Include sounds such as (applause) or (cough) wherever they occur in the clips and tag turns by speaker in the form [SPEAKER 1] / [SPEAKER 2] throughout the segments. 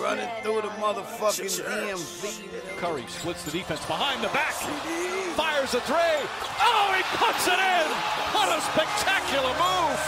[SPEAKER 1] Running through the motherfucking DMV.
[SPEAKER 2] Curry splits the defense behind the back. Fires a three. Oh, he puts it in. What a spectacular move.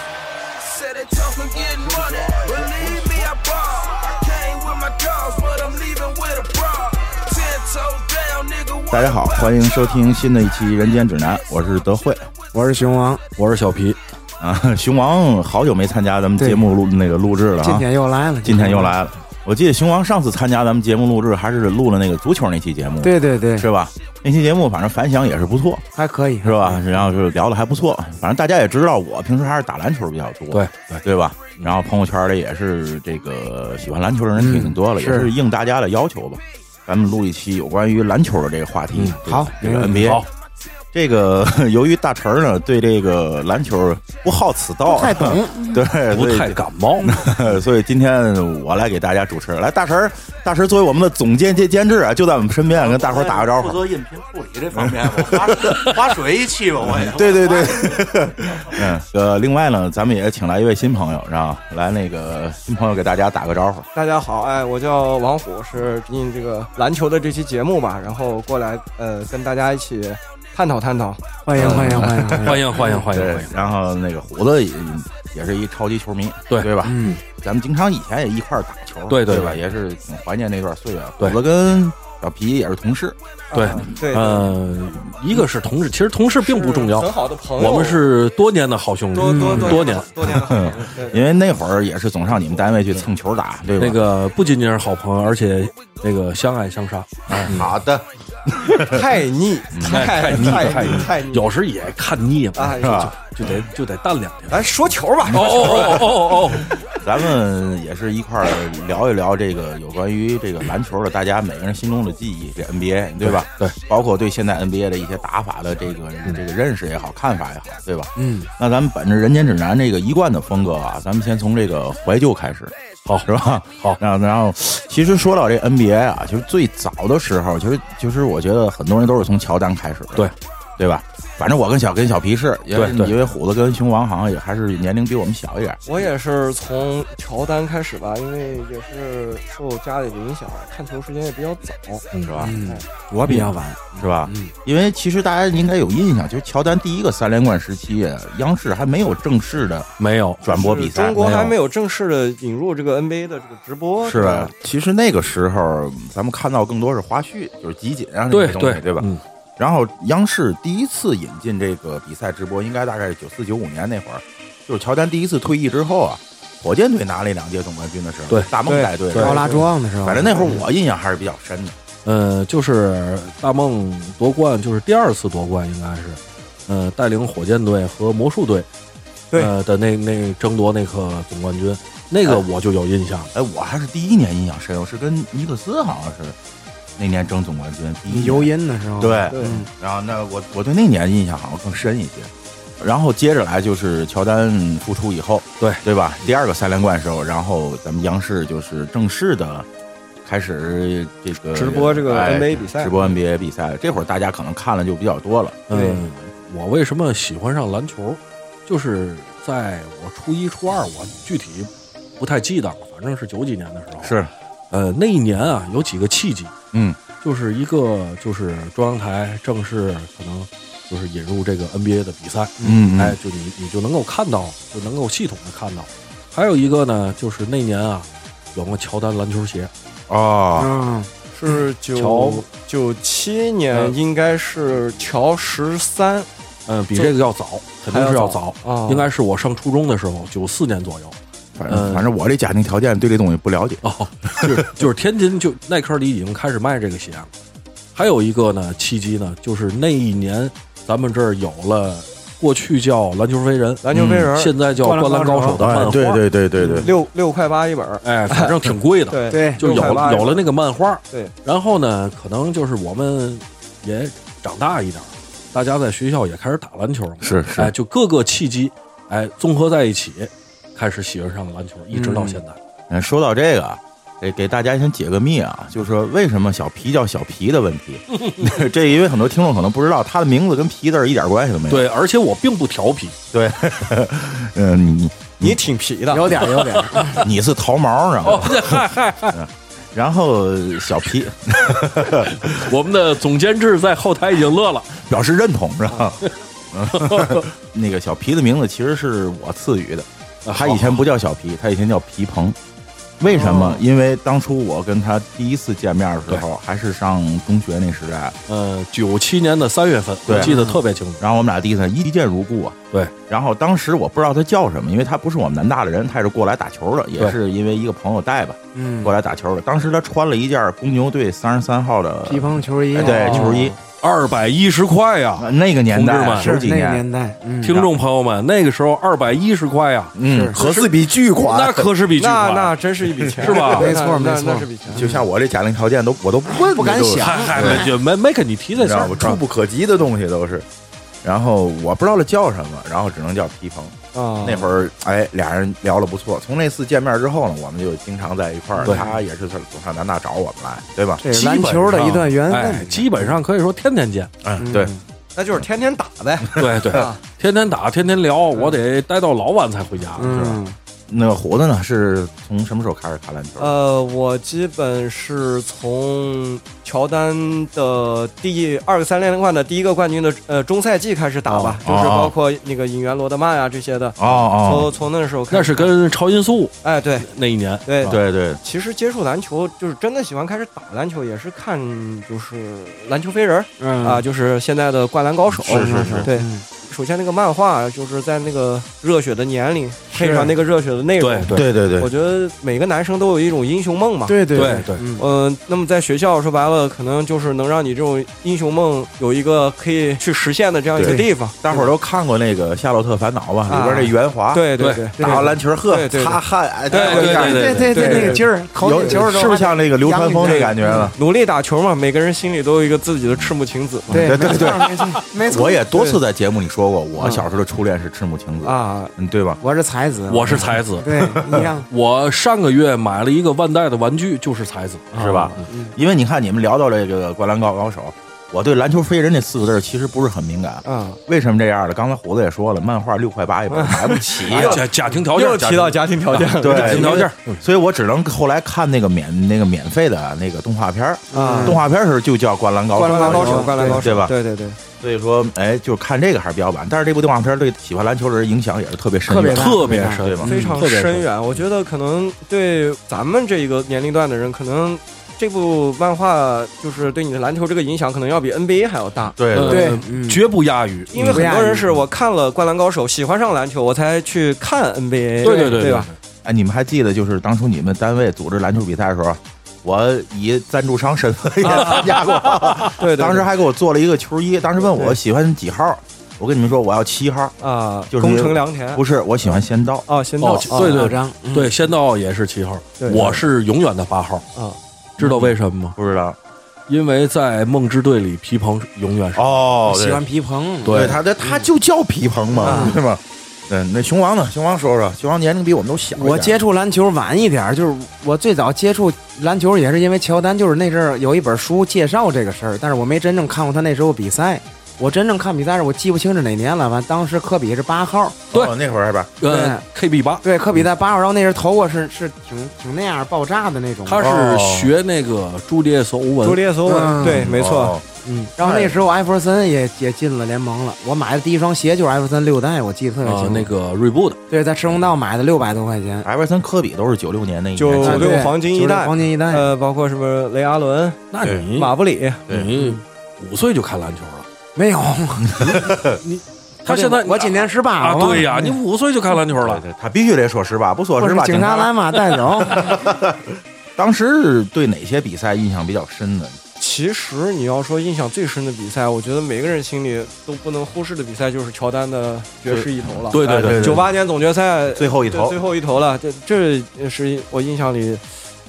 [SPEAKER 3] Said it tough from getting money. Believe me, I ball. I came with my dogs, but I'm leaving with a bra. Ten toes down, nigga.
[SPEAKER 4] 大家好，欢迎收听新的一期《人间指南》，我是德惠 (laughs)
[SPEAKER 5] 我是熊王，
[SPEAKER 6] 我是小皮，
[SPEAKER 4] 啊，熊王好久没参加咱们节目录那个录制了
[SPEAKER 5] 今
[SPEAKER 4] 啊，
[SPEAKER 5] 天又来了，
[SPEAKER 4] 今天又，来了。我记得熊王上次参加咱们节目录制，还是录了那个足球那期节目，
[SPEAKER 5] 对对对，
[SPEAKER 4] 是吧？那期节目反正反响也是不错，
[SPEAKER 5] 还可以
[SPEAKER 4] 是？吧？然后是聊的还不错，反正大家也知道我平时还是打篮球比较多，
[SPEAKER 6] 对对
[SPEAKER 4] 对吧？然后朋友圈里也是这个喜欢篮球的人挺多了，也是应大家的要求吧。咱们录一期有关于篮球的这个话题，对吧
[SPEAKER 5] 好
[SPEAKER 4] 这
[SPEAKER 5] 没
[SPEAKER 4] 个
[SPEAKER 5] 问
[SPEAKER 4] NBA
[SPEAKER 6] 好。
[SPEAKER 4] 这个 (laughs) 由于大成儿呢对这个篮球不好此道，
[SPEAKER 5] 不太懂，
[SPEAKER 4] (laughs) 对，
[SPEAKER 6] (laughs) 不太感冒。
[SPEAKER 4] 所以 (laughs) 所以今天我来给大家主持。来，大成儿，大成儿作为我们的总监兼监制啊，就在我们身边，跟大伙儿打个招呼
[SPEAKER 7] 负。责音频处理这方面，我划划水一期吧，我也。
[SPEAKER 4] 对对对，嗯，呃，另外呢，咱们也请来一位新朋友，然后来那个新朋友给大家打个招呼。
[SPEAKER 8] 大家好，哎，我叫王虎，是因这个篮球的这期节目嘛，然后过来呃跟大家一起探讨探讨。
[SPEAKER 5] 欢迎欢迎欢迎欢迎，
[SPEAKER 6] (laughs) 欢迎欢迎欢迎
[SPEAKER 4] 对
[SPEAKER 6] 欢迎，，
[SPEAKER 4] 然后那个虎子也也是一超级球迷，对
[SPEAKER 6] 对
[SPEAKER 4] 对吧？
[SPEAKER 6] 嗯，
[SPEAKER 4] 咱们经常以前也一块儿打球，
[SPEAKER 6] 对对
[SPEAKER 4] 吧？
[SPEAKER 6] 对
[SPEAKER 4] 也是挺怀念那段岁月。虎
[SPEAKER 6] 对
[SPEAKER 4] 子跟小皮也是同事，
[SPEAKER 6] 对，
[SPEAKER 8] 啊对，
[SPEAKER 6] 呃，一个是同事，其实同事并不重要
[SPEAKER 8] 很，好的朋友，
[SPEAKER 6] 我们是多年的好兄弟，
[SPEAKER 8] 多多
[SPEAKER 6] 嗯多年。
[SPEAKER 8] 多年的好朋友，对
[SPEAKER 4] 因为那会儿也是总上你们单位去蹭球打，对吧？
[SPEAKER 6] 那个不仅仅是好朋友，而且那个相爱相杀，
[SPEAKER 4] 好的，
[SPEAKER 8] 对太腻，
[SPEAKER 6] 嗯
[SPEAKER 8] 太腻太腻太腻
[SPEAKER 6] 有时也看腻了，
[SPEAKER 8] 啊！
[SPEAKER 6] 哎就得就得淡两天。
[SPEAKER 8] 咱说球吧，
[SPEAKER 6] 哦哦哦哦哦，
[SPEAKER 4] 咱们也是一块儿聊一聊这个有关于这个篮球的，大家每个人心中的记忆，这 NBA 对吧？
[SPEAKER 6] 对，嗯
[SPEAKER 4] 包括对现在 NBA 的一些打法的这个这个认识也好，看法也好，对吧？嗯，那咱们本着《人间指南》这个一贯的风格啊，咱们先从这个怀旧开始，
[SPEAKER 6] 好
[SPEAKER 4] 是吧？
[SPEAKER 6] 好
[SPEAKER 4] 然后然后其实说到这 NBA 啊，其实最早的时候，其实其实我觉得很多人都是从乔丹开始的，
[SPEAKER 6] 对
[SPEAKER 4] 对吧？反正我跟小跟小皮是，因为
[SPEAKER 6] 对对
[SPEAKER 4] 因为虎子跟熊王好像也还是年龄比我们小一点，
[SPEAKER 8] 我也是从乔丹开始吧，因为也是受家里的影响，看球时间也比较早，
[SPEAKER 4] 是吧？
[SPEAKER 8] 哎
[SPEAKER 6] (laughs) 我比较晚，
[SPEAKER 4] 是吧？
[SPEAKER 6] 嗯
[SPEAKER 4] 因为其实大家应该有印象，就是乔丹第一个三连冠时期，啊央视还没有正式的
[SPEAKER 6] 没有
[SPEAKER 4] 转播比赛，
[SPEAKER 8] 中国还
[SPEAKER 4] 没
[SPEAKER 8] 没有正式的引入这个 NBA 的这个直播，
[SPEAKER 4] 有是吧？其实那个时候咱们看到更多是花絮，就是集锦啊，那些
[SPEAKER 6] 对
[SPEAKER 4] 东西，
[SPEAKER 6] 对
[SPEAKER 4] 对吧？
[SPEAKER 6] 嗯
[SPEAKER 4] 然后央视第一次引进这个比赛直播，应该大概是九四九五年那会儿，就是乔丹第一次退役之后啊，火箭队拿了两届总冠军的时候，
[SPEAKER 6] 对
[SPEAKER 4] 大梦带队，
[SPEAKER 5] 高拉庄的是吧？
[SPEAKER 4] 反正那会儿我印象还是比较深的。
[SPEAKER 6] 呃，就是大梦夺冠，就是第二次夺冠，应该是，呃，带领火箭队和魔术队，
[SPEAKER 5] 对
[SPEAKER 6] 呃的那那争夺那个总冠军，那个我就有印象。
[SPEAKER 4] 哎，我还是第一年印象深，我是跟尼克斯好像是那年争总冠军，第一年
[SPEAKER 5] 尤因的时候，
[SPEAKER 4] 对
[SPEAKER 8] 对
[SPEAKER 5] 嗯
[SPEAKER 4] 然后那我我对那年印象好像更深一些。然后接着来就是乔丹复出以后，
[SPEAKER 6] 对
[SPEAKER 4] 对吧？第二个三连冠时候，然后咱们央视就是正式的开始这个
[SPEAKER 8] 直播这个
[SPEAKER 4] 哎
[SPEAKER 8] NBA 比赛
[SPEAKER 4] 直播 NBA 比赛。这会儿大家可能看了就比较多了，
[SPEAKER 8] 对
[SPEAKER 6] 嗯，我为什么喜欢上篮球，就是在我初一初二，我具体不太记得了，反正是九几年的时候。，呃，那一年啊，有几个契机，
[SPEAKER 4] 嗯，
[SPEAKER 6] 就是一个就是中央台正式可能就是引入这个 NBA 的比赛，
[SPEAKER 4] 嗯嗯
[SPEAKER 6] 哎，就你你就能够看到，就能够系统的看到。还有一个呢，就是那年啊，有个乔丹篮球鞋，
[SPEAKER 4] 哦，
[SPEAKER 5] 嗯，
[SPEAKER 8] 是
[SPEAKER 6] 乔
[SPEAKER 8] 九九七年，应该是乔十三，
[SPEAKER 6] 嗯、比这个要早，肯定是早，嗯
[SPEAKER 8] 啊，
[SPEAKER 6] 应该是我上初中的时候，九四年 (laughs) 左右。
[SPEAKER 4] 反
[SPEAKER 6] 嗯
[SPEAKER 4] 正反正我这家庭条件对这东西不了解，
[SPEAKER 6] 哦，就是就是天津就耐克里已经开始卖这个鞋了。还有一个呢契机呢，就是那一年咱们这儿有了过去叫篮球飞人，
[SPEAKER 8] 篮球飞人
[SPEAKER 6] 现在叫嗯灌篮高手的漫
[SPEAKER 4] 哎
[SPEAKER 6] 画，
[SPEAKER 4] 对对对对对，
[SPEAKER 8] 六六块八一本儿，
[SPEAKER 6] 哎，反正挺贵的，
[SPEAKER 8] 对
[SPEAKER 5] 对
[SPEAKER 6] 就有
[SPEAKER 8] 六块八
[SPEAKER 6] 有了那个漫画，
[SPEAKER 8] 对，
[SPEAKER 6] 然后呢，可能就是我们也长大一点儿，大家在学校也开始打篮球了，
[SPEAKER 4] 是是
[SPEAKER 6] 哎，就各个契机，哎，综合在一起，开始喜欢上了篮球，一直到现在。
[SPEAKER 4] 嗯，说到这个，给给大家先解个密啊，就是说为什么小皮叫小皮的问
[SPEAKER 6] (laughs)
[SPEAKER 4] 题，这因为很多听众可能不知道，他的名字跟皮字儿一点关系都没有。
[SPEAKER 6] 对，而且我并不调皮，
[SPEAKER 4] 对，嗯，你
[SPEAKER 6] (laughs)
[SPEAKER 8] 你挺皮的，
[SPEAKER 9] 嗯
[SPEAKER 5] 有点儿有点儿，
[SPEAKER 4] 你是桃毛呢？啊嗯
[SPEAKER 6] 哦，嗨嗨嗨，
[SPEAKER 4] 然后小皮
[SPEAKER 6] 我们的总监制在后台已经乐了，
[SPEAKER 4] 表示认同，是吧？
[SPEAKER 6] 哦
[SPEAKER 4] 嗯 (laughs) 那个小皮的名字其实是我赐予的，
[SPEAKER 6] 哦
[SPEAKER 4] 他以前不叫小皮，他以前叫皮鹏。为什
[SPEAKER 6] 哦
[SPEAKER 4] 么？因为当初我跟他第一次见面的时候，还是上中学那时代，
[SPEAKER 6] 呃，九七年的三月份，我
[SPEAKER 4] 对
[SPEAKER 6] 记得特别清楚。
[SPEAKER 4] 然后我们俩第一次一见如故啊。
[SPEAKER 6] 对，
[SPEAKER 4] 然后当时我不知道他叫什么，因为他不是我们南大的人，他也是过来打球的，也
[SPEAKER 6] 对
[SPEAKER 4] 是因为一个朋友带吧，
[SPEAKER 5] 嗯
[SPEAKER 4] 过，来打球的。当时他穿了一件公牛队三十三号的
[SPEAKER 5] 皮蓬球衣
[SPEAKER 4] 哎，对
[SPEAKER 9] 哦
[SPEAKER 4] 球衣，
[SPEAKER 6] 二百一十块呀、
[SPEAKER 4] 呃那个年代
[SPEAKER 6] 同志
[SPEAKER 4] 啊
[SPEAKER 6] 们
[SPEAKER 4] 九
[SPEAKER 5] 是
[SPEAKER 4] 几
[SPEAKER 5] 那个
[SPEAKER 4] 年，
[SPEAKER 5] 年代，嗯，
[SPEAKER 6] 听众朋友们，那个时候二百一十块呀、
[SPEAKER 4] 嗯，
[SPEAKER 9] 合适比巨款，
[SPEAKER 6] 那可是比巨
[SPEAKER 8] 那
[SPEAKER 6] 款。
[SPEAKER 8] 那真是一笔钱，
[SPEAKER 6] 是吧
[SPEAKER 8] 那
[SPEAKER 5] 没错
[SPEAKER 8] 那
[SPEAKER 5] 没错
[SPEAKER 8] 那是笔钱。
[SPEAKER 4] 就像我这家庭条件都我都不问，
[SPEAKER 9] 不敢
[SPEAKER 4] 就是
[SPEAKER 9] 想
[SPEAKER 6] 嗨嗨，没就没没跟你提这
[SPEAKER 4] 你
[SPEAKER 6] 事
[SPEAKER 4] 知
[SPEAKER 6] 儿
[SPEAKER 4] 道吗？，触不可及的东西都是。然后我不知道他叫什么，然后只能叫皮蓬。
[SPEAKER 8] 啊，
[SPEAKER 4] 那会儿，哎，俩人聊了不错。从那次见面之后呢，我们就经常在一块儿。
[SPEAKER 6] 对
[SPEAKER 4] 他也是从总上南大找我们来，对吧？
[SPEAKER 5] 这是篮球的一段缘
[SPEAKER 6] 哎，
[SPEAKER 5] 分，
[SPEAKER 6] 基本上可以说天天见，
[SPEAKER 4] 嗯，对，
[SPEAKER 8] 那就是天天打呗。
[SPEAKER 6] 对对，天天打，天天聊，我得待到老晚才回家。
[SPEAKER 5] 嗯，
[SPEAKER 4] 那个胡子呢，是从什么时候开始看篮球？
[SPEAKER 8] 呃，我基本是从乔丹的第二个三连冠的第一个冠军的呃中赛季开始打吧，
[SPEAKER 4] 哦
[SPEAKER 8] 就是
[SPEAKER 4] 哦
[SPEAKER 8] 包括那个引援罗德曼啊这些的，
[SPEAKER 4] 哦哦，
[SPEAKER 8] 从从那时候开
[SPEAKER 6] 那
[SPEAKER 8] 始。
[SPEAKER 6] 是跟超音速
[SPEAKER 8] 哎，对
[SPEAKER 6] 那一年，
[SPEAKER 8] 对。
[SPEAKER 4] 对对，
[SPEAKER 8] 其实接触篮球就是真的喜欢开始打篮球，也是看就是篮球飞人儿
[SPEAKER 5] 嗯
[SPEAKER 8] 啊，，就是现在的灌篮高手。
[SPEAKER 4] 是是是
[SPEAKER 8] 对，首先那个漫画就是在那个热血的年龄配上那个热血的内容，
[SPEAKER 6] 对对
[SPEAKER 4] 对对
[SPEAKER 8] 我
[SPEAKER 4] 对，
[SPEAKER 8] 觉得每个男生都有一种英雄梦嘛。
[SPEAKER 5] 对对
[SPEAKER 6] 对对，
[SPEAKER 5] 嗯
[SPEAKER 8] 嗯，那么在学校说白了，可能就是能让你这种英雄梦有一个可以去实现的这样一个
[SPEAKER 4] 对
[SPEAKER 8] 地方。
[SPEAKER 4] 大伙儿都看过那个《夏洛特烦恼》吧？里边那袁华，
[SPEAKER 8] 对对对
[SPEAKER 4] 打完篮球呵
[SPEAKER 8] 对，对对
[SPEAKER 4] 擦汗，哎
[SPEAKER 6] 对对对对
[SPEAKER 9] 对对
[SPEAKER 8] 对
[SPEAKER 9] 那个劲儿，考
[SPEAKER 4] 有
[SPEAKER 9] 点球
[SPEAKER 4] 是不是像那个流川枫这感觉了？
[SPEAKER 8] 努力打球嘛，每个人心里都有一个自己的赤木晴子嘛。
[SPEAKER 9] 对
[SPEAKER 4] 对对
[SPEAKER 9] 没错没错没错，
[SPEAKER 4] 我也多次在节目里说过，我小时候的初恋是赤木晴子，
[SPEAKER 8] 啊，
[SPEAKER 4] 嗯，对吧？
[SPEAKER 9] 我是才子，啊
[SPEAKER 6] 我是才子。
[SPEAKER 9] 对一样，
[SPEAKER 6] (laughs) 我上个月买了一个万代的玩具，就是才子，嗯
[SPEAKER 4] 是吧？因为你看，你们聊到这个《灌篮高高手》，我对“篮球飞人”这四个字儿其实不是很敏感。
[SPEAKER 8] 嗯，
[SPEAKER 4] 为什么这样呢？刚才胡子也说了，漫画六
[SPEAKER 8] (laughs)
[SPEAKER 4] 块八一本买不起
[SPEAKER 6] 哎
[SPEAKER 8] 啊
[SPEAKER 6] 家家庭条件
[SPEAKER 8] 又提到家庭条件了。
[SPEAKER 4] 啊对
[SPEAKER 6] 家庭条件，
[SPEAKER 4] 所以我只能后来看那个免那个免费的那个动画片儿。
[SPEAKER 8] 啊
[SPEAKER 4] 动画片儿时候就叫《灌篮高手》，
[SPEAKER 8] 灌篮高手，
[SPEAKER 9] 手
[SPEAKER 8] 灌篮高手，
[SPEAKER 4] 对吧
[SPEAKER 8] 对对对，
[SPEAKER 4] 所以说，哎，就是看这个还是比较晚。但是这部动画片儿对喜欢篮球的人影响也是特别深
[SPEAKER 6] 特别
[SPEAKER 4] 远，
[SPEAKER 6] 大特别深
[SPEAKER 4] 对吧？
[SPEAKER 8] (laughs) 非常
[SPEAKER 6] 特别
[SPEAKER 8] 深远。我觉得可能对咱们这一个年龄段的人，可能这部漫画就是对你的篮球这个影响，可能要比 NBA 还要大。
[SPEAKER 4] 嗯对
[SPEAKER 6] 呃
[SPEAKER 4] 对
[SPEAKER 9] 对嗯
[SPEAKER 6] 绝不嗯亚于。
[SPEAKER 8] 因为很多人是我看了《灌篮高手》，喜欢上篮球，我才去看 NBA，
[SPEAKER 6] 对
[SPEAKER 8] 对
[SPEAKER 6] 对
[SPEAKER 8] 吧？
[SPEAKER 4] 哎，你们还记得就是当初你们单位组织篮球比赛的时候，我以赞助商身份也参加过。
[SPEAKER 8] 对对，
[SPEAKER 4] 当时还给我做了一个球衣，当时问我喜欢几号，我跟你们说我要七号，
[SPEAKER 8] 啊，
[SPEAKER 4] 就是
[SPEAKER 8] 宫城良田
[SPEAKER 4] 不是我喜欢仙道。
[SPEAKER 8] 啊，仙道
[SPEAKER 6] 哦对对
[SPEAKER 5] 老张，嗯
[SPEAKER 6] 对，仙道也是七号，
[SPEAKER 8] 对
[SPEAKER 6] 我是永远的八号
[SPEAKER 8] 啊。
[SPEAKER 6] 知道为什么吗？
[SPEAKER 4] 不知道
[SPEAKER 6] 因为在梦之队里，皮蓬永远是
[SPEAKER 4] 哦
[SPEAKER 5] 喜欢皮蓬，
[SPEAKER 4] 对啊对他的他就叫皮蓬嘛，对吧？嗯，那熊王呢？熊王说说，熊王年龄比我们都小一点。哦
[SPEAKER 9] 我接触篮球晚一点儿，就是我最早接触篮球也是因为乔丹，就是那阵儿有一本书介绍这个事儿，但是我没真正看过他那时候比赛。我真正看比赛是我记不清是哪年了，完当时科比是八号，
[SPEAKER 4] 哦那会儿是吧？
[SPEAKER 6] 呃 KB 八，
[SPEAKER 9] 对，科比在八号，然后那阵儿头发是是挺挺那样爆炸的那种。
[SPEAKER 6] 他是学那个朱利叶斯·欧
[SPEAKER 8] 朱
[SPEAKER 6] 文，
[SPEAKER 8] 利叶斯欧文，
[SPEAKER 9] 嗯
[SPEAKER 8] 对，没错，
[SPEAKER 4] 哦，
[SPEAKER 9] 嗯，然后那时候艾弗森也也进了联盟了，我买的第一双鞋就是艾弗森六代，我记得特别
[SPEAKER 6] 啊
[SPEAKER 9] 清楚。，
[SPEAKER 6] 那个锐步的，
[SPEAKER 9] 对，在赤峰道买的六百多块钱，
[SPEAKER 4] 艾弗森、科比都是九六年那一
[SPEAKER 8] 九
[SPEAKER 4] 年
[SPEAKER 9] 啊
[SPEAKER 4] 进
[SPEAKER 8] 六
[SPEAKER 4] 的。
[SPEAKER 9] 对
[SPEAKER 8] 黄金一
[SPEAKER 9] 九六
[SPEAKER 8] 代
[SPEAKER 9] 黄金一代，
[SPEAKER 8] 呃，包括什么雷阿伦、
[SPEAKER 6] 那你
[SPEAKER 8] 马布里，
[SPEAKER 4] 对
[SPEAKER 6] 你五岁就看篮球了？
[SPEAKER 9] 没有。你
[SPEAKER 6] 他现在
[SPEAKER 9] 我今年十八
[SPEAKER 6] 啊，
[SPEAKER 9] 了嘛，
[SPEAKER 6] 对呀，你五岁就看篮球
[SPEAKER 4] 对
[SPEAKER 6] 了，
[SPEAKER 4] 对，他必须得说实话，不说
[SPEAKER 9] 我
[SPEAKER 4] 实
[SPEAKER 9] 是
[SPEAKER 4] 话，
[SPEAKER 9] 警察来把带走。
[SPEAKER 4] 当时是对哪些比赛印象比较深的？
[SPEAKER 8] 其实你要说印象最深的比赛，我觉得每个人心里都不能忽视的比赛就是乔丹的爵士一头了。
[SPEAKER 6] 对对
[SPEAKER 4] 哎
[SPEAKER 6] 对，
[SPEAKER 8] 九八年总决赛
[SPEAKER 4] 最后一
[SPEAKER 8] 对
[SPEAKER 4] 投
[SPEAKER 8] 最，后一投了，这这也是我印象里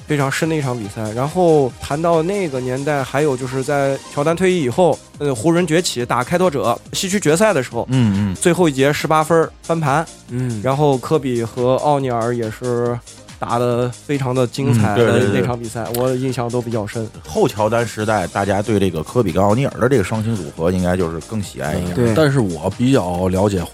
[SPEAKER 8] 非常深的一场比赛。然后谈到那个年代，还有就是在乔丹退役以后，呃，湖人崛起打开拓者西区决赛的时候。
[SPEAKER 4] 嗯嗯，
[SPEAKER 8] 最后一节十八分翻盘，
[SPEAKER 5] 嗯，
[SPEAKER 8] 然后科比和奥尼尔也是打得非常的精彩
[SPEAKER 4] 嗯对
[SPEAKER 8] 的
[SPEAKER 4] 对对对
[SPEAKER 8] 那场比赛，我印象都比
[SPEAKER 4] (laughs)
[SPEAKER 8] 较深。
[SPEAKER 4] 后乔丹时代，大家对这个科比跟奥尼尔的这个双星组合，应该就是更喜爱一点。
[SPEAKER 9] 对
[SPEAKER 6] 但是我比较了解胡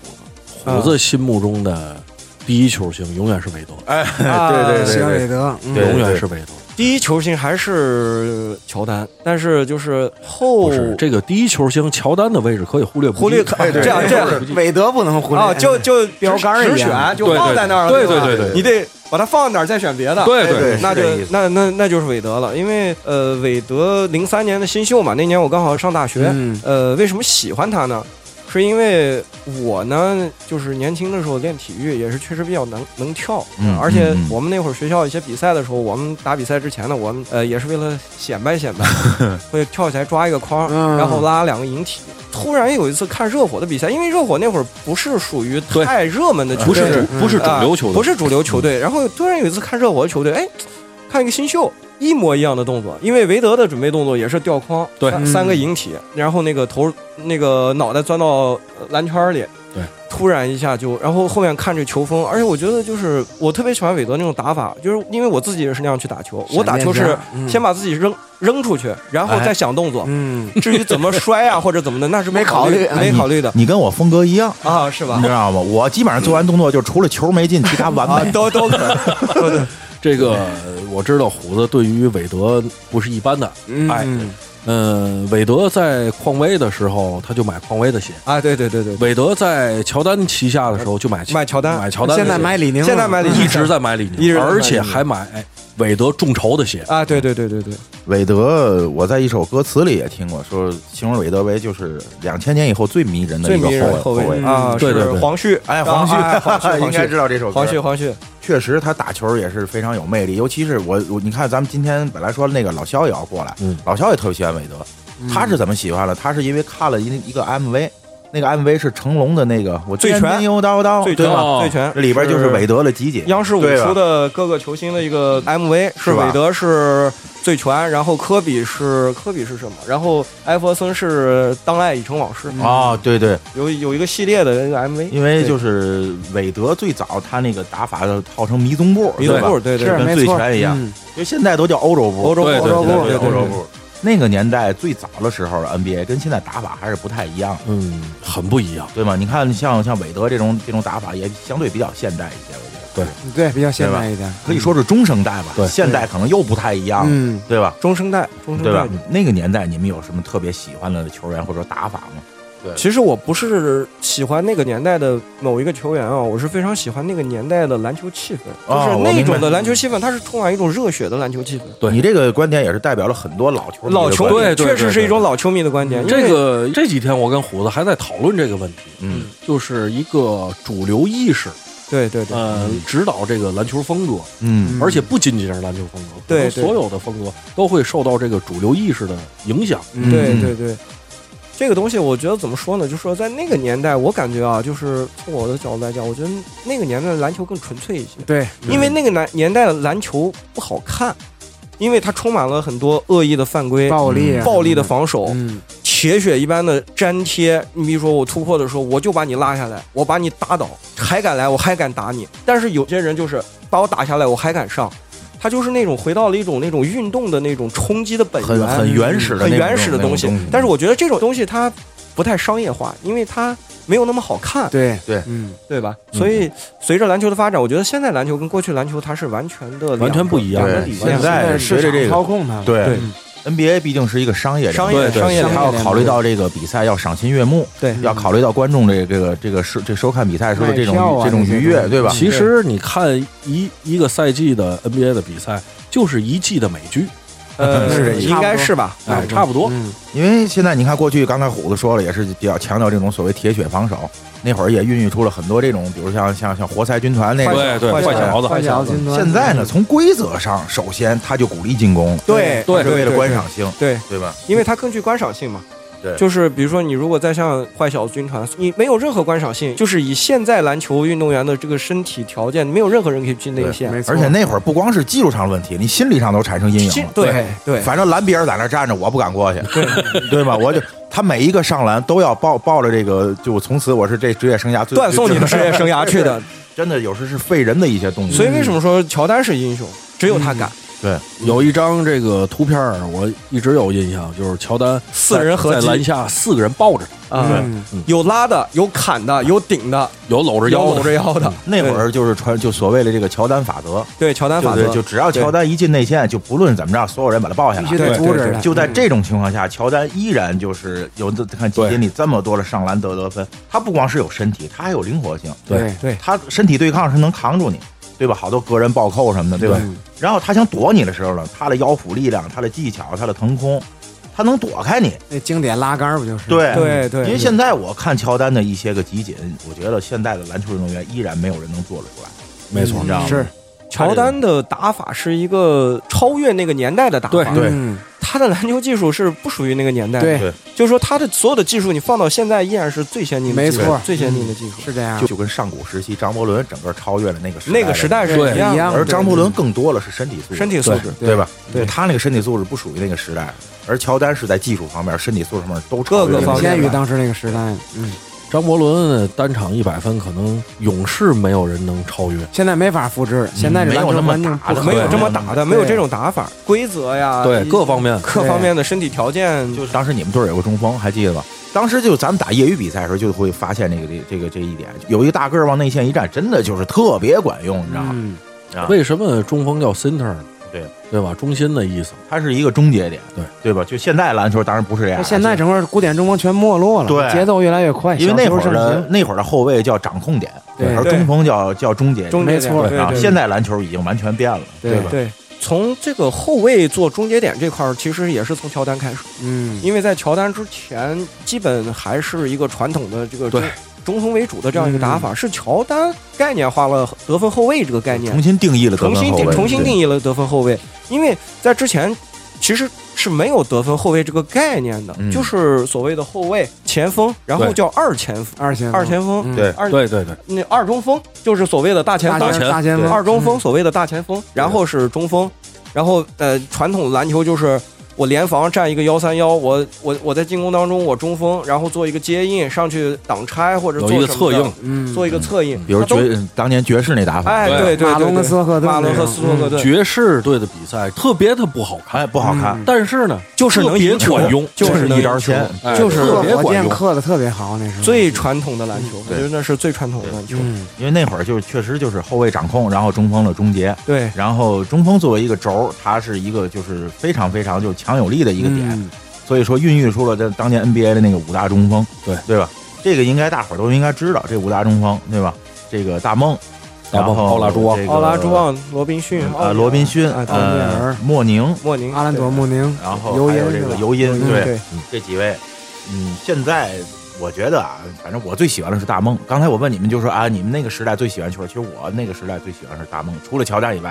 [SPEAKER 6] 子，胡子心目中的第一球星永远是韦德，
[SPEAKER 4] 哎，
[SPEAKER 8] 啊
[SPEAKER 4] 对对
[SPEAKER 9] 希
[SPEAKER 4] 对
[SPEAKER 9] 尔
[SPEAKER 4] 对
[SPEAKER 9] 韦德，嗯
[SPEAKER 4] 对
[SPEAKER 6] 永远是韦德。
[SPEAKER 8] 第一球星还是乔丹，但是就是后
[SPEAKER 6] 不是这个第一球星乔丹的位置可以忽略不计
[SPEAKER 8] 忽略可
[SPEAKER 6] 哎对
[SPEAKER 8] 这样
[SPEAKER 6] 对
[SPEAKER 8] 这样
[SPEAKER 6] 忽略不计
[SPEAKER 9] 韦德不能忽略
[SPEAKER 8] 啊，就就
[SPEAKER 9] 哎标杆儿一
[SPEAKER 8] 直
[SPEAKER 9] 样
[SPEAKER 8] 选就
[SPEAKER 6] 对对
[SPEAKER 8] 放在那儿了，
[SPEAKER 6] 对
[SPEAKER 8] 对吧
[SPEAKER 6] 对对对
[SPEAKER 8] 你得把它放那儿再选别的，
[SPEAKER 6] 对
[SPEAKER 9] 对对
[SPEAKER 8] 那
[SPEAKER 9] 是
[SPEAKER 8] 就
[SPEAKER 9] 这意思
[SPEAKER 8] 那那那就是韦德了，因为呃，韦德零三年的新秀嘛，那年我刚好上大学，
[SPEAKER 9] 嗯
[SPEAKER 8] 呃，为什么喜欢他呢？是因为我呢，就是年轻的时候练体育，也是确实比较能能跳，
[SPEAKER 4] 嗯
[SPEAKER 8] 而且
[SPEAKER 4] 嗯嗯
[SPEAKER 8] 我们那会儿学校一些比赛的时候，我们打比赛之前呢，我们呃也是为了显摆显摆，会跳起来抓一个框，
[SPEAKER 9] 嗯
[SPEAKER 8] 然后拉两个引体。突然有一次看热火的比赛，因为热火那会儿不是属于
[SPEAKER 6] 对呃
[SPEAKER 8] 太热门的球
[SPEAKER 6] 不
[SPEAKER 8] 队，
[SPEAKER 6] 是嗯主
[SPEAKER 9] 嗯
[SPEAKER 6] 不是主流球队，
[SPEAKER 8] 啊不是主流球队。然后突然有一次看热火的球队，哎，看一个新秀一模一样的动作，因为韦德的准备动作也是吊框，
[SPEAKER 6] 对
[SPEAKER 8] 三
[SPEAKER 9] 嗯
[SPEAKER 8] 三个引体，然后那个头那个脑袋钻到呃篮圈里，
[SPEAKER 6] 对，
[SPEAKER 8] 突然一下就，然后后面看这球风，而且我觉得就是我特别喜欢韦德那种打法，就是因为我自己也是那样去打球，我打球
[SPEAKER 9] 闪电
[SPEAKER 6] 啊
[SPEAKER 9] 侠
[SPEAKER 8] 是
[SPEAKER 9] 嗯
[SPEAKER 8] 先把自己扔扔出去，然
[SPEAKER 6] 哎
[SPEAKER 8] 后再想动作。
[SPEAKER 9] 嗯，
[SPEAKER 8] 至于怎么摔啊或者怎么的，那是不
[SPEAKER 9] 没考虑
[SPEAKER 8] 没考虑的
[SPEAKER 4] (laughs) 你跟我风格一样，
[SPEAKER 8] 啊，是吧
[SPEAKER 4] 你？知道吗？我基本上做完动作就除了球没进，其他完
[SPEAKER 8] (laughs) 啊，
[SPEAKER 4] 美。
[SPEAKER 8] 都都可以，都可以
[SPEAKER 6] 这个呃我知道，虎子对于韦德不是一般的爱。嗯，韦德在匡威的时候，他就买匡威的鞋；
[SPEAKER 8] 啊，对对对对，
[SPEAKER 6] 韦德在乔丹旗下的时候，就买
[SPEAKER 8] 买乔丹
[SPEAKER 6] 买乔丹的
[SPEAKER 9] 现
[SPEAKER 6] 鞋。
[SPEAKER 9] 在买李宁了，
[SPEAKER 8] 现在买李
[SPEAKER 4] 嗯
[SPEAKER 8] 宁
[SPEAKER 6] 一直在买李
[SPEAKER 8] 一直
[SPEAKER 6] 宁，
[SPEAKER 8] 在买李宁
[SPEAKER 6] 而且还买韦德众筹的鞋。
[SPEAKER 8] 啊，对对对对对，
[SPEAKER 4] 韦德，我在一首歌词里也听过，说形容韦德为就是两千年以后最迷人的
[SPEAKER 8] 最
[SPEAKER 4] 一个
[SPEAKER 8] 迷人
[SPEAKER 4] 后
[SPEAKER 8] 后
[SPEAKER 4] 卫。后
[SPEAKER 8] 卫
[SPEAKER 4] 卫
[SPEAKER 8] 啊，
[SPEAKER 6] 对对
[SPEAKER 8] 是
[SPEAKER 6] 对
[SPEAKER 8] 黄旭，
[SPEAKER 4] 哎，
[SPEAKER 8] 啊
[SPEAKER 4] (laughs) 黄旭，
[SPEAKER 8] 哎黄旭，
[SPEAKER 4] 应该知
[SPEAKER 8] 黄旭，
[SPEAKER 4] 道这首歌。
[SPEAKER 8] 黄旭，黄旭，
[SPEAKER 4] 确实他打球也是非常有魅力，尤其是我我你看咱们今天本来说那个老肖也要过来，
[SPEAKER 6] 嗯
[SPEAKER 4] 老肖也特别喜欢韦德，
[SPEAKER 9] 嗯
[SPEAKER 8] 嗯
[SPEAKER 4] 他是怎么喜欢了？他是因为看了一一个 MV，那个 MV 是成龙的那个我
[SPEAKER 8] 醉拳
[SPEAKER 4] 牛叨叨，
[SPEAKER 8] 醉
[SPEAKER 4] 对
[SPEAKER 8] 拳
[SPEAKER 4] 吧？
[SPEAKER 6] 吧
[SPEAKER 8] 醉拳
[SPEAKER 4] 这啊里边就是韦德的集锦，
[SPEAKER 8] 央视舞
[SPEAKER 4] 对吧
[SPEAKER 8] 出的各个球星的一个 MV，是
[SPEAKER 4] 是吧
[SPEAKER 8] 韦德是醉拳，然后科比是科比是什么？然后艾弗森是当爱已成往事，
[SPEAKER 4] 哦，对对，
[SPEAKER 8] 有有一个系列的那个 MV，
[SPEAKER 4] 因为就是韦德最早他那个打法号称迷踪步，
[SPEAKER 8] 迷踪步，
[SPEAKER 4] 对吧
[SPEAKER 8] 对对
[SPEAKER 9] 是
[SPEAKER 8] 对，
[SPEAKER 4] 跟
[SPEAKER 9] 没
[SPEAKER 4] 醉
[SPEAKER 9] 错
[SPEAKER 4] 拳一样
[SPEAKER 9] 嗯
[SPEAKER 4] 因为现在都叫欧洲步，
[SPEAKER 8] 欧洲步
[SPEAKER 4] 对
[SPEAKER 8] 欧洲步
[SPEAKER 4] 对对对
[SPEAKER 8] 对对
[SPEAKER 4] 欧洲
[SPEAKER 8] 对
[SPEAKER 4] 步。那个年代最早的时候，NBA 跟现在打法还是不太一样的。
[SPEAKER 6] 嗯，很不一样。
[SPEAKER 4] 对吗？你看像像韦德这种这种打法也相对比较现代一些，我觉得
[SPEAKER 9] 对，比较现代一点，
[SPEAKER 4] 可以说是中生代吧。
[SPEAKER 6] 对
[SPEAKER 4] 现代可能又不太一样，
[SPEAKER 9] 嗯，
[SPEAKER 4] 对吧？啊
[SPEAKER 8] 中生代，中生
[SPEAKER 4] 对
[SPEAKER 8] 代
[SPEAKER 4] 吧。？那个年代你们有什么特别喜欢的球员或者打法吗？
[SPEAKER 8] 其实我不是喜欢那个年代的某一个球员啊，我是非常喜欢那个年代的篮球气氛，
[SPEAKER 4] 哦
[SPEAKER 8] 就是
[SPEAKER 4] 我明
[SPEAKER 8] 那
[SPEAKER 4] 白
[SPEAKER 8] 种的篮球气氛，它是充满一种热血的篮球气氛。
[SPEAKER 6] 对
[SPEAKER 4] 你这个观点也是代表了很多老球迷的
[SPEAKER 8] 老球迷
[SPEAKER 4] 观点
[SPEAKER 6] 对对
[SPEAKER 8] 确实是
[SPEAKER 6] 对嗯
[SPEAKER 8] 一种老球迷的观点。嗯因为
[SPEAKER 6] 这个这几天我跟虎子还在讨论这个问题，
[SPEAKER 4] 嗯，
[SPEAKER 6] 就是一个主流意识，
[SPEAKER 8] 对对对
[SPEAKER 6] 呃，指导这个篮球风格，
[SPEAKER 4] 嗯
[SPEAKER 6] 而且不仅仅是篮球风格，可能
[SPEAKER 8] 对对
[SPEAKER 6] 所有的风格都会受到这个主流意识的影响。
[SPEAKER 9] 嗯
[SPEAKER 8] 对对对，这个东西我觉得怎么说呢？就说在那个年代，我感觉啊，就是从我的角度来讲，我觉得那个年代的篮球更纯粹一些，
[SPEAKER 9] 对，
[SPEAKER 8] 因为那个年年代的篮球不好看，因为它充满了很多恶意的犯规。
[SPEAKER 9] 暴力啊
[SPEAKER 8] 暴力的，防守，
[SPEAKER 9] 嗯，
[SPEAKER 8] 铁血一般的粘贴。你比如说，我突破的时候，我就把你拉下来，我把你打倒，还敢来，我还敢打你。但是有些人就是把我打下来，我还敢上，他就是那种回到了一种那种运动的那种冲击的本
[SPEAKER 4] 很
[SPEAKER 8] 源，
[SPEAKER 4] 很原始的
[SPEAKER 8] 嗯很
[SPEAKER 4] 那种
[SPEAKER 8] 原始的
[SPEAKER 4] 那种
[SPEAKER 8] 东西
[SPEAKER 4] 东西。
[SPEAKER 8] 但是我觉得这种东西它不太商业化，因为它没有那么好看，
[SPEAKER 9] 对
[SPEAKER 4] 对
[SPEAKER 9] 嗯，
[SPEAKER 8] 对吧？所以随着篮球的发展，我觉得现在篮球跟过去篮球它是完全的
[SPEAKER 6] 完全不一样
[SPEAKER 8] 两个理
[SPEAKER 4] 对
[SPEAKER 8] 念
[SPEAKER 4] 现在
[SPEAKER 9] 是
[SPEAKER 4] 随着这个
[SPEAKER 9] 操控它，
[SPEAKER 4] 对
[SPEAKER 8] 对
[SPEAKER 4] NBA 毕竟是一个商业
[SPEAKER 8] 商
[SPEAKER 4] 联
[SPEAKER 8] 业
[SPEAKER 4] 盟
[SPEAKER 6] 对对
[SPEAKER 8] 商业
[SPEAKER 9] 商业
[SPEAKER 4] 他要
[SPEAKER 8] 联盟
[SPEAKER 4] 考虑到这个比赛要赏心悦目，
[SPEAKER 9] 嗯
[SPEAKER 8] 对
[SPEAKER 4] 要考虑到观众这个这个这个收这收看比赛时候的这种
[SPEAKER 9] 买票啊
[SPEAKER 4] 这种愉
[SPEAKER 9] 这些
[SPEAKER 4] 悦，
[SPEAKER 9] 东西
[SPEAKER 4] 对吧？
[SPEAKER 8] 嗯
[SPEAKER 6] 其实你看一一个赛季的 NBA 的比赛，就是一季的美剧，
[SPEAKER 8] 呃
[SPEAKER 9] 是这意思
[SPEAKER 8] 应该是吧？
[SPEAKER 6] 哎，差不多。
[SPEAKER 9] 嗯，
[SPEAKER 4] 因为现在你看，过去刚才虎子说了，也是比较强调这种所谓铁血防守，那会儿也孕育出了很多这种，比如像像像活塞军团那种。
[SPEAKER 6] 对对，
[SPEAKER 8] 嗯坏
[SPEAKER 6] 坏小子，
[SPEAKER 9] 花小金砖，
[SPEAKER 4] 现在呢，从规则上，首先他就鼓励进攻，
[SPEAKER 8] 对
[SPEAKER 4] 他是为了
[SPEAKER 8] 对
[SPEAKER 4] 观赏性，
[SPEAKER 8] 对。
[SPEAKER 4] 对吧？
[SPEAKER 8] 因为它更具观赏性嘛。
[SPEAKER 4] 对
[SPEAKER 8] 就是比如说你如果再像坏小子军团，你没有任何观赏性，就是以现在篮球运动员的这个身体条件，没有任何人可以进内
[SPEAKER 4] 对
[SPEAKER 8] 线。
[SPEAKER 9] 没错，
[SPEAKER 4] 而且那会儿不光是技术上的问题，你心理上都产生阴影
[SPEAKER 8] 进
[SPEAKER 4] 了。
[SPEAKER 8] 对对
[SPEAKER 4] 反正拦别人在那站着，我不敢过去，对对吧？我就他每一个上篮都要抱抱着这个，就从此我是这职业生涯最
[SPEAKER 8] 断送你的职业生涯去的。
[SPEAKER 4] 真的有时是废人的一些动作。
[SPEAKER 8] 所以为什么说乔丹是英雄？只有他敢，
[SPEAKER 4] 对，
[SPEAKER 6] 有一张这个图片儿我一直有印象，就是乔丹
[SPEAKER 8] 四人合
[SPEAKER 6] 在
[SPEAKER 8] 击
[SPEAKER 6] 篮下，四个人抱着，
[SPEAKER 8] 啊
[SPEAKER 6] 嗯，
[SPEAKER 8] 有拉的，有砍的，有顶的，
[SPEAKER 6] 有搂着
[SPEAKER 8] 有
[SPEAKER 6] 腰的，嗯
[SPEAKER 8] 搂着
[SPEAKER 6] (laughs)
[SPEAKER 8] 腰的。
[SPEAKER 4] 那会儿就是传就所谓的这个乔丹法则，
[SPEAKER 8] 对乔丹
[SPEAKER 4] 对
[SPEAKER 8] 法
[SPEAKER 4] 不
[SPEAKER 8] 则
[SPEAKER 4] 对？就只要乔丹一进内线，就不论怎么着，所有人把他抱下来
[SPEAKER 9] 必须。得
[SPEAKER 8] 对
[SPEAKER 9] 阻止
[SPEAKER 8] 对
[SPEAKER 9] 他。
[SPEAKER 4] 就在这种情况下，乔丹依然就是有的看基金里这么多的上篮得得分，他不光是有身体，他还有灵活性，
[SPEAKER 9] 对嗯
[SPEAKER 8] 对
[SPEAKER 4] 他身体对抗是能扛住你，对吧？好多个人暴扣什么的，对吧？
[SPEAKER 8] 嗯
[SPEAKER 4] 然后他想躲你的时候呢，他的腰腹力量、他的技巧、他的腾空，他能躲开你。
[SPEAKER 9] 那经典拉杆儿不就是？，
[SPEAKER 4] 对
[SPEAKER 8] 嗯对对
[SPEAKER 4] 因为现在我看乔丹的一些个集锦，我觉得现在的篮球运动员依然没有人能做得出来。
[SPEAKER 6] 没错，
[SPEAKER 4] 你知道吗？
[SPEAKER 9] 是
[SPEAKER 8] 乔丹的打法是一个超越那个年代的打法，
[SPEAKER 4] 对
[SPEAKER 9] 嗯
[SPEAKER 8] 他的篮球技术是不属于那个年代的，
[SPEAKER 9] 对
[SPEAKER 4] 对
[SPEAKER 8] 就是说他的所有的技术，你放到现在依然是最先进的技术，
[SPEAKER 9] 没错
[SPEAKER 8] 最先进的技术。
[SPEAKER 9] 是这样
[SPEAKER 4] 就，就跟上古时期张伯伦整个超越了那个时代的
[SPEAKER 8] 那个时代是
[SPEAKER 6] 对
[SPEAKER 8] 一样
[SPEAKER 9] 一
[SPEAKER 8] 的，
[SPEAKER 9] 样
[SPEAKER 4] 而张伯伦更多了是身体素质，
[SPEAKER 8] 身体素质
[SPEAKER 4] 对吧？
[SPEAKER 8] 对
[SPEAKER 4] 他那个身体素质不属于那个时代，而乔丹是在技术方面、身体素质方面都超
[SPEAKER 8] 各
[SPEAKER 4] 越
[SPEAKER 8] 个
[SPEAKER 4] 那
[SPEAKER 8] 方
[SPEAKER 9] 领
[SPEAKER 8] 面
[SPEAKER 9] 先于
[SPEAKER 4] 时代
[SPEAKER 9] 当时那个时代。嗯，
[SPEAKER 6] 张伯伦单场一百分，可能勇士没有人能超越。
[SPEAKER 9] 现在没法复制，现在这
[SPEAKER 4] 嗯没
[SPEAKER 9] 篮
[SPEAKER 4] 有
[SPEAKER 9] 球嗯
[SPEAKER 4] 那么
[SPEAKER 9] 环境
[SPEAKER 4] 打
[SPEAKER 9] 不
[SPEAKER 4] 的
[SPEAKER 9] 可
[SPEAKER 8] 啊没有
[SPEAKER 9] 能
[SPEAKER 8] 这么打的，没有这种打法，规则呀，
[SPEAKER 6] 对
[SPEAKER 8] 啊一
[SPEAKER 6] 各方面
[SPEAKER 8] 各方面的身体条件，
[SPEAKER 4] 就是当时你们队儿有个中锋，还记得吧？当时就咱们打业余比赛的时候，就会发现这个这这个这一点，有一个大个儿往内线一站，真的就是特别管用，你知道吗？
[SPEAKER 9] 嗯，
[SPEAKER 4] 啊
[SPEAKER 6] 为什么中锋叫 center？呢
[SPEAKER 4] 对
[SPEAKER 6] 对吧？中心的意思。
[SPEAKER 4] 它是一个终结点，
[SPEAKER 6] 对
[SPEAKER 4] 对吧？就现在篮球当然不是这样
[SPEAKER 9] 这
[SPEAKER 4] 了，
[SPEAKER 9] 现在整个古典中锋全没落了，
[SPEAKER 4] 啊对
[SPEAKER 9] 节奏越来越快，
[SPEAKER 4] 因为那会
[SPEAKER 9] 小球
[SPEAKER 4] 儿
[SPEAKER 9] 上
[SPEAKER 4] 的
[SPEAKER 9] 行
[SPEAKER 4] 那会儿的后卫叫掌控点，
[SPEAKER 9] 对
[SPEAKER 4] 而中锋叫叫终结点，
[SPEAKER 8] 中
[SPEAKER 9] 没
[SPEAKER 8] 间
[SPEAKER 9] 错
[SPEAKER 8] 对
[SPEAKER 4] 啊
[SPEAKER 8] 对，
[SPEAKER 4] 现在篮球已经完全变了，
[SPEAKER 9] 对
[SPEAKER 4] 吧？
[SPEAKER 8] 对，从这个后卫做终结点这块儿，其实也是从乔丹开始，
[SPEAKER 9] 嗯，
[SPEAKER 8] 因为在乔丹之前，基本还是一个传统的这个中
[SPEAKER 6] 对
[SPEAKER 8] 中锋为主的这样一个打法，是乔丹概念化了得分后卫这个概念
[SPEAKER 4] 重，新定义了得
[SPEAKER 8] 重
[SPEAKER 4] 分
[SPEAKER 8] 新
[SPEAKER 4] 后
[SPEAKER 8] 定
[SPEAKER 4] 卫，
[SPEAKER 8] 重新
[SPEAKER 4] 对
[SPEAKER 8] 定义了得分后卫，因为在之前其实是没有得分后卫这个概念的，
[SPEAKER 4] 嗯
[SPEAKER 8] 就是所谓的后卫前锋，然后
[SPEAKER 6] 对
[SPEAKER 8] 叫二前锋，
[SPEAKER 9] 二前锋
[SPEAKER 8] 二前锋，
[SPEAKER 9] 嗯
[SPEAKER 4] 对
[SPEAKER 8] 二
[SPEAKER 6] 对对对，
[SPEAKER 8] 那二中锋就是所谓的大前
[SPEAKER 9] 大
[SPEAKER 8] 锋，
[SPEAKER 9] 前大前锋
[SPEAKER 8] 二中锋
[SPEAKER 9] 嗯
[SPEAKER 8] 所谓的大前锋，然后是中锋，然后呃，传统篮球就是我联防站一个幺三幺，我我我在进攻当中我中锋，然后做一个接应上去挡拆或者做
[SPEAKER 6] 有一个
[SPEAKER 8] 什么
[SPEAKER 6] 侧
[SPEAKER 8] 的
[SPEAKER 6] 应，，
[SPEAKER 9] 嗯，
[SPEAKER 8] 做一个侧应，
[SPEAKER 4] 比如
[SPEAKER 8] 他都
[SPEAKER 4] 爵当年爵士那打法，
[SPEAKER 8] 哎
[SPEAKER 6] 对
[SPEAKER 8] 对对
[SPEAKER 9] 马龙跟斯
[SPEAKER 8] 斯
[SPEAKER 9] 托克顿嗯
[SPEAKER 8] 马
[SPEAKER 9] 那
[SPEAKER 8] 龙和
[SPEAKER 9] 种
[SPEAKER 8] 斯托克顿
[SPEAKER 6] 嗯爵士队的比赛特别的不好看，
[SPEAKER 4] 哎，不好看，
[SPEAKER 6] 但是呢，
[SPEAKER 8] 就是能赢
[SPEAKER 6] 特别管用，
[SPEAKER 8] 就是能
[SPEAKER 4] 一招
[SPEAKER 8] 赢球
[SPEAKER 4] 鲜，
[SPEAKER 6] 哎
[SPEAKER 9] 就是
[SPEAKER 6] 特别
[SPEAKER 9] 火
[SPEAKER 6] 管
[SPEAKER 9] 箭
[SPEAKER 6] 用。
[SPEAKER 9] 刻的特别好，那时候
[SPEAKER 8] 最传统的篮球，我
[SPEAKER 4] 对
[SPEAKER 8] 觉得那是最传统的篮球，
[SPEAKER 9] 嗯
[SPEAKER 4] 因为那会儿就确实就是后卫掌控，然后中锋的终结，
[SPEAKER 8] 对。
[SPEAKER 4] 然后中锋作为一个轴儿，它是一个就是非常非常就是强有力的一个点，
[SPEAKER 9] 嗯
[SPEAKER 4] 所以说孕育出了这当年 NBA 的那个五大中锋，
[SPEAKER 6] 对
[SPEAKER 4] 对吧？这个应该大伙儿都应该知道，这五大中锋对吧？这个大梦，
[SPEAKER 6] 大梦
[SPEAKER 4] 然后
[SPEAKER 6] 奥拉朱旺
[SPEAKER 4] 这个
[SPEAKER 8] 奥拉朱旺、罗宾逊、奥尼
[SPEAKER 4] 呃
[SPEAKER 8] 尔
[SPEAKER 4] 罗宾逊，
[SPEAKER 8] 啊奥尼尔
[SPEAKER 4] 呃莫宁，
[SPEAKER 8] 莫宁、
[SPEAKER 9] 阿兰朵、穆宁，嗯
[SPEAKER 4] 然后
[SPEAKER 9] 尤
[SPEAKER 4] 还
[SPEAKER 9] 因
[SPEAKER 4] 有这
[SPEAKER 9] 是
[SPEAKER 4] 个
[SPEAKER 9] 吧
[SPEAKER 4] 尤因，
[SPEAKER 9] 尤因
[SPEAKER 4] 对
[SPEAKER 8] 对
[SPEAKER 4] 这几位，嗯，现在我觉得啊，反正我最喜欢的是大梦。刚才我问你们就说啊，你们那个时代最喜欢球，其实我那个时代最喜欢是大梦，除了乔丹以外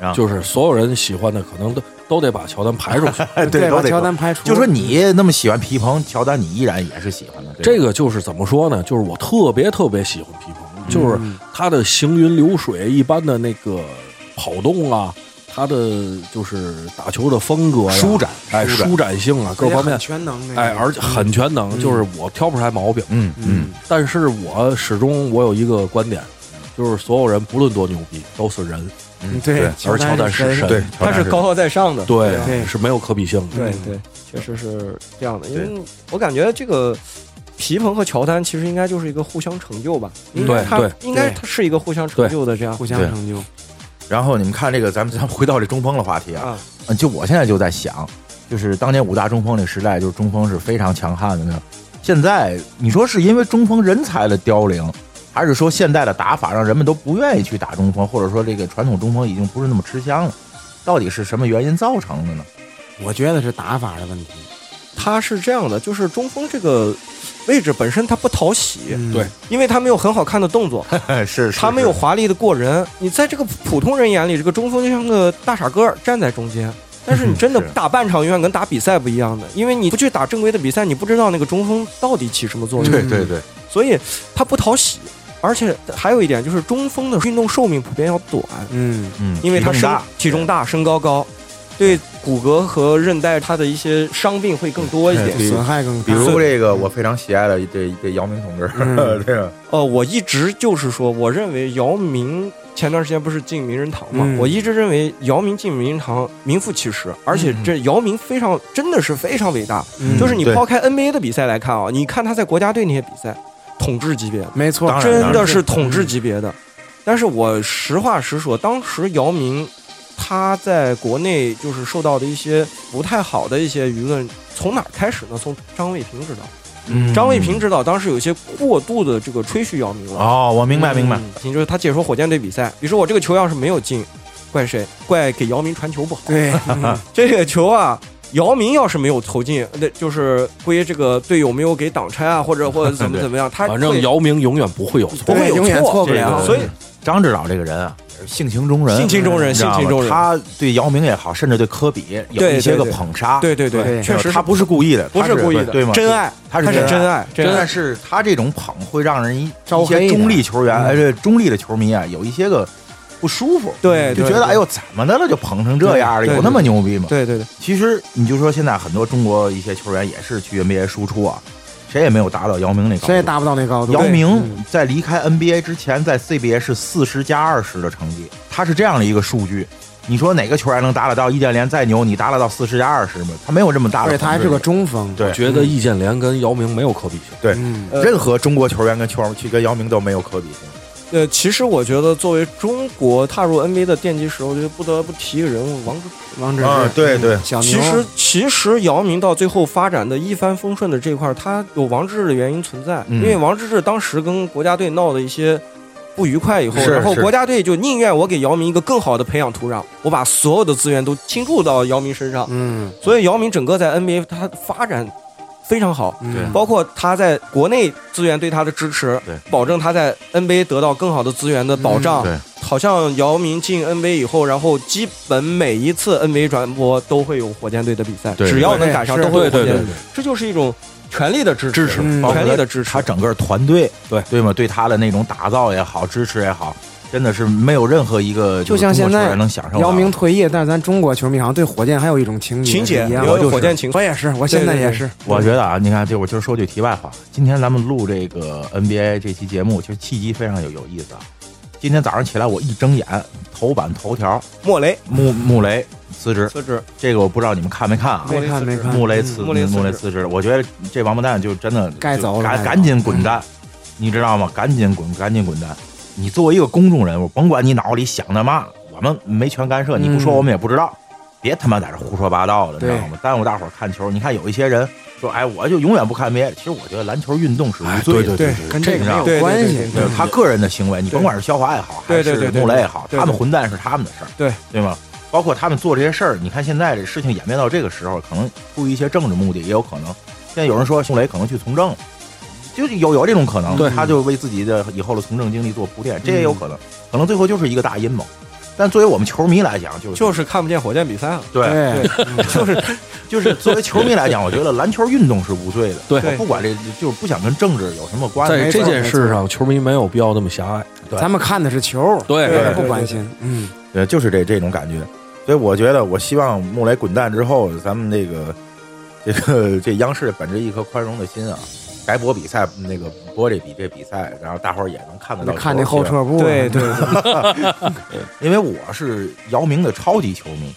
[SPEAKER 4] 啊，
[SPEAKER 6] 就是所有人喜欢的，可能都都得把乔丹排出去。
[SPEAKER 4] 哎，
[SPEAKER 9] 把乔丹排除，
[SPEAKER 4] 就说你那么喜欢皮蓬，乔丹你依然也是喜欢的，对吧
[SPEAKER 6] 这个就是怎么说呢？就是我特别特别喜欢皮蓬，就是他的行云流水一般的那个跑动啊，他的就是打球的风格呀、
[SPEAKER 4] 舒展
[SPEAKER 6] 哎，
[SPEAKER 4] 舒展
[SPEAKER 6] 舒展性啊，各
[SPEAKER 9] 而且
[SPEAKER 6] 方面
[SPEAKER 9] 很，全能那个，
[SPEAKER 6] 哎，而且很全能，就是我挑不出来毛病。
[SPEAKER 4] 嗯嗯，
[SPEAKER 6] 但是我始终我有一个观点，就是所有人不论多牛逼，都是人，
[SPEAKER 9] 嗯对，
[SPEAKER 6] 而乔丹是嗯
[SPEAKER 9] 是
[SPEAKER 6] 神，
[SPEAKER 9] 神，
[SPEAKER 4] 对，
[SPEAKER 8] 他是高高在上的，
[SPEAKER 6] 对
[SPEAKER 9] 对
[SPEAKER 6] 是没有可比性的。
[SPEAKER 8] 对对，确实是这样的，因为我感觉这个皮蓬和乔丹其实应该就是一个互相成就吧，应该
[SPEAKER 6] 对
[SPEAKER 8] 他
[SPEAKER 6] 对
[SPEAKER 8] 应该他是一个互相成就的这样
[SPEAKER 9] 互相
[SPEAKER 4] 对
[SPEAKER 9] 成就，
[SPEAKER 4] 然后你们看这个，咱们咱们回到这中锋的话题啊，
[SPEAKER 8] 啊，
[SPEAKER 4] 嗯就我现在就在想，就是当年五大中锋那个时代，就是中锋是非常强悍的那种。现在你说是因为中锋人才的凋零，还是说现在的打法让人们都不愿意去打中锋，或者说这个传统中锋已经不是那么吃香了？到底是什么原因造成
[SPEAKER 8] (laughs)
[SPEAKER 4] 的呢？
[SPEAKER 9] 我觉得是打法的问题，
[SPEAKER 8] 他是这样的，就是中锋这个位置本身他不讨喜，
[SPEAKER 9] 嗯
[SPEAKER 6] 对
[SPEAKER 8] 因为他没有很好看的动作，
[SPEAKER 4] 是
[SPEAKER 8] 他没有华丽的过人，你在这个普通人眼里，这个中锋就像个大傻哥站在中间。但是你真的
[SPEAKER 4] 是
[SPEAKER 8] 打半场永远跟打比赛不一样
[SPEAKER 4] 嗯
[SPEAKER 8] 的，因为你不去打正规的比赛，你不知道那个中锋到底起什么作用。
[SPEAKER 4] 对对对，
[SPEAKER 8] 所以他不讨喜。而且还有一点就是中锋的运动寿命普遍要短，
[SPEAKER 9] 嗯，
[SPEAKER 4] 嗯，
[SPEAKER 8] 因为他
[SPEAKER 4] 体重
[SPEAKER 8] 身
[SPEAKER 4] 大，
[SPEAKER 8] 体重大、身高高，对骨骼和韧带它的一些伤病会更多一点。
[SPEAKER 4] 对
[SPEAKER 9] 损害更大，
[SPEAKER 4] 比如这个我非常喜爱的这这姚明同志， (laughs)
[SPEAKER 9] 嗯
[SPEAKER 4] 这个
[SPEAKER 8] 呃，我一直就是说，我认为姚明前段时间不是进名人堂嘛，
[SPEAKER 9] 嗯
[SPEAKER 8] 我一直认为姚明进名人堂名副其实，而且这姚明非常真的是非常伟大。
[SPEAKER 9] 嗯
[SPEAKER 8] 就是你
[SPEAKER 4] 嗯对
[SPEAKER 8] 抛开 NBA 的比赛来看啊，你看他在国家队那些比赛，统治级别的，
[SPEAKER 9] 没错
[SPEAKER 4] 当，然嗯
[SPEAKER 8] 真的是统治级别的。但是我实话实说，当时姚明他在国内就是受到的一些不太好的一些舆论，从哪儿开始呢？从张卫平知道。
[SPEAKER 4] 嗯
[SPEAKER 8] 张卫平指导当时有一些过度的这个吹嘘姚明了。
[SPEAKER 4] 哦，我明白明白，
[SPEAKER 8] 嗯，就是他解说火箭队比赛，比如说我这个球要是没有进，怪谁？怪给姚明传球不好。
[SPEAKER 9] 对，
[SPEAKER 8] (laughs) 这个球啊，姚明要是没有投进，那就是归这个队友没有给挡拆啊，或者或者怎
[SPEAKER 4] (laughs)
[SPEAKER 8] 么
[SPEAKER 4] 对
[SPEAKER 8] 怎么样，他
[SPEAKER 6] 反正
[SPEAKER 8] 会
[SPEAKER 6] 姚明永远不会有错。
[SPEAKER 8] 不会有
[SPEAKER 9] 永远错
[SPEAKER 8] 错
[SPEAKER 9] 不了
[SPEAKER 8] 所以
[SPEAKER 4] 张指导这个人啊，也是性情中人，
[SPEAKER 8] 性情中人
[SPEAKER 4] 你知道吗
[SPEAKER 8] 性情中人
[SPEAKER 4] 他对姚明也好，甚至对科比有
[SPEAKER 8] 对
[SPEAKER 4] 一些个
[SPEAKER 8] 对对
[SPEAKER 4] 捧杀，
[SPEAKER 8] 对对
[SPEAKER 9] 对
[SPEAKER 8] 确实
[SPEAKER 4] 他不是故意的，
[SPEAKER 8] 不
[SPEAKER 4] 他
[SPEAKER 8] 是故意的，
[SPEAKER 4] 对吗？
[SPEAKER 8] 真爱，
[SPEAKER 4] 他是
[SPEAKER 8] 他是
[SPEAKER 4] 真
[SPEAKER 8] 真爱，真
[SPEAKER 4] 但是他这种捧会让人一
[SPEAKER 9] 招
[SPEAKER 4] 一
[SPEAKER 9] 黑的
[SPEAKER 4] 些中立球
[SPEAKER 8] 嗯
[SPEAKER 4] 员，哎，这中立的球迷啊，有一些个不舒服，
[SPEAKER 8] 对
[SPEAKER 4] 就
[SPEAKER 8] 对
[SPEAKER 4] 觉得
[SPEAKER 8] 对
[SPEAKER 4] 哎呦怎么的了，就捧成这样了，
[SPEAKER 8] 对对
[SPEAKER 4] 有那么牛逼吗？
[SPEAKER 8] 对对对，
[SPEAKER 4] 其实你就说现在很多中国一些球员也是去 NBA 输出啊，谁也没有达到姚明那高
[SPEAKER 9] 谁也
[SPEAKER 4] 度。
[SPEAKER 9] 达不到那高度。嗯
[SPEAKER 4] 姚明在离开 NBA 之前，在 CBA 是四十加二十的成绩，他是这样的一个数据。你说哪个球员能达得到？易建联再牛，你达得到四十加二十吗？他没有这么大
[SPEAKER 9] 而
[SPEAKER 4] 的
[SPEAKER 9] 且
[SPEAKER 4] 成就。
[SPEAKER 9] 他还是个中锋，
[SPEAKER 4] 对
[SPEAKER 6] 觉得易建联跟姚明没有可比性。
[SPEAKER 4] 对，
[SPEAKER 9] 嗯，
[SPEAKER 4] 任何中国球员跟球去跟姚明都没有可比性。
[SPEAKER 8] 呃，其实我觉得作为中国踏入 NBA 的奠基石，我觉得不得不提一个人物王治
[SPEAKER 9] 王治
[SPEAKER 4] 啊
[SPEAKER 9] 郅，
[SPEAKER 4] 对对
[SPEAKER 9] 小牛，
[SPEAKER 8] 其实，其实姚明到最后发展的一帆风顺的这块儿，他有王治郅的原因存在，
[SPEAKER 4] 嗯
[SPEAKER 8] 因为王治郅当时跟国家队闹的一些不愉快以后，
[SPEAKER 4] 是
[SPEAKER 8] 然后
[SPEAKER 4] 是
[SPEAKER 8] 国家队就宁愿我给姚明一个更好的培养土壤，我把所有的资源都倾注到姚明身上，
[SPEAKER 9] 嗯，
[SPEAKER 8] 所以姚明整个在 NBA 他发展非常好，
[SPEAKER 9] 对
[SPEAKER 8] 包括他在国内资源对他的支持
[SPEAKER 4] 对，
[SPEAKER 8] 保证他在 NBA 得到更好的资源的保障。
[SPEAKER 4] 嗯对
[SPEAKER 8] 好像姚明进 NBA 以后，然后基本每一次 NBA 转播都会有火箭队的比赛，
[SPEAKER 4] 对
[SPEAKER 8] 只要能赶上
[SPEAKER 9] 对
[SPEAKER 8] 都
[SPEAKER 9] 是
[SPEAKER 8] 会有火箭
[SPEAKER 6] 对
[SPEAKER 8] 队。这就是一种权力的支持，
[SPEAKER 6] 支持
[SPEAKER 9] 嗯
[SPEAKER 8] 权力的支持。
[SPEAKER 4] 他整个团队，对对吗？对他的那种打造也好，支持也好，真的是没有任何一个
[SPEAKER 9] 就是像现
[SPEAKER 4] 中国球
[SPEAKER 9] 在
[SPEAKER 4] 员能享受到
[SPEAKER 9] 姚明退役，但是咱中国球迷好像对火箭还有一种情结
[SPEAKER 8] 情节
[SPEAKER 9] 是一样
[SPEAKER 8] 也
[SPEAKER 9] 的。
[SPEAKER 8] 有火箭情
[SPEAKER 9] 我也是，我现在也是，
[SPEAKER 4] 我觉得啊，你看，就我就说句题外话，今天咱们录这个 NBA 这期节目，其实契机非常有有意思啊。今天早上起来，我一睁眼，头版头条，
[SPEAKER 8] 莫雷
[SPEAKER 4] 穆穆雷辞职，
[SPEAKER 8] 辞职，
[SPEAKER 4] 这个我不知道你们看没看啊？
[SPEAKER 9] 没看没看，
[SPEAKER 4] 穆雷辞
[SPEAKER 8] 穆雷辞职
[SPEAKER 4] 穆雷辞职，我觉得这王八蛋就真的
[SPEAKER 9] 该走了
[SPEAKER 4] 赶
[SPEAKER 9] 该走
[SPEAKER 4] 赶紧滚蛋，你知道吗？赶紧滚，赶紧滚蛋！你作为一个公众人物，甭管你脑里想的嘛，我们没权干涉，你不说
[SPEAKER 9] 嗯
[SPEAKER 4] 我们也不知道。别他妈在这胡说八道了，你知
[SPEAKER 9] 对
[SPEAKER 4] 道吗？耽误大伙儿看球。你看有一些人说，哎，我就永远不看 NBA。其实我觉得篮球运动是无罪的，
[SPEAKER 6] 哎对
[SPEAKER 9] 嗯对，跟这个没
[SPEAKER 4] 这个
[SPEAKER 9] 有关系嗯
[SPEAKER 8] 对对对。
[SPEAKER 4] 对他个人的行为，你
[SPEAKER 8] 对
[SPEAKER 4] 甭管是肖华也好，
[SPEAKER 8] 对
[SPEAKER 4] 还
[SPEAKER 8] 对对
[SPEAKER 4] 是
[SPEAKER 8] 对
[SPEAKER 4] 穆雷也好，
[SPEAKER 8] 对对
[SPEAKER 4] 他们混蛋是他们的事儿，
[SPEAKER 8] 对
[SPEAKER 4] 对吗？包括他们做这些事儿，你看现在这事情演变到这个时候，可能出于一些政治目的，也有可能。现在有人说穆雷可能去从政，就是有有这种可能，
[SPEAKER 6] 对
[SPEAKER 4] 他就为自己的以后的从政经历做铺垫，这也有可能，可能最后就是一个大阴谋。但作为我们球迷来讲，就是
[SPEAKER 8] 就是看不见火箭比赛了。
[SPEAKER 4] 对，
[SPEAKER 9] 对，
[SPEAKER 4] 就是就是作为球迷来讲，我觉得篮球运动是无罪的，
[SPEAKER 6] 对
[SPEAKER 4] 我不管这就是不想跟政治有什么关系，
[SPEAKER 6] 在
[SPEAKER 9] 没错
[SPEAKER 6] 这件事上，球迷没有必要那么狭隘。
[SPEAKER 4] 对
[SPEAKER 9] 咱们看的是球，
[SPEAKER 6] 对
[SPEAKER 9] 别的
[SPEAKER 8] 对
[SPEAKER 9] 不关心。嗯，
[SPEAKER 4] 呃，就是这这种感觉。所以我觉得，我希望穆雷滚蛋之后，咱们这个这个这央视本着一颗宽容的心啊，该播比赛那个播这比这比赛，然后大伙儿也能看得到球。
[SPEAKER 9] 看那后啊撤步，
[SPEAKER 8] 对对，
[SPEAKER 9] 嗯
[SPEAKER 4] 因为我是姚明的超级球迷，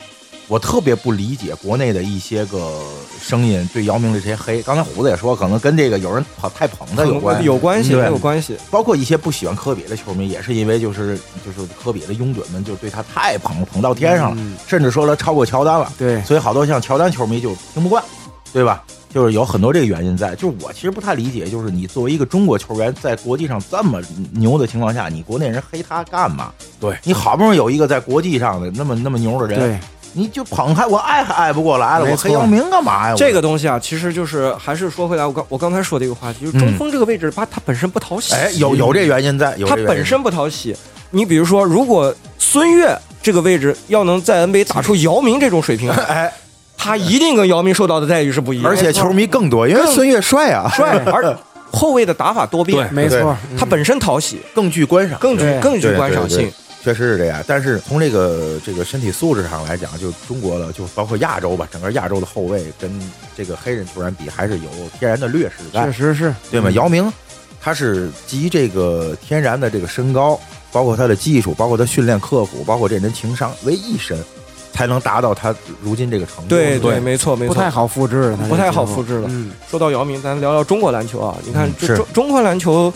[SPEAKER 4] 我特别不理解国内的一些个声音对姚明的这些黑。刚才胡子也说，可能跟这个有人捧太捧他有关，
[SPEAKER 8] 有关系，
[SPEAKER 4] 对
[SPEAKER 8] 有关系。
[SPEAKER 4] 包括一些不喜欢科比的球迷，也是因为就是就是科比的拥趸们就对他太捧捧到天
[SPEAKER 9] 嗯
[SPEAKER 4] 上了，甚至说他超过乔丹了，
[SPEAKER 9] 对
[SPEAKER 4] 所以好多像乔丹球迷就听不惯，对吧？就是有很多这个原因在。就是我其实不太理解，就是你作为一个中国球员，在国际上这么牛的情况下，你国内人黑他干嘛？
[SPEAKER 6] 对
[SPEAKER 4] 你好不容易有一个在国际上的那么那么牛的人，
[SPEAKER 9] 对，
[SPEAKER 4] 你就捧还我爱还爱不过来了，哎
[SPEAKER 9] 没
[SPEAKER 4] 我
[SPEAKER 9] 错
[SPEAKER 4] 黑姚明干嘛呀？我
[SPEAKER 8] 这个东西啊，其实就是还是说回来，我刚我刚才说的一个话题，就是中锋这个位置，他他本身不讨喜。
[SPEAKER 4] 嗯哎，有有这原因在，有
[SPEAKER 8] 他
[SPEAKER 4] 这原因
[SPEAKER 8] 本身不讨喜。你比如说，如果孙悦这个位置要能在 NBA 打出姚明这种水
[SPEAKER 4] (laughs)
[SPEAKER 8] 平，
[SPEAKER 4] 哎，
[SPEAKER 8] (laughs) 他一定跟姚明受到的待遇是不一样的。
[SPEAKER 4] 而且球迷更多，因为孙悦帅啊，
[SPEAKER 8] (laughs) 帅，而后卫的打法多变，
[SPEAKER 9] 没错，嗯
[SPEAKER 8] 他本身讨喜，
[SPEAKER 4] 更具观赏，
[SPEAKER 8] 更具
[SPEAKER 9] 对
[SPEAKER 8] 更具
[SPEAKER 4] 对
[SPEAKER 8] 观赏
[SPEAKER 4] 对
[SPEAKER 8] 性
[SPEAKER 4] 对。确实是这样。但是从这个这个身体素质上来讲，就中国的，就包括亚洲吧，整个亚洲的后卫跟这个黑人球员比，还是有天然的劣势
[SPEAKER 9] 确
[SPEAKER 4] 在，
[SPEAKER 9] 实是
[SPEAKER 8] 嗯
[SPEAKER 4] 对吗？姚明他是集这个天然的这个身高，包括他的技术，包括他训练刻苦，包括这人情商为一身，才能达到他如今这个程度。
[SPEAKER 8] 对
[SPEAKER 4] 对
[SPEAKER 8] 对，，没错没
[SPEAKER 9] 不
[SPEAKER 8] 错，
[SPEAKER 9] 太好复制了，他这
[SPEAKER 8] 不太好
[SPEAKER 9] 节目
[SPEAKER 8] 复制了
[SPEAKER 9] 嗯，
[SPEAKER 8] 说到姚明，咱聊聊中国篮球啊。你看
[SPEAKER 4] 嗯，
[SPEAKER 8] 这
[SPEAKER 4] 是
[SPEAKER 8] 中中国篮球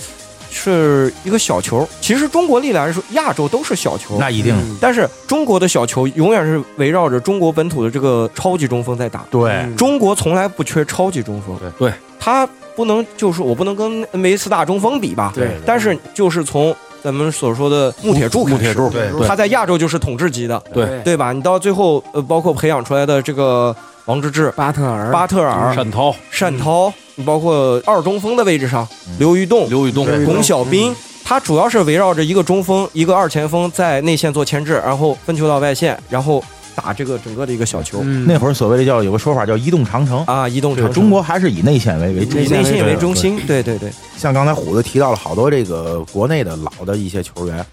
[SPEAKER 8] 是一个小球，其实中国历来说亚洲都是小球，
[SPEAKER 4] 那一定
[SPEAKER 9] 嗯
[SPEAKER 8] 但是中国的小球永远是围绕着中国本土的这个超级中锋在打。
[SPEAKER 4] 对
[SPEAKER 9] 嗯
[SPEAKER 8] 中国从来不缺超级中锋，
[SPEAKER 6] 对对，
[SPEAKER 8] 他不能就是我不能跟 NBA 四大中锋比吧，
[SPEAKER 6] 对
[SPEAKER 8] 但是就是从咱们所说的穆铁柱开始，
[SPEAKER 6] 穆铁柱
[SPEAKER 4] 对
[SPEAKER 6] 对
[SPEAKER 8] 他在亚洲就是统治级的，
[SPEAKER 6] 对
[SPEAKER 8] 对吧？你到最后呃，包括培养出来的这个王治郅、
[SPEAKER 9] 巴特尔，
[SPEAKER 8] 巴特尔、
[SPEAKER 6] 单涛、
[SPEAKER 8] 单涛，你包括二中锋的位置上，
[SPEAKER 6] 嗯
[SPEAKER 8] 刘玉栋、
[SPEAKER 6] 刘宇东、
[SPEAKER 4] 对
[SPEAKER 8] 龚小斌，他主要是围绕着一个中锋、一个二前锋在内线做牵制，然后分球到外线，然后打这个整个的一个小球
[SPEAKER 9] 嗯
[SPEAKER 4] 那会儿所谓的叫有个说法叫移动长城，
[SPEAKER 8] 啊，移动
[SPEAKER 4] 这个
[SPEAKER 8] 长
[SPEAKER 4] 中国还是以内线为为主
[SPEAKER 8] 以
[SPEAKER 9] 以
[SPEAKER 8] 内
[SPEAKER 9] 内
[SPEAKER 8] 线
[SPEAKER 9] 线
[SPEAKER 8] 为
[SPEAKER 4] 为
[SPEAKER 8] 中心，对对对，
[SPEAKER 4] 像刚才虎子提到了好多这个国内的老的一些球员，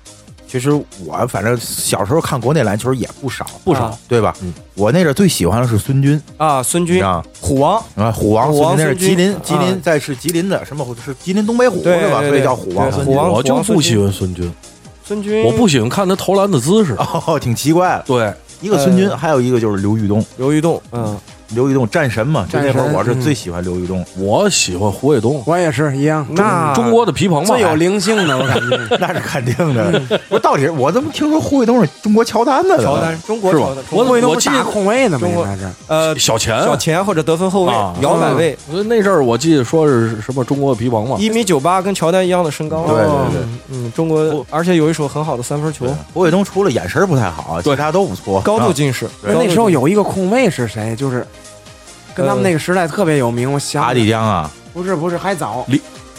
[SPEAKER 4] 其实我反正小时候看国内篮球也不少，
[SPEAKER 6] 不少
[SPEAKER 8] 啊
[SPEAKER 4] 对吧？
[SPEAKER 6] 嗯
[SPEAKER 4] 我那阵儿最喜欢的是孙军，
[SPEAKER 8] 啊，孙
[SPEAKER 4] 你知
[SPEAKER 8] 军、
[SPEAKER 4] 道吗
[SPEAKER 8] 虎王
[SPEAKER 4] 啊，虎王
[SPEAKER 8] 虎王
[SPEAKER 4] 孙军那是
[SPEAKER 8] 孙军
[SPEAKER 4] 吉林，吉
[SPEAKER 8] 啊
[SPEAKER 4] 林在是吉林的什么虎是吉林东北虎
[SPEAKER 8] 对
[SPEAKER 4] 是吧？
[SPEAKER 8] 对
[SPEAKER 4] 所以
[SPEAKER 8] 对
[SPEAKER 4] 叫虎王
[SPEAKER 8] 对
[SPEAKER 4] 孙
[SPEAKER 8] 虎
[SPEAKER 4] 军。
[SPEAKER 8] 王
[SPEAKER 6] 我就
[SPEAKER 8] 孙
[SPEAKER 6] 不
[SPEAKER 8] 军
[SPEAKER 6] 喜欢孙军，
[SPEAKER 8] 孙军，
[SPEAKER 6] 我不喜欢看他投篮的姿势。
[SPEAKER 4] 哦，挺奇怪的，
[SPEAKER 6] 对，
[SPEAKER 4] 一个孙军，
[SPEAKER 8] 呃
[SPEAKER 4] 还有一个就是刘玉东。
[SPEAKER 8] 刘玉栋，嗯，
[SPEAKER 4] 刘玉栋战神嘛，就
[SPEAKER 9] 战
[SPEAKER 4] 那
[SPEAKER 9] 神
[SPEAKER 4] 会儿我是最喜欢刘玉
[SPEAKER 8] (laughs)
[SPEAKER 4] 栋，
[SPEAKER 6] 我喜欢胡卫东，
[SPEAKER 9] 我也是一样，
[SPEAKER 8] 那
[SPEAKER 6] 中国的皮蓬嘛，
[SPEAKER 9] 最有灵性的，我感
[SPEAKER 4] (laughs)
[SPEAKER 9] 觉
[SPEAKER 4] 那是肯定的。我到底是我怎么听说胡卫东是中国乔丹的呢？
[SPEAKER 8] 嗯乔丹，中国
[SPEAKER 6] 是
[SPEAKER 8] 乔
[SPEAKER 6] 吧
[SPEAKER 8] 丹，？中
[SPEAKER 6] 我
[SPEAKER 8] 国
[SPEAKER 9] 不会
[SPEAKER 6] 我
[SPEAKER 9] 都
[SPEAKER 6] 记
[SPEAKER 9] 是打
[SPEAKER 6] 得
[SPEAKER 9] 控卫呢吗？
[SPEAKER 8] 中国
[SPEAKER 9] 应该是
[SPEAKER 8] 呃
[SPEAKER 6] 小前啊，
[SPEAKER 8] 小前或者得分后卫
[SPEAKER 6] 啊、
[SPEAKER 8] 摇摆位，
[SPEAKER 6] 我那阵儿我记得说是什么中国皮王嘛，
[SPEAKER 8] 一米九八，跟乔丹一样的身高。
[SPEAKER 4] 对对对
[SPEAKER 8] 嗯，嗯，中国，而且有一手很好的三分球
[SPEAKER 4] 对，啊胡卫东除了眼神不太好，啊其
[SPEAKER 6] 对
[SPEAKER 4] 他都不错。
[SPEAKER 8] 高度
[SPEAKER 4] 啊
[SPEAKER 8] 近视。
[SPEAKER 9] 那那时候有一个控卫是谁？就是跟他们那个时代特别有名，我想
[SPEAKER 4] 阿里江啊，
[SPEAKER 9] 不是不是还早，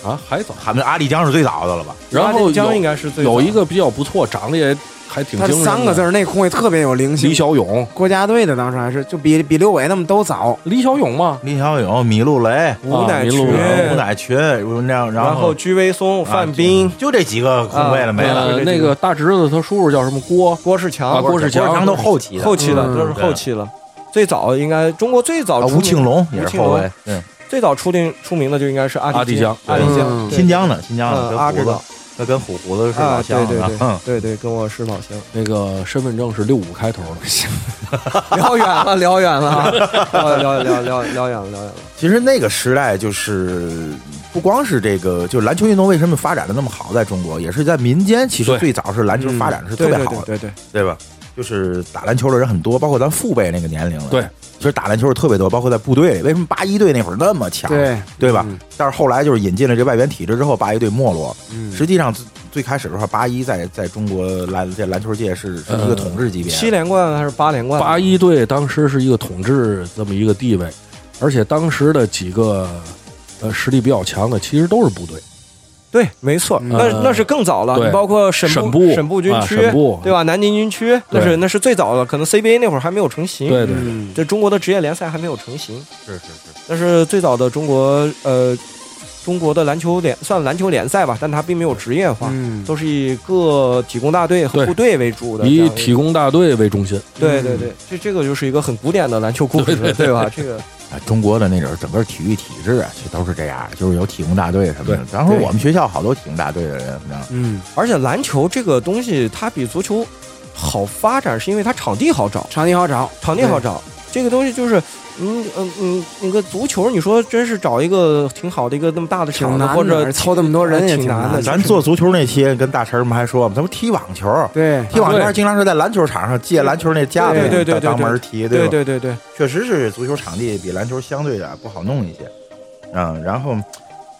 [SPEAKER 6] 啊还早，
[SPEAKER 4] 他们阿里江是最早的了吧？
[SPEAKER 6] 然后
[SPEAKER 8] 江应
[SPEAKER 6] 有
[SPEAKER 8] 该是最
[SPEAKER 6] 有一
[SPEAKER 8] 个
[SPEAKER 6] 个比较不错，长得也还挺
[SPEAKER 9] 他
[SPEAKER 6] 精神的，
[SPEAKER 9] 三个字儿那控卫特别有灵
[SPEAKER 6] 李
[SPEAKER 9] 性，
[SPEAKER 6] 小勇，
[SPEAKER 9] 国家队的当时还是就比比刘伟他们都早，
[SPEAKER 6] 李小勇嘛，
[SPEAKER 4] 李小勇、米路雷、
[SPEAKER 8] 吴
[SPEAKER 6] 啊
[SPEAKER 8] 乃群，
[SPEAKER 6] 闫
[SPEAKER 4] 然后
[SPEAKER 6] 对
[SPEAKER 4] 吴乃群，那样
[SPEAKER 8] 然后
[SPEAKER 4] 后
[SPEAKER 8] 居维松、
[SPEAKER 4] 啊
[SPEAKER 8] 范斌、
[SPEAKER 4] 就这几个控卫了，没了。
[SPEAKER 6] 呃那个大侄子他叔叔叫什么郭
[SPEAKER 8] 郭士
[SPEAKER 6] 啊
[SPEAKER 8] 强，
[SPEAKER 6] 郭士
[SPEAKER 4] 强
[SPEAKER 6] 强
[SPEAKER 4] 都后期的，
[SPEAKER 8] 后期的
[SPEAKER 9] 嗯
[SPEAKER 8] 都是后期了。最早应该中国最早
[SPEAKER 4] 啊
[SPEAKER 8] 出名
[SPEAKER 4] 吴庆龙也
[SPEAKER 8] 吴
[SPEAKER 4] 是
[SPEAKER 8] 庆
[SPEAKER 4] 后
[SPEAKER 8] 龙
[SPEAKER 4] 卫，嗯对，
[SPEAKER 8] 最早出名出名的就应该是阿
[SPEAKER 6] 阿迪江
[SPEAKER 8] 阿迪江，
[SPEAKER 9] 嗯
[SPEAKER 8] 对
[SPEAKER 4] 新疆的，新疆的，
[SPEAKER 8] 嗯阿
[SPEAKER 4] 跟
[SPEAKER 8] 知
[SPEAKER 4] 胡
[SPEAKER 8] 道
[SPEAKER 4] 子，那跟虎胡子是
[SPEAKER 8] 啊，
[SPEAKER 4] 老
[SPEAKER 8] 对
[SPEAKER 4] 乡
[SPEAKER 8] 对
[SPEAKER 4] 啊
[SPEAKER 8] 对，
[SPEAKER 4] 嗯，
[SPEAKER 8] 对对，跟我是老乡。 (laughs)
[SPEAKER 6] 那个身份证是六五开头的，
[SPEAKER 8] 聊远了，聊远了啊，聊聊聊聊聊远了，聊远了。
[SPEAKER 4] 其实那个时代就是不光是这个，就篮球运动为什么发展的那么好，在中国也是在民间，其实
[SPEAKER 6] 对
[SPEAKER 4] 最早是篮球发展是特
[SPEAKER 8] 嗯对
[SPEAKER 4] 别
[SPEAKER 8] 对
[SPEAKER 4] 好
[SPEAKER 8] 对
[SPEAKER 4] 的，
[SPEAKER 8] 对对，
[SPEAKER 4] 对吧？就是打篮球的人很多，包括咱父辈那个年龄了。
[SPEAKER 6] 对，
[SPEAKER 4] 其实打篮球是特别多，包括在部队里，为什么八一队那会儿那么强？
[SPEAKER 9] 对
[SPEAKER 4] 对吧？
[SPEAKER 9] 嗯
[SPEAKER 4] 但是后来就是引进了这外援体制之后，八一队没落。
[SPEAKER 9] 嗯
[SPEAKER 4] 实际上最最开始的话，八一在在中国篮在篮球界是是一个统治级别的。
[SPEAKER 8] 七连冠还是八连冠？
[SPEAKER 6] 八一队当时是一个统治这么一个地位，而且当时的几个呃实力比较强的其实都是部队，
[SPEAKER 8] 对，没错，
[SPEAKER 9] 嗯
[SPEAKER 8] 那那是更早了。
[SPEAKER 6] 对
[SPEAKER 8] 你包括沈
[SPEAKER 6] 沈
[SPEAKER 8] 部、
[SPEAKER 6] 部
[SPEAKER 8] 沈部军
[SPEAKER 6] 啊
[SPEAKER 8] 区，
[SPEAKER 6] 沈部
[SPEAKER 8] 对吧？南京军区，那是那是最早的，可能 CBA 那会儿还没有成型。
[SPEAKER 6] 对对
[SPEAKER 9] 嗯，
[SPEAKER 8] 这中国的职业联赛还没有成型，
[SPEAKER 4] 是是是，
[SPEAKER 8] 那是最早的中国呃，中国的篮球联算篮球联赛吧，但它并没有职业化，
[SPEAKER 9] 嗯
[SPEAKER 8] 都是以各体工大队和
[SPEAKER 6] 对
[SPEAKER 8] 部队为主的这样一
[SPEAKER 6] 以
[SPEAKER 8] 个。
[SPEAKER 6] 体工大队为中心，
[SPEAKER 8] 对对对，这这个就是一个很古典的篮球故事，嗯对吧？这个
[SPEAKER 4] 啊，中国的那种整个体育体制啊，其实都是这样，就是有体工大队什么的
[SPEAKER 6] 对。
[SPEAKER 4] 当时
[SPEAKER 8] 对
[SPEAKER 4] 我们学校好多体工大队的人，啊你知道吗
[SPEAKER 9] 嗯，
[SPEAKER 8] 而且篮球这个东西，它比足球好发展，是因为它场地好找。
[SPEAKER 9] 场地好找，
[SPEAKER 8] 场地好找。这个东西就是，嗯嗯嗯，那个足球，你说真是找一个挺好的一个那么大的
[SPEAKER 9] 挺
[SPEAKER 8] 场子，
[SPEAKER 9] 难的，
[SPEAKER 8] 或者哎
[SPEAKER 9] 凑那么多人也
[SPEAKER 8] 挺难
[SPEAKER 9] 难
[SPEAKER 8] 的
[SPEAKER 4] 咱做足球那期跟大神们还说，咱们踢网球，
[SPEAKER 9] 对，
[SPEAKER 4] 踢网球经常是在篮球场上借篮球那架子
[SPEAKER 8] 啊对对对对对
[SPEAKER 4] 当当门踢，
[SPEAKER 8] 对
[SPEAKER 4] 吧？
[SPEAKER 8] 对对对，
[SPEAKER 4] 确实是足球场地比篮球相对的不好弄一些，嗯，然后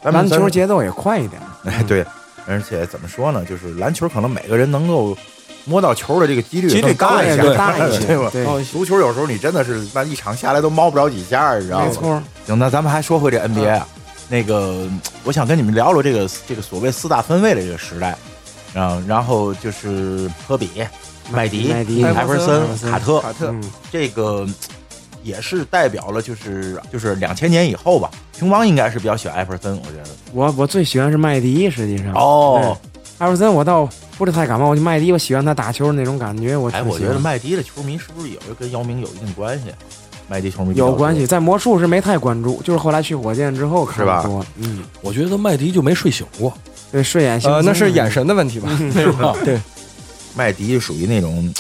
[SPEAKER 4] 咱
[SPEAKER 9] 篮
[SPEAKER 4] 们
[SPEAKER 9] 球节奏也快一点，
[SPEAKER 4] 哎对，而且怎么说呢，就是篮球可能每个人能够摸到球的这个几率
[SPEAKER 8] 几率
[SPEAKER 4] 更
[SPEAKER 8] 高
[SPEAKER 4] 大
[SPEAKER 8] 一
[SPEAKER 4] 一
[SPEAKER 8] 些
[SPEAKER 4] 些，
[SPEAKER 8] 对
[SPEAKER 9] 大一些，
[SPEAKER 4] 对吧？
[SPEAKER 9] 对，
[SPEAKER 8] 哦
[SPEAKER 4] 足球有时候你真的是那一场下来都猫不着几下，你知道
[SPEAKER 9] 没
[SPEAKER 4] 吗？
[SPEAKER 9] 错，
[SPEAKER 4] 行，那咱们还说回这 NBA 啊，那个我想跟你们聊聊这个这个所谓四大分位的这个时代，啊，然后就是科比、麦迪、
[SPEAKER 9] 麦迪
[SPEAKER 4] 艾弗森
[SPEAKER 8] 艾
[SPEAKER 9] 弗、森
[SPEAKER 4] 卡特，
[SPEAKER 8] 卡特，
[SPEAKER 9] 嗯，
[SPEAKER 4] 这个也是代表了就是就是两千年以后吧。熊王应该是比较喜欢艾弗森，我觉得。
[SPEAKER 9] 我我最喜欢是麦迪，实际上，
[SPEAKER 4] 哦，
[SPEAKER 9] 艾弗森我倒不是太感冒，我就麦迪，我喜欢他打球那种感觉，我
[SPEAKER 4] 哎，
[SPEAKER 9] 挺
[SPEAKER 4] 我
[SPEAKER 9] 喜
[SPEAKER 4] 觉
[SPEAKER 9] 欢
[SPEAKER 4] 得麦迪的球迷是不是也是跟姚明有一定关系啊？麦迪球迷比较
[SPEAKER 9] 有
[SPEAKER 4] 多
[SPEAKER 9] 关系，，在魔术是没太关注，就是后来去火箭之后看
[SPEAKER 4] 是吧
[SPEAKER 9] 得多，嗯，
[SPEAKER 6] 我觉得麦迪就没睡醒过，
[SPEAKER 9] 对，睡眼惺忪。
[SPEAKER 8] 呃，那是眼神的问嗯题吧？
[SPEAKER 4] 是吧？
[SPEAKER 8] 对，
[SPEAKER 4] 麦迪属于那种，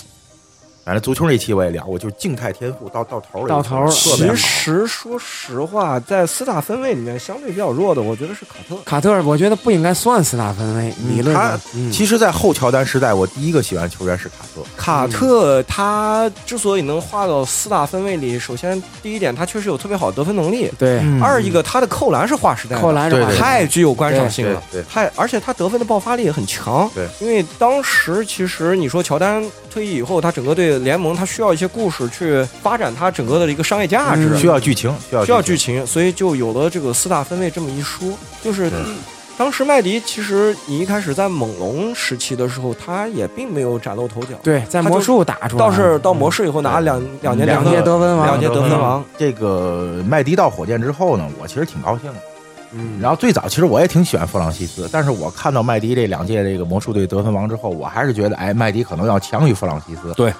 [SPEAKER 4] 反正足球那期我也聊过，就是静态天赋到到头儿了
[SPEAKER 9] 到头儿
[SPEAKER 4] 特别
[SPEAKER 8] 其
[SPEAKER 4] 好。
[SPEAKER 8] 实说实话，在四大分位里面相对比较弱的，我觉得是卡特。
[SPEAKER 9] 卡特尔，我觉得不应该算四大分位理论
[SPEAKER 4] 嗯他
[SPEAKER 9] 上。嗯
[SPEAKER 4] 其实，在后乔丹时代，我第一个喜欢球员是卡特，
[SPEAKER 8] 卡特他之所以能划到四大分位里，首先第一点，他确实有特别好的得分能力；
[SPEAKER 9] 对，
[SPEAKER 8] 二一个，他的扣篮是划时代的，
[SPEAKER 9] 扣篮是
[SPEAKER 4] 对
[SPEAKER 9] 吧？
[SPEAKER 4] 嗯对对
[SPEAKER 8] 太具有观赏性
[SPEAKER 4] 对
[SPEAKER 8] 了。
[SPEAKER 4] 对，
[SPEAKER 8] 太，而且他得分的爆发力也很强。
[SPEAKER 4] 对，
[SPEAKER 8] 因为当时其实你说乔丹退役以后，他整个对联盟他需要一些故事去发展他整个的一个商业价值，
[SPEAKER 4] 嗯需要剧情，需要
[SPEAKER 8] 需要
[SPEAKER 4] 剧
[SPEAKER 8] 剧情，所以就有了这个四大分位这么一说。就是当时麦迪，其实你一开始在猛龙时期的时候，他也并没有崭露头角，
[SPEAKER 9] 对，在魔术打出来
[SPEAKER 8] 倒
[SPEAKER 9] 了，
[SPEAKER 8] 是到魔术以后拿两两年
[SPEAKER 4] 两
[SPEAKER 8] 得
[SPEAKER 9] 届得分
[SPEAKER 4] 啊
[SPEAKER 9] 王，
[SPEAKER 8] 两届得分王。
[SPEAKER 4] 这个麦迪到火箭之后呢，我其实挺高兴的。
[SPEAKER 9] 嗯，
[SPEAKER 4] 然后最早其实我也挺喜欢弗朗西斯，但是我看到麦迪这两届这个魔术队得分王之后，我还是觉得，哎，麦迪可能要强于弗朗西斯。
[SPEAKER 6] 对，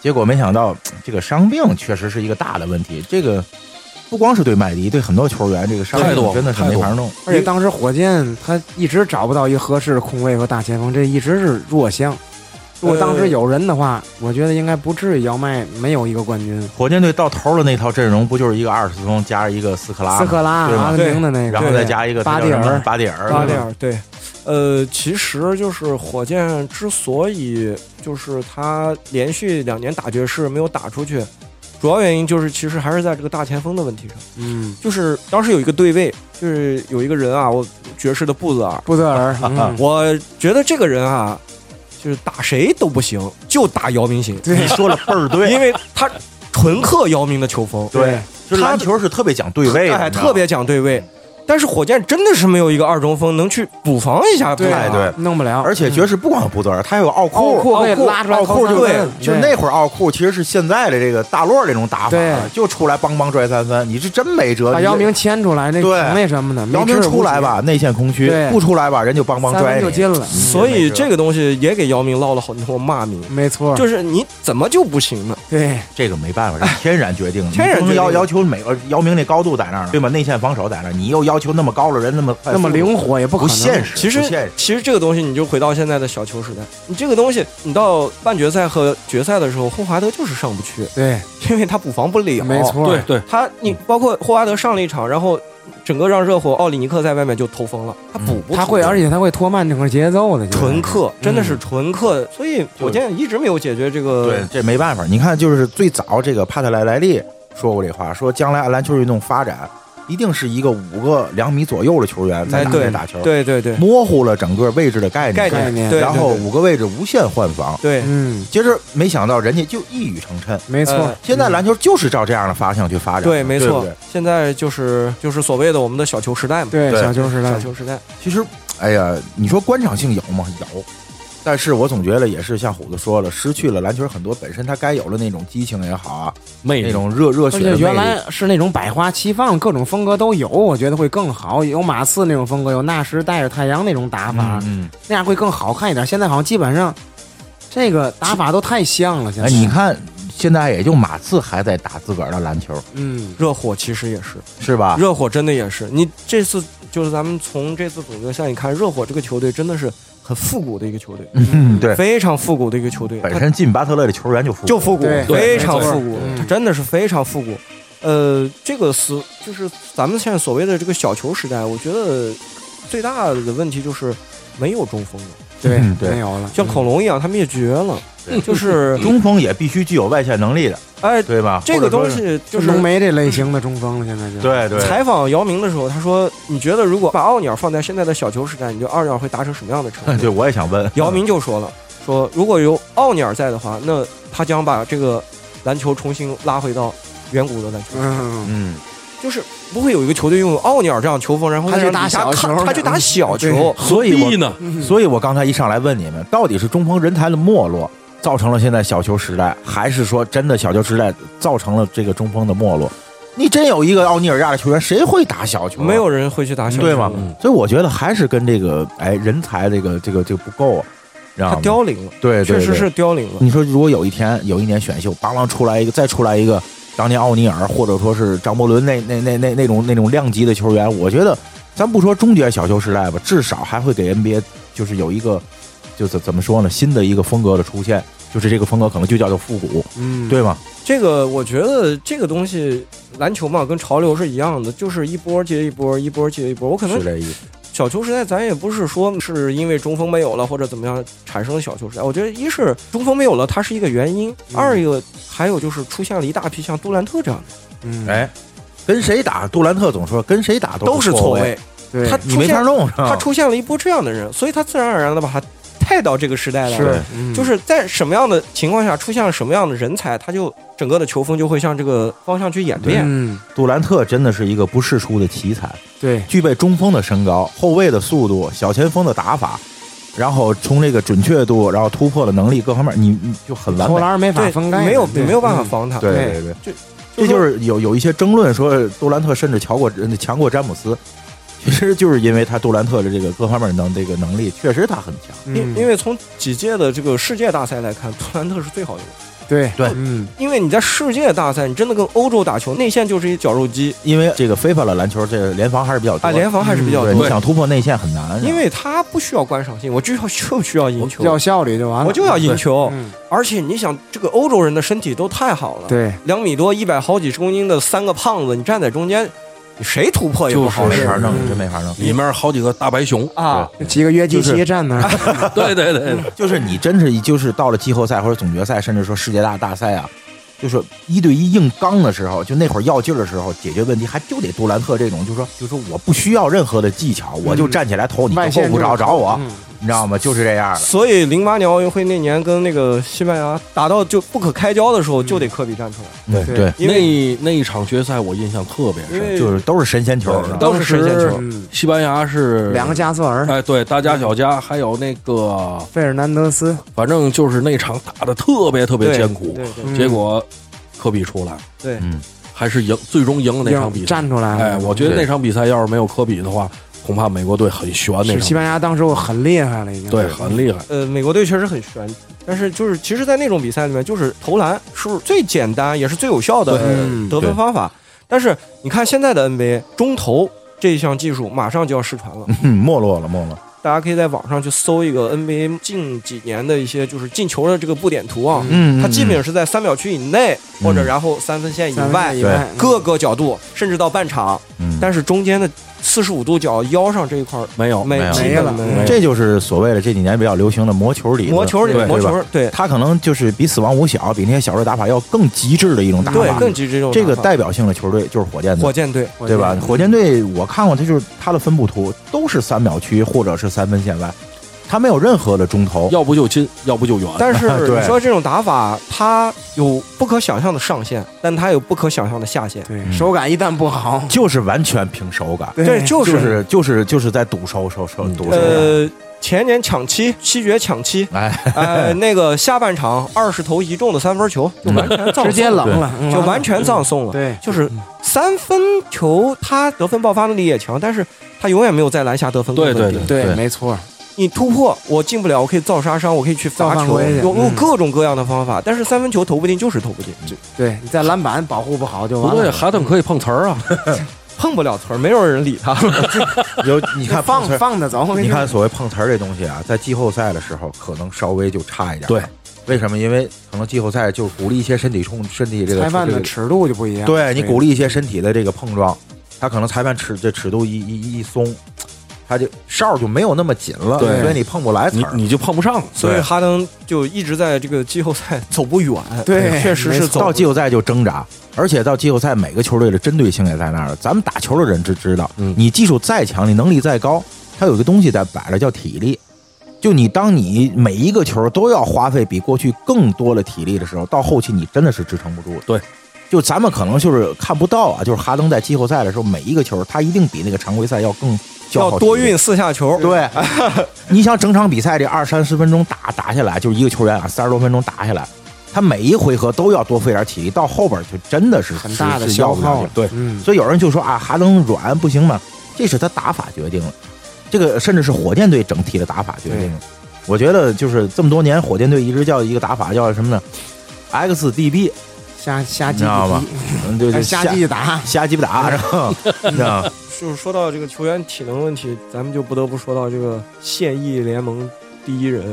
[SPEAKER 4] 结果没想到嗯这个伤病确实是一个大的问题。这个不光是对麦迪，对很多球员，这个伤
[SPEAKER 6] 太多
[SPEAKER 4] 病
[SPEAKER 6] 了
[SPEAKER 4] 真的是
[SPEAKER 6] 太
[SPEAKER 4] 没
[SPEAKER 6] 多
[SPEAKER 4] 法弄。
[SPEAKER 9] 而且当时火箭他一直找不到一个合适的控卫和大前锋，这一直是弱项。如果
[SPEAKER 4] 呃
[SPEAKER 9] 当时有人的话，我觉得应该不至于要卖没有一个冠军。
[SPEAKER 4] 火箭队到头的那套阵容不就是一个二十松加上一个斯科拉吗，
[SPEAKER 9] 斯科拉、
[SPEAKER 4] 对吧
[SPEAKER 9] 阿根廷的那
[SPEAKER 4] 然后
[SPEAKER 9] 个，
[SPEAKER 4] 再加一个
[SPEAKER 9] 巴蒂
[SPEAKER 4] 他
[SPEAKER 9] 尔
[SPEAKER 4] 叫什么巴蒂尔，
[SPEAKER 8] 巴里尔对，呃，其实就是火箭之所以就是他连续两年打爵士没有打出去，主要原因就是其实还是在这个大前锋的问题上。
[SPEAKER 9] 嗯，
[SPEAKER 8] 就是当时有一个对位，就是有一个人啊，我爵士的布泽尔，
[SPEAKER 9] 布
[SPEAKER 4] (laughs)
[SPEAKER 9] 泽尔，嗯
[SPEAKER 8] 我觉得这个人啊，就是打谁都不行，就打姚明行，
[SPEAKER 4] 你说了倍儿 (laughs) 对，啊
[SPEAKER 8] 因为他纯克姚明的球风，
[SPEAKER 4] 对，就是篮球是特别讲对位的，
[SPEAKER 8] 哎，
[SPEAKER 4] 你知道
[SPEAKER 8] 特
[SPEAKER 4] 吗
[SPEAKER 8] 别讲对位。但是火箭真的是没有一个二中锋能去补防一下布
[SPEAKER 9] 对
[SPEAKER 8] 泽
[SPEAKER 4] 哎
[SPEAKER 8] 尔，
[SPEAKER 4] 对
[SPEAKER 9] 弄不了，
[SPEAKER 4] 而且爵士不光有布泽尔，他还有奥
[SPEAKER 9] 啊嗯奥
[SPEAKER 4] 库，
[SPEAKER 9] 库可以
[SPEAKER 8] 奥库
[SPEAKER 9] 拉出来
[SPEAKER 4] 奥
[SPEAKER 9] 扣
[SPEAKER 4] 库
[SPEAKER 9] 三
[SPEAKER 4] 就
[SPEAKER 9] 分，
[SPEAKER 4] 就那会儿奥库其实是现在的这个大洛这种打法啊
[SPEAKER 9] 对，
[SPEAKER 4] 就出来帮帮拽三分，你是真没辙。
[SPEAKER 9] 把
[SPEAKER 4] 你这
[SPEAKER 9] 姚明牵出来，那
[SPEAKER 4] 对
[SPEAKER 9] 挺那什么的，
[SPEAKER 4] 姚
[SPEAKER 9] 没
[SPEAKER 4] 明
[SPEAKER 9] 治无
[SPEAKER 4] 出来
[SPEAKER 9] 解，
[SPEAKER 4] 吧，内线空虚
[SPEAKER 9] 对；
[SPEAKER 4] 不出来吧，人就帮帮
[SPEAKER 9] 三
[SPEAKER 4] 拽
[SPEAKER 9] 分就
[SPEAKER 4] 你。
[SPEAKER 9] 进了，
[SPEAKER 8] 嗯所以这
[SPEAKER 4] 个啊
[SPEAKER 8] 个东西也给姚明落了很多骂名，
[SPEAKER 4] 嗯
[SPEAKER 9] 没错，
[SPEAKER 8] 就是你怎么就不行呢？
[SPEAKER 9] 对，
[SPEAKER 4] 这个没办法，是天然决定的。
[SPEAKER 8] 天然
[SPEAKER 4] 你不能
[SPEAKER 8] 决定
[SPEAKER 4] 要要求每个姚明那高度在那儿呢，对吗？内线防守在那儿，你又要求那么高的人那么快
[SPEAKER 9] 那么
[SPEAKER 4] 速度
[SPEAKER 9] 灵，活也不可
[SPEAKER 4] 哎不
[SPEAKER 9] 能，
[SPEAKER 4] 现实，
[SPEAKER 8] 其实
[SPEAKER 4] 不现实。
[SPEAKER 8] 其实这个东西你就回到现在的小球时代，你这个东西你到半决赛和决赛的时候，霍华德就是上不去， (laughs)
[SPEAKER 9] 对，
[SPEAKER 8] 因为他补防不了。
[SPEAKER 9] 没错，
[SPEAKER 6] 对对，
[SPEAKER 8] 他你包括霍华德上了一场，然后整个让热火奥里尼克在外面就头疯了，
[SPEAKER 4] 嗯
[SPEAKER 8] 他补不出、
[SPEAKER 9] 他会，而且他会拖慢整个节奏的，
[SPEAKER 8] 纯克，
[SPEAKER 4] 嗯
[SPEAKER 8] 真的是纯克，所以火箭一直没有解决这个
[SPEAKER 4] 对，这没办法。你看，就是最早这个帕特莱莱利说过这话，说将来篮球运动发展一定是一个五个两米左右的球员在
[SPEAKER 8] 哎
[SPEAKER 4] 打
[SPEAKER 8] 对
[SPEAKER 4] 内打球，
[SPEAKER 8] 对对对
[SPEAKER 4] 模糊了整个位置的概念，
[SPEAKER 9] 概念
[SPEAKER 8] 对
[SPEAKER 4] 然后
[SPEAKER 8] 对
[SPEAKER 4] 五个位置无限换防。
[SPEAKER 8] 对
[SPEAKER 9] 嗯，
[SPEAKER 4] 其实没想到人家就一语成谶，
[SPEAKER 9] 没错嗯
[SPEAKER 8] 呃，
[SPEAKER 4] 现在篮球就是照这样的方向去发展。
[SPEAKER 8] 对，没
[SPEAKER 4] 不
[SPEAKER 8] 错
[SPEAKER 4] 对，
[SPEAKER 8] 现在就是就是所谓的我们的小球时代嘛，
[SPEAKER 9] 对
[SPEAKER 4] 对
[SPEAKER 9] 小球时代
[SPEAKER 8] 小，球时代，
[SPEAKER 4] 其实，哎呀，你说观赏性有吗？有，但是我总觉得也是像虎子说了，失去了篮球很多本身它该有的那种激情也好啊，
[SPEAKER 8] 嗯
[SPEAKER 6] 魅
[SPEAKER 4] 那
[SPEAKER 6] 力
[SPEAKER 4] 种热热
[SPEAKER 9] 而
[SPEAKER 4] 血的
[SPEAKER 9] 且
[SPEAKER 4] 魅力。
[SPEAKER 9] 原来是那种百花齐放，各种风格都有，我觉得会更好。有马刺那种风格，有纳什带着太阳那种打法，
[SPEAKER 4] 嗯，
[SPEAKER 9] 那样会更好看一点。现在好像基本上这个打法都太像了。现
[SPEAKER 4] 哎，
[SPEAKER 9] 在
[SPEAKER 4] 你，看现在也就马刺还在打自个儿的篮球，
[SPEAKER 9] 嗯，
[SPEAKER 8] 热火其实也是，
[SPEAKER 4] 是吧？
[SPEAKER 8] 热火真的也是，你这次就是咱们从这次总决赛，你看热火这个球队真的是很复古的一个球队，
[SPEAKER 4] 嗯，对，
[SPEAKER 8] 非常复古的一个球队，
[SPEAKER 4] 本身进巴特勒的球员就复
[SPEAKER 8] 就复古，
[SPEAKER 9] 对
[SPEAKER 8] 非常
[SPEAKER 9] 没错
[SPEAKER 8] 复古
[SPEAKER 9] 嗯，
[SPEAKER 8] 它真的是非常复古。呃，这个是就是咱们现在所谓的这个小球时代，我觉得最大的问题就是没有中锋了，
[SPEAKER 9] 对
[SPEAKER 4] 嗯，对
[SPEAKER 9] 没有了，
[SPEAKER 8] 像恐龙一样，他灭绝了，
[SPEAKER 4] 对 (laughs)
[SPEAKER 8] (laughs) 就是
[SPEAKER 4] 中锋也必须具有外线能力的，
[SPEAKER 8] 哎，
[SPEAKER 4] 对吧？
[SPEAKER 8] 这个
[SPEAKER 4] 或者
[SPEAKER 8] 东
[SPEAKER 4] 说是
[SPEAKER 8] 西就
[SPEAKER 9] 浓
[SPEAKER 8] 是。
[SPEAKER 9] 眉这类型的中锋了，现在就，
[SPEAKER 4] 对对，
[SPEAKER 8] 采访姚明的时候，他说：“你觉得如果把奥尼尔放在现在的小球时代，你觉得奥尼尔会达成什么样的
[SPEAKER 4] (laughs)
[SPEAKER 8] 成绩？”
[SPEAKER 4] 对，我也想问
[SPEAKER 8] 姚，明就说了，说如果有奥尼尔在的话，那他将把这个篮球重新拉回到远古的篮球，
[SPEAKER 9] 嗯，
[SPEAKER 4] 嗯，
[SPEAKER 8] 就是不会有一个球队拥有奥尼尔这样球风，然后
[SPEAKER 9] 他去
[SPEAKER 8] 让
[SPEAKER 9] 打
[SPEAKER 8] 李
[SPEAKER 9] 小
[SPEAKER 8] 看
[SPEAKER 9] 球
[SPEAKER 8] 他去打小球
[SPEAKER 9] 对，哦
[SPEAKER 4] 所以我
[SPEAKER 6] 必呢，
[SPEAKER 9] 嗯
[SPEAKER 4] 所以我刚才一上来问你们，到底是中锋人才的没落造成了现在小球时代，还是说真的小球时代造成了这个中锋的没落？你真有一个奥尼尔亚的球员，谁会打小球啊？
[SPEAKER 8] 没有人会去打小球，
[SPEAKER 4] 对吗？所以我觉得还是跟这个哎人才这个这个这个不够，啊知道
[SPEAKER 8] 他
[SPEAKER 9] 啊
[SPEAKER 4] 吗？
[SPEAKER 8] 凋零了，
[SPEAKER 4] 对，对
[SPEAKER 8] 确实。
[SPEAKER 4] 对
[SPEAKER 8] 是凋零了。
[SPEAKER 4] 你说如果有一天有一年选秀，邦邦出来一个，再出来一个当年奥尼尔或者说是张伯伦那那那那那种那种量级的球员，我觉得咱不说终结小球时代吧，至少还会给 NBA 就是有一个，就怎怎么说呢，新的一个风格的出现，就是这个风格可能就叫做复古，
[SPEAKER 8] 嗯，
[SPEAKER 4] 对吗？
[SPEAKER 8] 这个我觉得这个东西，篮球嘛，跟潮流是一样的，就是一波接一波，一波接一波。我可能
[SPEAKER 4] 是这意思。
[SPEAKER 8] 小球时代，咱也不是说是因为中锋没有了或者怎么样产生小球时代。我觉得一是中锋没有了，它是一个原因；二一个还有就是出现了一大批像杜兰特这样的，
[SPEAKER 9] 嗯，
[SPEAKER 4] 哎，跟谁打？杜兰特总说跟谁打
[SPEAKER 8] 都
[SPEAKER 4] 是
[SPEAKER 8] 是错
[SPEAKER 4] 位，
[SPEAKER 8] 位，
[SPEAKER 9] 对，
[SPEAKER 8] 他
[SPEAKER 4] 哎你
[SPEAKER 8] 出
[SPEAKER 4] 没法
[SPEAKER 8] 现
[SPEAKER 4] 弄是吧？
[SPEAKER 8] 他出现了一波这样的人，所以他自然而然的把他带到这个时代来了
[SPEAKER 4] 是。
[SPEAKER 9] 嗯
[SPEAKER 8] 就是在什么样的情况下出现了什么样的人才，他就整个的球风就会向这个方向去演变。
[SPEAKER 9] 嗯，
[SPEAKER 4] 杜兰特真的是一个不世出的奇才，
[SPEAKER 9] 对，
[SPEAKER 4] 具备中锋的身高、后卫的速度、小前锋的打法，然后从这个准确度，然后突破的能力各方面，你你就很完
[SPEAKER 9] 投
[SPEAKER 4] 美。
[SPEAKER 9] 篮没法
[SPEAKER 8] 对，
[SPEAKER 9] 封盖的，
[SPEAKER 8] 没有
[SPEAKER 9] 对嗯
[SPEAKER 8] 没有办法防他。
[SPEAKER 4] 对
[SPEAKER 9] 对
[SPEAKER 4] 对
[SPEAKER 8] 就
[SPEAKER 4] 这
[SPEAKER 8] 就
[SPEAKER 4] 就是是有有一些争论说杜兰特甚至强过呃强过詹姆斯，其实就是因为他杜兰特的这个各方面能这个能力，确实他很强。
[SPEAKER 9] 嗯
[SPEAKER 8] 因因为从几届的这个世界大赛来看，杜兰特是最好用的。
[SPEAKER 9] 对
[SPEAKER 4] 对
[SPEAKER 9] 嗯，
[SPEAKER 8] 因为你在世界大赛，你真的跟欧洲打球，内线就是一绞肉机
[SPEAKER 4] 因为这个非法的篮球，这个联防还是比较多
[SPEAKER 8] 啊，
[SPEAKER 4] 的。
[SPEAKER 8] 联防还是比较
[SPEAKER 4] 对，
[SPEAKER 8] 多。
[SPEAKER 4] 你想突破内线很难。
[SPEAKER 8] 因为他不需要观赏性，我就要就需要赢球，
[SPEAKER 9] 要效率就完了，
[SPEAKER 8] 我就要赢球。
[SPEAKER 9] 嗯，
[SPEAKER 8] 而且你想，这个欧洲人的身体都太好了，，
[SPEAKER 9] 对，
[SPEAKER 8] 两米多、一百好几公斤的三个胖子，你站在中间，你谁突破也不好
[SPEAKER 4] 没
[SPEAKER 8] 使。
[SPEAKER 4] 法弄，
[SPEAKER 9] 嗯
[SPEAKER 4] 真没法弄。
[SPEAKER 6] 里面好几个大白熊，
[SPEAKER 8] 啊，
[SPEAKER 9] 几个约基
[SPEAKER 4] 就
[SPEAKER 9] 奇站那儿，
[SPEAKER 6] 对对 (laughs) 对，
[SPEAKER 4] 就是你真是就是到了季后赛或者总决赛，甚至说世界大大赛啊，就是一对一硬刚的时候，就那会儿要劲儿的时候，解决问题还就得杜兰特这种，就是说就是说我不需要任何的技
[SPEAKER 8] 嗯
[SPEAKER 4] 巧，我就站起来投你，
[SPEAKER 9] 外
[SPEAKER 4] 够
[SPEAKER 9] 线
[SPEAKER 4] 不着
[SPEAKER 9] 就是
[SPEAKER 4] 找我，
[SPEAKER 9] 嗯
[SPEAKER 4] 你知道吗？就是这样的。
[SPEAKER 8] 所以零八年奥运会那年跟那个西班牙打到就不可开交的时候，就得科比站出来，
[SPEAKER 4] 对
[SPEAKER 9] 对
[SPEAKER 4] 对，
[SPEAKER 8] 因为
[SPEAKER 6] 那那一场决赛我印象特别
[SPEAKER 8] 因
[SPEAKER 6] 深，
[SPEAKER 8] 为
[SPEAKER 4] 就是都是神仙球儿，是吧
[SPEAKER 6] 当
[SPEAKER 8] 都是
[SPEAKER 6] 时
[SPEAKER 8] 神仙球
[SPEAKER 9] 嗯，
[SPEAKER 6] 西班牙是
[SPEAKER 9] 两个加索尔，
[SPEAKER 6] 哎，对，大家小家，还有那个，
[SPEAKER 9] 费尔南德斯，
[SPEAKER 6] 反正就是那场打的特别特别艰苦
[SPEAKER 8] 对，对
[SPEAKER 9] 嗯
[SPEAKER 6] 结果科比出来，
[SPEAKER 8] 对
[SPEAKER 4] 嗯，
[SPEAKER 6] 还是赢，最终赢了那场比赛。
[SPEAKER 9] 站出来了，
[SPEAKER 6] 哎，我觉得
[SPEAKER 4] 对
[SPEAKER 6] 那场比赛要是没有科比的话，恐怕美国队很悬那
[SPEAKER 9] 是西
[SPEAKER 6] 场，
[SPEAKER 9] 班牙当时我很厉害了，已经
[SPEAKER 6] 对，很厉害。
[SPEAKER 8] 呃，美国队确实很悬，但是就是其实，在那种比赛里面，就是投篮是最简单也是最有效的呃
[SPEAKER 9] 嗯
[SPEAKER 8] 得分方法。但是你看现在的 NBA 中投这一项技术马上就要失传了，
[SPEAKER 4] 嗯没落了没落了。
[SPEAKER 8] 大家可以在网上去搜一个 NBA 近几年的一些就是进球的这个布点图啊，
[SPEAKER 4] 嗯
[SPEAKER 8] 它基本是在三秒区以内或者然后三分线以
[SPEAKER 9] 三分
[SPEAKER 8] 外
[SPEAKER 9] 线以外
[SPEAKER 8] 各个角度，甚至到半场，
[SPEAKER 4] 嗯，
[SPEAKER 8] 但是中间的四十五度角腰上这一块儿
[SPEAKER 6] 没有，
[SPEAKER 8] 没
[SPEAKER 4] 没有
[SPEAKER 8] 基
[SPEAKER 9] 没
[SPEAKER 8] 本
[SPEAKER 9] 了
[SPEAKER 8] 没有
[SPEAKER 4] 这就是所谓的这几年比较流行的魔球理论。
[SPEAKER 8] 魔球里
[SPEAKER 4] 对
[SPEAKER 8] 魔
[SPEAKER 4] 对吧
[SPEAKER 8] 球对
[SPEAKER 4] 它可能就是比死亡五小，比那些小队打法要更极致的一种打法。
[SPEAKER 8] 对更极致这种
[SPEAKER 4] 这个
[SPEAKER 8] 打法
[SPEAKER 4] 代表性的球队就是火箭队
[SPEAKER 8] 火。箭队
[SPEAKER 4] 对吧？火箭队我看过，它就是它的分布图都是三秒区或者是三分线外，它没有任何的中投。
[SPEAKER 6] 要不就近，要不就远。
[SPEAKER 8] (laughs) 但是
[SPEAKER 4] 对
[SPEAKER 8] 你说这种打法，它有不可想象的上限，但它有不可想象的下限。
[SPEAKER 9] 对，手感一旦不
[SPEAKER 8] (laughs)
[SPEAKER 9] 好，
[SPEAKER 4] 就是完全凭手感，
[SPEAKER 8] 这
[SPEAKER 4] 就
[SPEAKER 8] 就
[SPEAKER 4] 是是嗯就是就是在赌手手手赌手感。
[SPEAKER 8] 呃，前年抢七，七绝抢七，
[SPEAKER 4] 哎，
[SPEAKER 8] 呃，那个下半场二十投一中的三分 (laughs) 球就
[SPEAKER 4] 呃
[SPEAKER 8] 完全葬
[SPEAKER 9] 直接
[SPEAKER 8] 送了，
[SPEAKER 9] 冷了，嗯
[SPEAKER 8] 就完全葬送了。
[SPEAKER 9] 对，
[SPEAKER 8] 就是三分球，他得分爆发能力也强，但是他永远没有在篮下得分过
[SPEAKER 6] 对
[SPEAKER 8] 的地
[SPEAKER 6] 对
[SPEAKER 8] 方。
[SPEAKER 6] 对，
[SPEAKER 9] 对
[SPEAKER 4] 对，
[SPEAKER 9] 没错，
[SPEAKER 8] 你突破我进不了，我可以造杀伤，我可以去
[SPEAKER 9] 造
[SPEAKER 8] 罚
[SPEAKER 9] 犯
[SPEAKER 8] 球，
[SPEAKER 9] 规去
[SPEAKER 8] 有有
[SPEAKER 9] 嗯
[SPEAKER 8] 各种各样的方法，但是三分球投不进就是投不进，
[SPEAKER 9] 对，你在篮板保护不好就
[SPEAKER 6] 不
[SPEAKER 9] 完
[SPEAKER 6] 对，
[SPEAKER 9] 了，
[SPEAKER 6] 哈登可以碰瓷儿啊，
[SPEAKER 8] 碰不了词儿，没有人理他。
[SPEAKER 4] (laughs) 有你看
[SPEAKER 9] 放
[SPEAKER 4] 碰瓷儿
[SPEAKER 9] 放得走，
[SPEAKER 4] 你
[SPEAKER 9] (laughs)
[SPEAKER 4] 看，所谓碰瓷儿这东西啊，在季后赛的时候可能稍微就差一点。
[SPEAKER 6] 对，
[SPEAKER 4] 为什么？因为可能季后赛就鼓励一些身体冲、身体这个
[SPEAKER 9] 裁判
[SPEAKER 4] 这
[SPEAKER 9] 的
[SPEAKER 4] 个
[SPEAKER 9] 尺度就不一样，
[SPEAKER 4] 对你鼓励一些身体的这个碰撞，他可能裁判尺这尺度一一一松，他就哨就没有那么紧了，
[SPEAKER 6] 对
[SPEAKER 4] 所以你碰不来词
[SPEAKER 6] 嗯你
[SPEAKER 4] 儿。
[SPEAKER 6] 你就碰不上。
[SPEAKER 8] (laughs) 所以哈登就一直在这个季后赛走不远，
[SPEAKER 9] 对
[SPEAKER 8] 确实
[SPEAKER 9] 没
[SPEAKER 8] 是
[SPEAKER 9] 错
[SPEAKER 8] 走
[SPEAKER 4] 到
[SPEAKER 8] 不
[SPEAKER 4] 季
[SPEAKER 8] 远。
[SPEAKER 4] 后赛就挣扎，而且到季后赛每个球队的针对性也在那儿了。咱们打球的人知知道，
[SPEAKER 6] 嗯
[SPEAKER 4] 你技术再强，你能力再高，它有一个东西在摆着叫体力。就你当你每一个球都要花费比过去更多的体力的时候，到后期你真的是支撑不住的。
[SPEAKER 6] 对，
[SPEAKER 4] 就咱们可能就是看不到啊，就是哈登在季后赛的时候，每一个球他一定比那个常规赛要更消
[SPEAKER 8] 要
[SPEAKER 4] 耗
[SPEAKER 8] 多
[SPEAKER 4] 体力
[SPEAKER 8] 运四下球，
[SPEAKER 4] 对，你想整场比赛这二三十分钟打打下来，就是一个球员啊，三十多分钟打下来，他每一回合都要多费点体力，到后边就真的是
[SPEAKER 9] 很大的
[SPEAKER 4] 是要
[SPEAKER 9] 消耗
[SPEAKER 4] 不了劲
[SPEAKER 9] 嗯
[SPEAKER 4] 对，所以有人就说啊，哈登软不行嘛，这是他打法决定了，这个甚至是火箭队整体的打法决定了。我觉得就是这么多年，火箭队一直叫一个打法叫什么呢？XDB，
[SPEAKER 9] 瞎瞎
[SPEAKER 4] 你
[SPEAKER 9] 鸡
[SPEAKER 4] 知道吗
[SPEAKER 9] 巴
[SPEAKER 4] 嗯，对
[SPEAKER 9] 逼，
[SPEAKER 4] 对，
[SPEAKER 9] 哎瞎鸡巴打， (laughs)
[SPEAKER 4] 瞎鸡巴打，然后你知道吗
[SPEAKER 8] 就是说到这个球员体能问题，咱们就不得不说到这个现役联盟第一人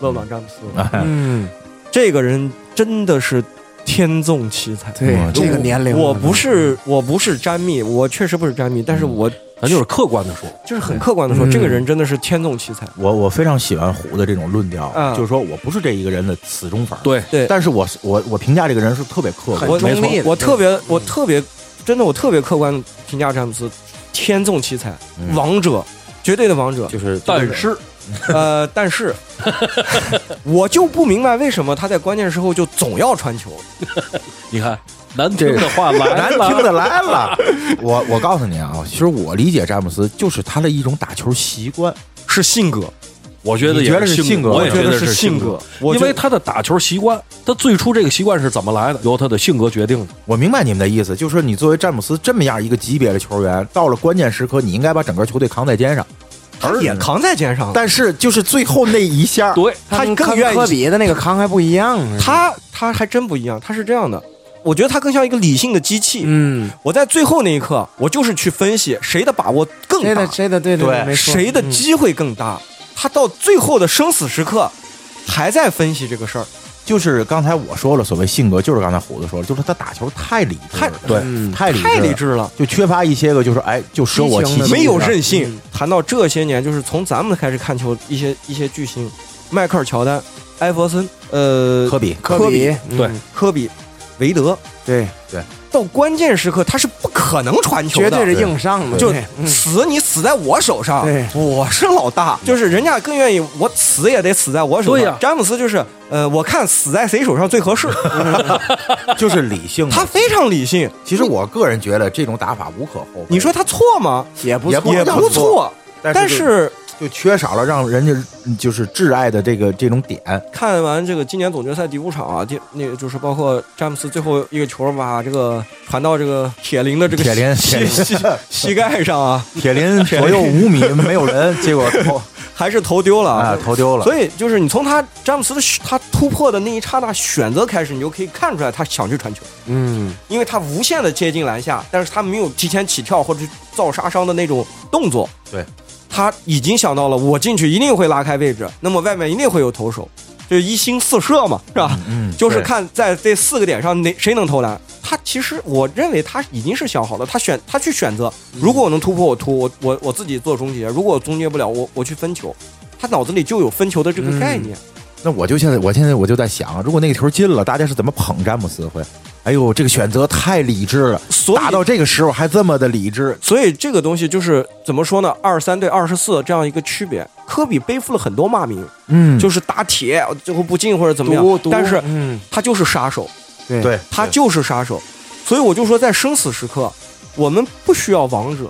[SPEAKER 8] 勒布朗詹姆斯。
[SPEAKER 9] 嗯，
[SPEAKER 8] 这个人真的是天纵奇才。
[SPEAKER 9] 对
[SPEAKER 4] 嗯
[SPEAKER 9] 这个年龄，
[SPEAKER 8] 哎我不是我不是詹密，我确实不是詹密，但是我
[SPEAKER 6] 咱就是客观的说，
[SPEAKER 8] 就是很客观的说，
[SPEAKER 9] 嗯
[SPEAKER 8] 这个人真的是天纵奇才。
[SPEAKER 4] 我我非常喜欢胡的这种论调，
[SPEAKER 8] 嗯
[SPEAKER 4] 就是说我不是这一个人的死忠粉儿，
[SPEAKER 6] 对
[SPEAKER 8] 对
[SPEAKER 4] 但是我是我我评价这个人是特别客
[SPEAKER 8] 我
[SPEAKER 4] 观，
[SPEAKER 9] 中
[SPEAKER 4] 没
[SPEAKER 9] 立
[SPEAKER 4] 错，
[SPEAKER 9] 的嗯
[SPEAKER 8] 我特别我特别真的我特别客观地评价詹姆斯，天纵奇才，
[SPEAKER 4] 嗯
[SPEAKER 8] 王者，绝对的王者。
[SPEAKER 5] 就是
[SPEAKER 6] 但是
[SPEAKER 8] 呃，但是我就不明白为什么他在关键时候就总要传球。
[SPEAKER 6] 你看难听的话来
[SPEAKER 4] (laughs) 难
[SPEAKER 6] 了，
[SPEAKER 4] 听的来
[SPEAKER 8] (laughs)
[SPEAKER 4] 了。我我告诉你啊，其实我理解詹姆斯就是他的一种打球习惯，
[SPEAKER 8] 是性格，
[SPEAKER 6] 我觉得
[SPEAKER 4] 你觉
[SPEAKER 6] 也
[SPEAKER 4] 得是性格
[SPEAKER 6] 我也
[SPEAKER 4] 我觉
[SPEAKER 6] 觉
[SPEAKER 4] 得
[SPEAKER 6] 得
[SPEAKER 4] 是
[SPEAKER 6] 是
[SPEAKER 8] 性
[SPEAKER 6] 格。
[SPEAKER 8] 格。我
[SPEAKER 6] 因
[SPEAKER 8] 就
[SPEAKER 6] 为他的打球习惯，他最初这个习惯是怎么来的？由他的性格决定的。
[SPEAKER 4] 我明白你们的意思，就是说你作为詹姆斯这么样一个级别的球员，到了关键时刻，你应该把整个球队扛在肩上，
[SPEAKER 8] 他也扛在肩上，
[SPEAKER 4] 但是就是最后那一下，
[SPEAKER 6] 对，
[SPEAKER 8] 他
[SPEAKER 9] 跟
[SPEAKER 8] 更
[SPEAKER 9] 跟
[SPEAKER 8] 愿
[SPEAKER 9] 科
[SPEAKER 8] 意。
[SPEAKER 9] 比的那个康还不一样。
[SPEAKER 8] 他他还真不一样，他是这样的，我觉得他更像一个理性的机器。
[SPEAKER 9] 嗯，
[SPEAKER 8] 我在最后那一刻，我就是去分析谁的把握更
[SPEAKER 9] 谁
[SPEAKER 8] 大
[SPEAKER 9] 的，谁的对
[SPEAKER 4] 对
[SPEAKER 9] 没嗯错，
[SPEAKER 8] 谁的机会更大。他到最后的生死时刻，还在分析这个事儿。
[SPEAKER 4] 就是刚才我说了，所谓性格，就是刚才胡子说了，就是他打球太理智了，
[SPEAKER 8] 太
[SPEAKER 4] 对，
[SPEAKER 9] 嗯
[SPEAKER 4] 太理
[SPEAKER 8] 太理
[SPEAKER 4] 了，
[SPEAKER 8] 智了，
[SPEAKER 4] 就缺乏一些个，就是哎，就舍我其
[SPEAKER 9] 激情的
[SPEAKER 4] 谁
[SPEAKER 8] 没有
[SPEAKER 4] 是
[SPEAKER 8] 韧性。
[SPEAKER 9] 嗯
[SPEAKER 8] 谈到这些年，就是从咱们开始看球，一些一些巨星，迈克尔乔丹、艾弗森，呃，
[SPEAKER 4] 科比，
[SPEAKER 9] 科比
[SPEAKER 6] 对
[SPEAKER 9] 嗯
[SPEAKER 8] 科比、韦德，
[SPEAKER 9] 对，
[SPEAKER 8] 到关键时刻他是不可能传球
[SPEAKER 9] 绝
[SPEAKER 8] 的，
[SPEAKER 9] 对是硬伤的，
[SPEAKER 8] 就
[SPEAKER 9] 对嗯
[SPEAKER 8] 死你死在我手上，
[SPEAKER 9] 对嗯
[SPEAKER 8] 我是老大，就是人家更愿意我死也得死在我手上。
[SPEAKER 6] 对呀
[SPEAKER 8] 詹姆斯就是，呃，我看死在谁手上最
[SPEAKER 9] (laughs)
[SPEAKER 8] 合适，
[SPEAKER 4] 就是理性的。
[SPEAKER 8] 他非常理性。
[SPEAKER 4] 其实我个人觉得这种打法无可厚非，
[SPEAKER 8] 你说他错吗？
[SPEAKER 9] 也不
[SPEAKER 4] 也
[SPEAKER 9] 错
[SPEAKER 4] 不
[SPEAKER 8] 也不错，但
[SPEAKER 4] 但就。
[SPEAKER 8] 是
[SPEAKER 4] 就缺少了让人家就是挚爱的这个这种 (laughs) 点，
[SPEAKER 8] 看完这个今年总决赛第五场啊，第那个就是包括詹姆斯最后一个球把这个传到这个铁林的这个
[SPEAKER 4] 铁林铁
[SPEAKER 8] 膝
[SPEAKER 4] 林 (laughs)
[SPEAKER 8] 膝膝盖上啊，
[SPEAKER 4] 铁林左右五米没有 (laughs) 人，结果投
[SPEAKER 8] 还是投丢了
[SPEAKER 4] 啊投丢了。
[SPEAKER 8] 所以就是你从他詹姆斯的选他突破的那一刹那选择开始，你就可以看出来他想去传球，
[SPEAKER 9] 嗯，
[SPEAKER 8] 因为他无限的接近篮下，但是他没有提前起跳或者去造杀伤的那种动作。
[SPEAKER 4] 对，
[SPEAKER 8] 他已经想到了我进去一定会拉开位置，那么外面一定会有投手，就是一心四射嘛，是吧？
[SPEAKER 4] 嗯，
[SPEAKER 8] 就是
[SPEAKER 4] 对
[SPEAKER 8] 看在这四个点上哪谁能投篮。他其实我认为他已经是想好了，他选他去选择，如果我能突破我突我我我自己做终结，如果我终结不了我我去分球，他脑子里就有分球的这个概念。
[SPEAKER 4] 那我就现在，我现在我就在想，啊如果那个球进了，大家是怎么捧詹姆斯会？哎呦，这个选择太理智了，
[SPEAKER 8] 所
[SPEAKER 4] 打到
[SPEAKER 8] 以
[SPEAKER 4] 这个时候还这么的理智，
[SPEAKER 8] 所以这个东西就是怎么说呢？二三对二十四这样一个区别，科比背负了很多骂名，
[SPEAKER 4] 嗯
[SPEAKER 8] 就是打铁最后不进或者怎么
[SPEAKER 9] 毒
[SPEAKER 8] 样，
[SPEAKER 9] 毒
[SPEAKER 8] 但是
[SPEAKER 9] 嗯，
[SPEAKER 8] 他就是杀手。
[SPEAKER 9] 对，
[SPEAKER 4] 对
[SPEAKER 8] 他就是杀手。所以我就说，在生死时刻，我们不需要王者，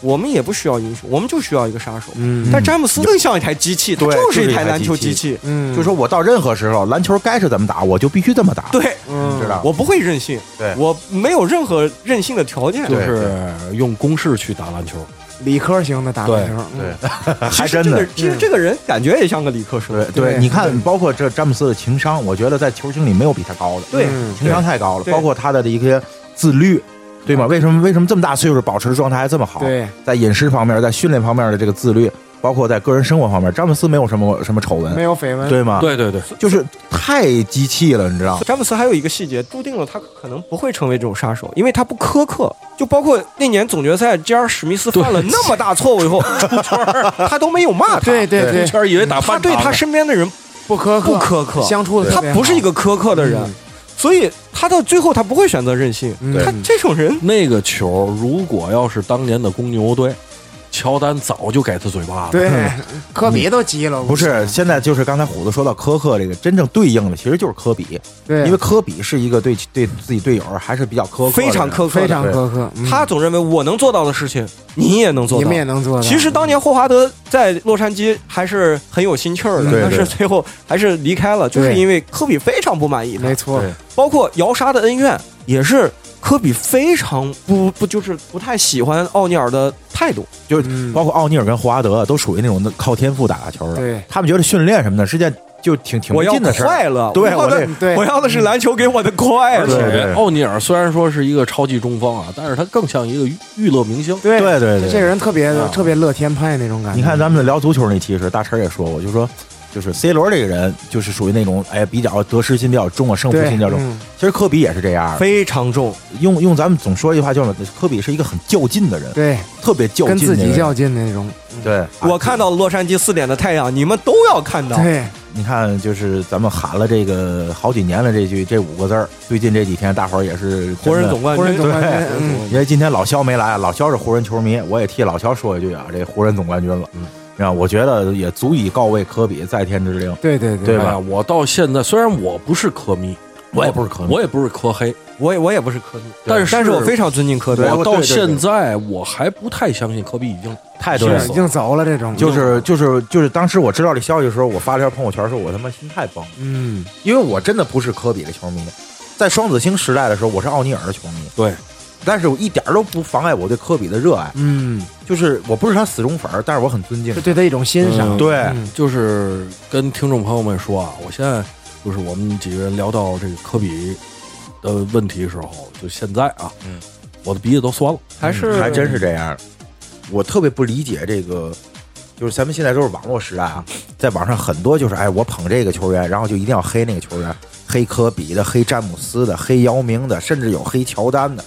[SPEAKER 8] 我们也不需要英雄，我们就需要一个杀手。
[SPEAKER 9] 嗯
[SPEAKER 8] 但詹姆斯更像一台机器，他
[SPEAKER 4] 对
[SPEAKER 8] 就是
[SPEAKER 4] 就是
[SPEAKER 8] 一
[SPEAKER 4] 一台
[SPEAKER 8] 台篮球
[SPEAKER 4] 机
[SPEAKER 8] 机
[SPEAKER 4] 器
[SPEAKER 8] 器。
[SPEAKER 9] 嗯，
[SPEAKER 4] 就说我到任何时候，篮球该是怎么打，我就必须这么打，
[SPEAKER 8] 对，
[SPEAKER 9] 嗯
[SPEAKER 4] 知道
[SPEAKER 8] 我不会任性，
[SPEAKER 4] 啊对
[SPEAKER 8] 我没有任何任性的条件。
[SPEAKER 6] 就
[SPEAKER 4] 对
[SPEAKER 6] 是用公式去打篮球。
[SPEAKER 9] 理科型的打篮球，嗯
[SPEAKER 4] 对，还
[SPEAKER 8] 其
[SPEAKER 4] 真
[SPEAKER 8] 实这个
[SPEAKER 4] 的。嗯
[SPEAKER 8] 其实这个人感觉也像个理科生
[SPEAKER 4] 对。
[SPEAKER 9] 对
[SPEAKER 4] 你看，包括这詹姆斯的情商，我觉得在球星里没有比他高的，
[SPEAKER 8] 对
[SPEAKER 9] 嗯
[SPEAKER 4] 情商太高了，
[SPEAKER 8] 对
[SPEAKER 4] 包括他的一些自律，对吗？为什么为什么这么大岁数保持状态还这么好？，
[SPEAKER 9] 对，
[SPEAKER 4] 在饮食方面，在训练方面的这个自律，包括在个人生活方面，詹姆斯没有什么什么丑
[SPEAKER 9] 没
[SPEAKER 4] 闻，
[SPEAKER 9] 有绯闻，
[SPEAKER 4] 对吗？，
[SPEAKER 6] 对对对，
[SPEAKER 4] 就是太机器了，你知道吗？
[SPEAKER 8] 詹姆斯还有一个细节，注定了他可能不会成为这种杀手，因为他不苛刻。就包括那年总决赛，吉尔史密斯犯了那么大错误
[SPEAKER 4] (laughs)
[SPEAKER 8] 以后，他都没有骂他。
[SPEAKER 9] 对对对，
[SPEAKER 6] (laughs) 圈以为打
[SPEAKER 8] 他
[SPEAKER 6] 半
[SPEAKER 8] 对
[SPEAKER 6] 场
[SPEAKER 8] 他
[SPEAKER 6] 呢
[SPEAKER 8] 身边的人
[SPEAKER 9] 不苛刻，
[SPEAKER 8] 不苛刻
[SPEAKER 9] 相处的
[SPEAKER 8] 他不是一个苛刻的人，
[SPEAKER 9] 嗯
[SPEAKER 8] 所以他到最后他不会选择任性。
[SPEAKER 9] 嗯
[SPEAKER 8] 他这种人，
[SPEAKER 6] 那个球，如果要是当年的公牛队，乔丹早就给他嘴巴了。
[SPEAKER 9] 对，嗯科比都急了，
[SPEAKER 4] 不是，现在就是刚才虎子说到苛刻这个，真正对应的其实就是科比，
[SPEAKER 9] 对，
[SPEAKER 4] 因为科比是一个对对自己队友还是比较苛刻的人，
[SPEAKER 8] 非常苛刻的，
[SPEAKER 9] 非常苛刻，嗯
[SPEAKER 8] 他总认为我能做到的事情，你也能做
[SPEAKER 9] 你
[SPEAKER 8] 到
[SPEAKER 9] 们。也能做到，
[SPEAKER 8] 其实当年霍华德在洛杉矶还是很有心气儿的，
[SPEAKER 4] 对
[SPEAKER 8] 但是
[SPEAKER 4] 对
[SPEAKER 8] 最后还是离开了，就是
[SPEAKER 9] 嗯对
[SPEAKER 8] 因为科比非常不满意他
[SPEAKER 9] 没。错
[SPEAKER 4] 对，
[SPEAKER 8] 包括姚莎的恩怨也是科比非常不不就是不太喜欢奥尼尔的态度。
[SPEAKER 4] 就是
[SPEAKER 9] 嗯
[SPEAKER 4] 包括奥尼尔跟霍华德都属于那种靠天赋打球的，
[SPEAKER 9] 对
[SPEAKER 4] 他们觉得训练什么的是件
[SPEAKER 8] 就挺
[SPEAKER 4] 挺
[SPEAKER 8] 我
[SPEAKER 4] 没
[SPEAKER 8] 要
[SPEAKER 4] 劲的事儿
[SPEAKER 8] 快乐，
[SPEAKER 4] 对
[SPEAKER 8] 我要
[SPEAKER 4] 我
[SPEAKER 8] 的
[SPEAKER 9] 嗯
[SPEAKER 4] 这对
[SPEAKER 8] 我要的是篮球给我的快
[SPEAKER 6] 而
[SPEAKER 8] 乐。
[SPEAKER 6] 且奥尼尔虽然说是一个超级中锋啊，但是他更像一个娱娱乐明星。
[SPEAKER 9] 对
[SPEAKER 4] 对对对
[SPEAKER 9] 这个人特别、
[SPEAKER 4] 啊
[SPEAKER 9] 特别乐天派那种感觉。
[SPEAKER 4] 你看咱们聊足球那期时，大陈也说过，就说就是 C 罗这个人就是属于那种哎比较得失心比较重啊，胜负
[SPEAKER 9] 对
[SPEAKER 4] 心比较重。
[SPEAKER 9] 嗯
[SPEAKER 4] 其实科比也是这样的，
[SPEAKER 8] 非常重，
[SPEAKER 4] 用用咱们总说一句话叫什么？科比是一个很较劲的人，
[SPEAKER 9] 对，
[SPEAKER 4] 特别较劲
[SPEAKER 9] 跟
[SPEAKER 4] 的
[SPEAKER 9] 自
[SPEAKER 4] 人，
[SPEAKER 9] 己较劲的那种。
[SPEAKER 4] 对，
[SPEAKER 8] 我看到洛杉矶四点的太阳，你们都要看到。
[SPEAKER 9] 对，
[SPEAKER 4] 你看，就是咱们喊了这个好几年了，这句这五个字儿，最近这几天大伙儿也是
[SPEAKER 8] 湖人
[SPEAKER 4] 真的
[SPEAKER 8] 总冠
[SPEAKER 9] 湖
[SPEAKER 8] 军
[SPEAKER 9] 人总冠军
[SPEAKER 4] 对，
[SPEAKER 9] 嗯
[SPEAKER 4] 因为今天老肖没来，老肖是湖人球迷，我也替老肖说一句啊，这湖人总冠军了，嗯，啊，我觉得也足以告慰科比在天之灵，
[SPEAKER 9] 对对对
[SPEAKER 4] 对
[SPEAKER 6] 哎
[SPEAKER 4] 吧
[SPEAKER 6] 呀，我到现在虽然我不是科迷，
[SPEAKER 4] 我也不是科迷
[SPEAKER 6] 我也不是科黑，
[SPEAKER 8] 我也我也不是科比，
[SPEAKER 6] 但是
[SPEAKER 8] 但是我非常尊敬科比。
[SPEAKER 6] 我
[SPEAKER 4] 对
[SPEAKER 6] 到
[SPEAKER 4] 对对
[SPEAKER 6] 现在我还不太相信科比已经
[SPEAKER 4] 太对了
[SPEAKER 9] 是已。经走了这种，
[SPEAKER 4] 就是就是就是，当时我知道这消息的时候，我发了条朋友圈，说我他妈心态崩了，
[SPEAKER 9] 嗯，
[SPEAKER 4] 因为我真的不是科比的球迷，在双子星时代的时候，我是奥尼尔的球迷，
[SPEAKER 6] 对，
[SPEAKER 4] 但是我一点儿都不妨碍我对科比的热爱，
[SPEAKER 9] 嗯，
[SPEAKER 4] 就是我不是他死忠粉儿，但是我很尊敬
[SPEAKER 9] 是。对他一种欣
[SPEAKER 6] 嗯
[SPEAKER 9] 赏。
[SPEAKER 4] 对，
[SPEAKER 9] 嗯
[SPEAKER 6] 就是跟听众朋友们说啊，我现在就是我们几个人聊到这个科比的问题的时候，就现在啊，
[SPEAKER 4] 嗯，
[SPEAKER 6] 我的鼻子都酸了。
[SPEAKER 8] 还是
[SPEAKER 4] 还真是这样。我特别不理解这个，就是咱们现在都是网络时代啊，在网上很多就是哎，我捧这个球员，然后就一定要黑那个球员，黑科比的，黑詹姆斯的，黑姚明的，甚至有黑乔丹的。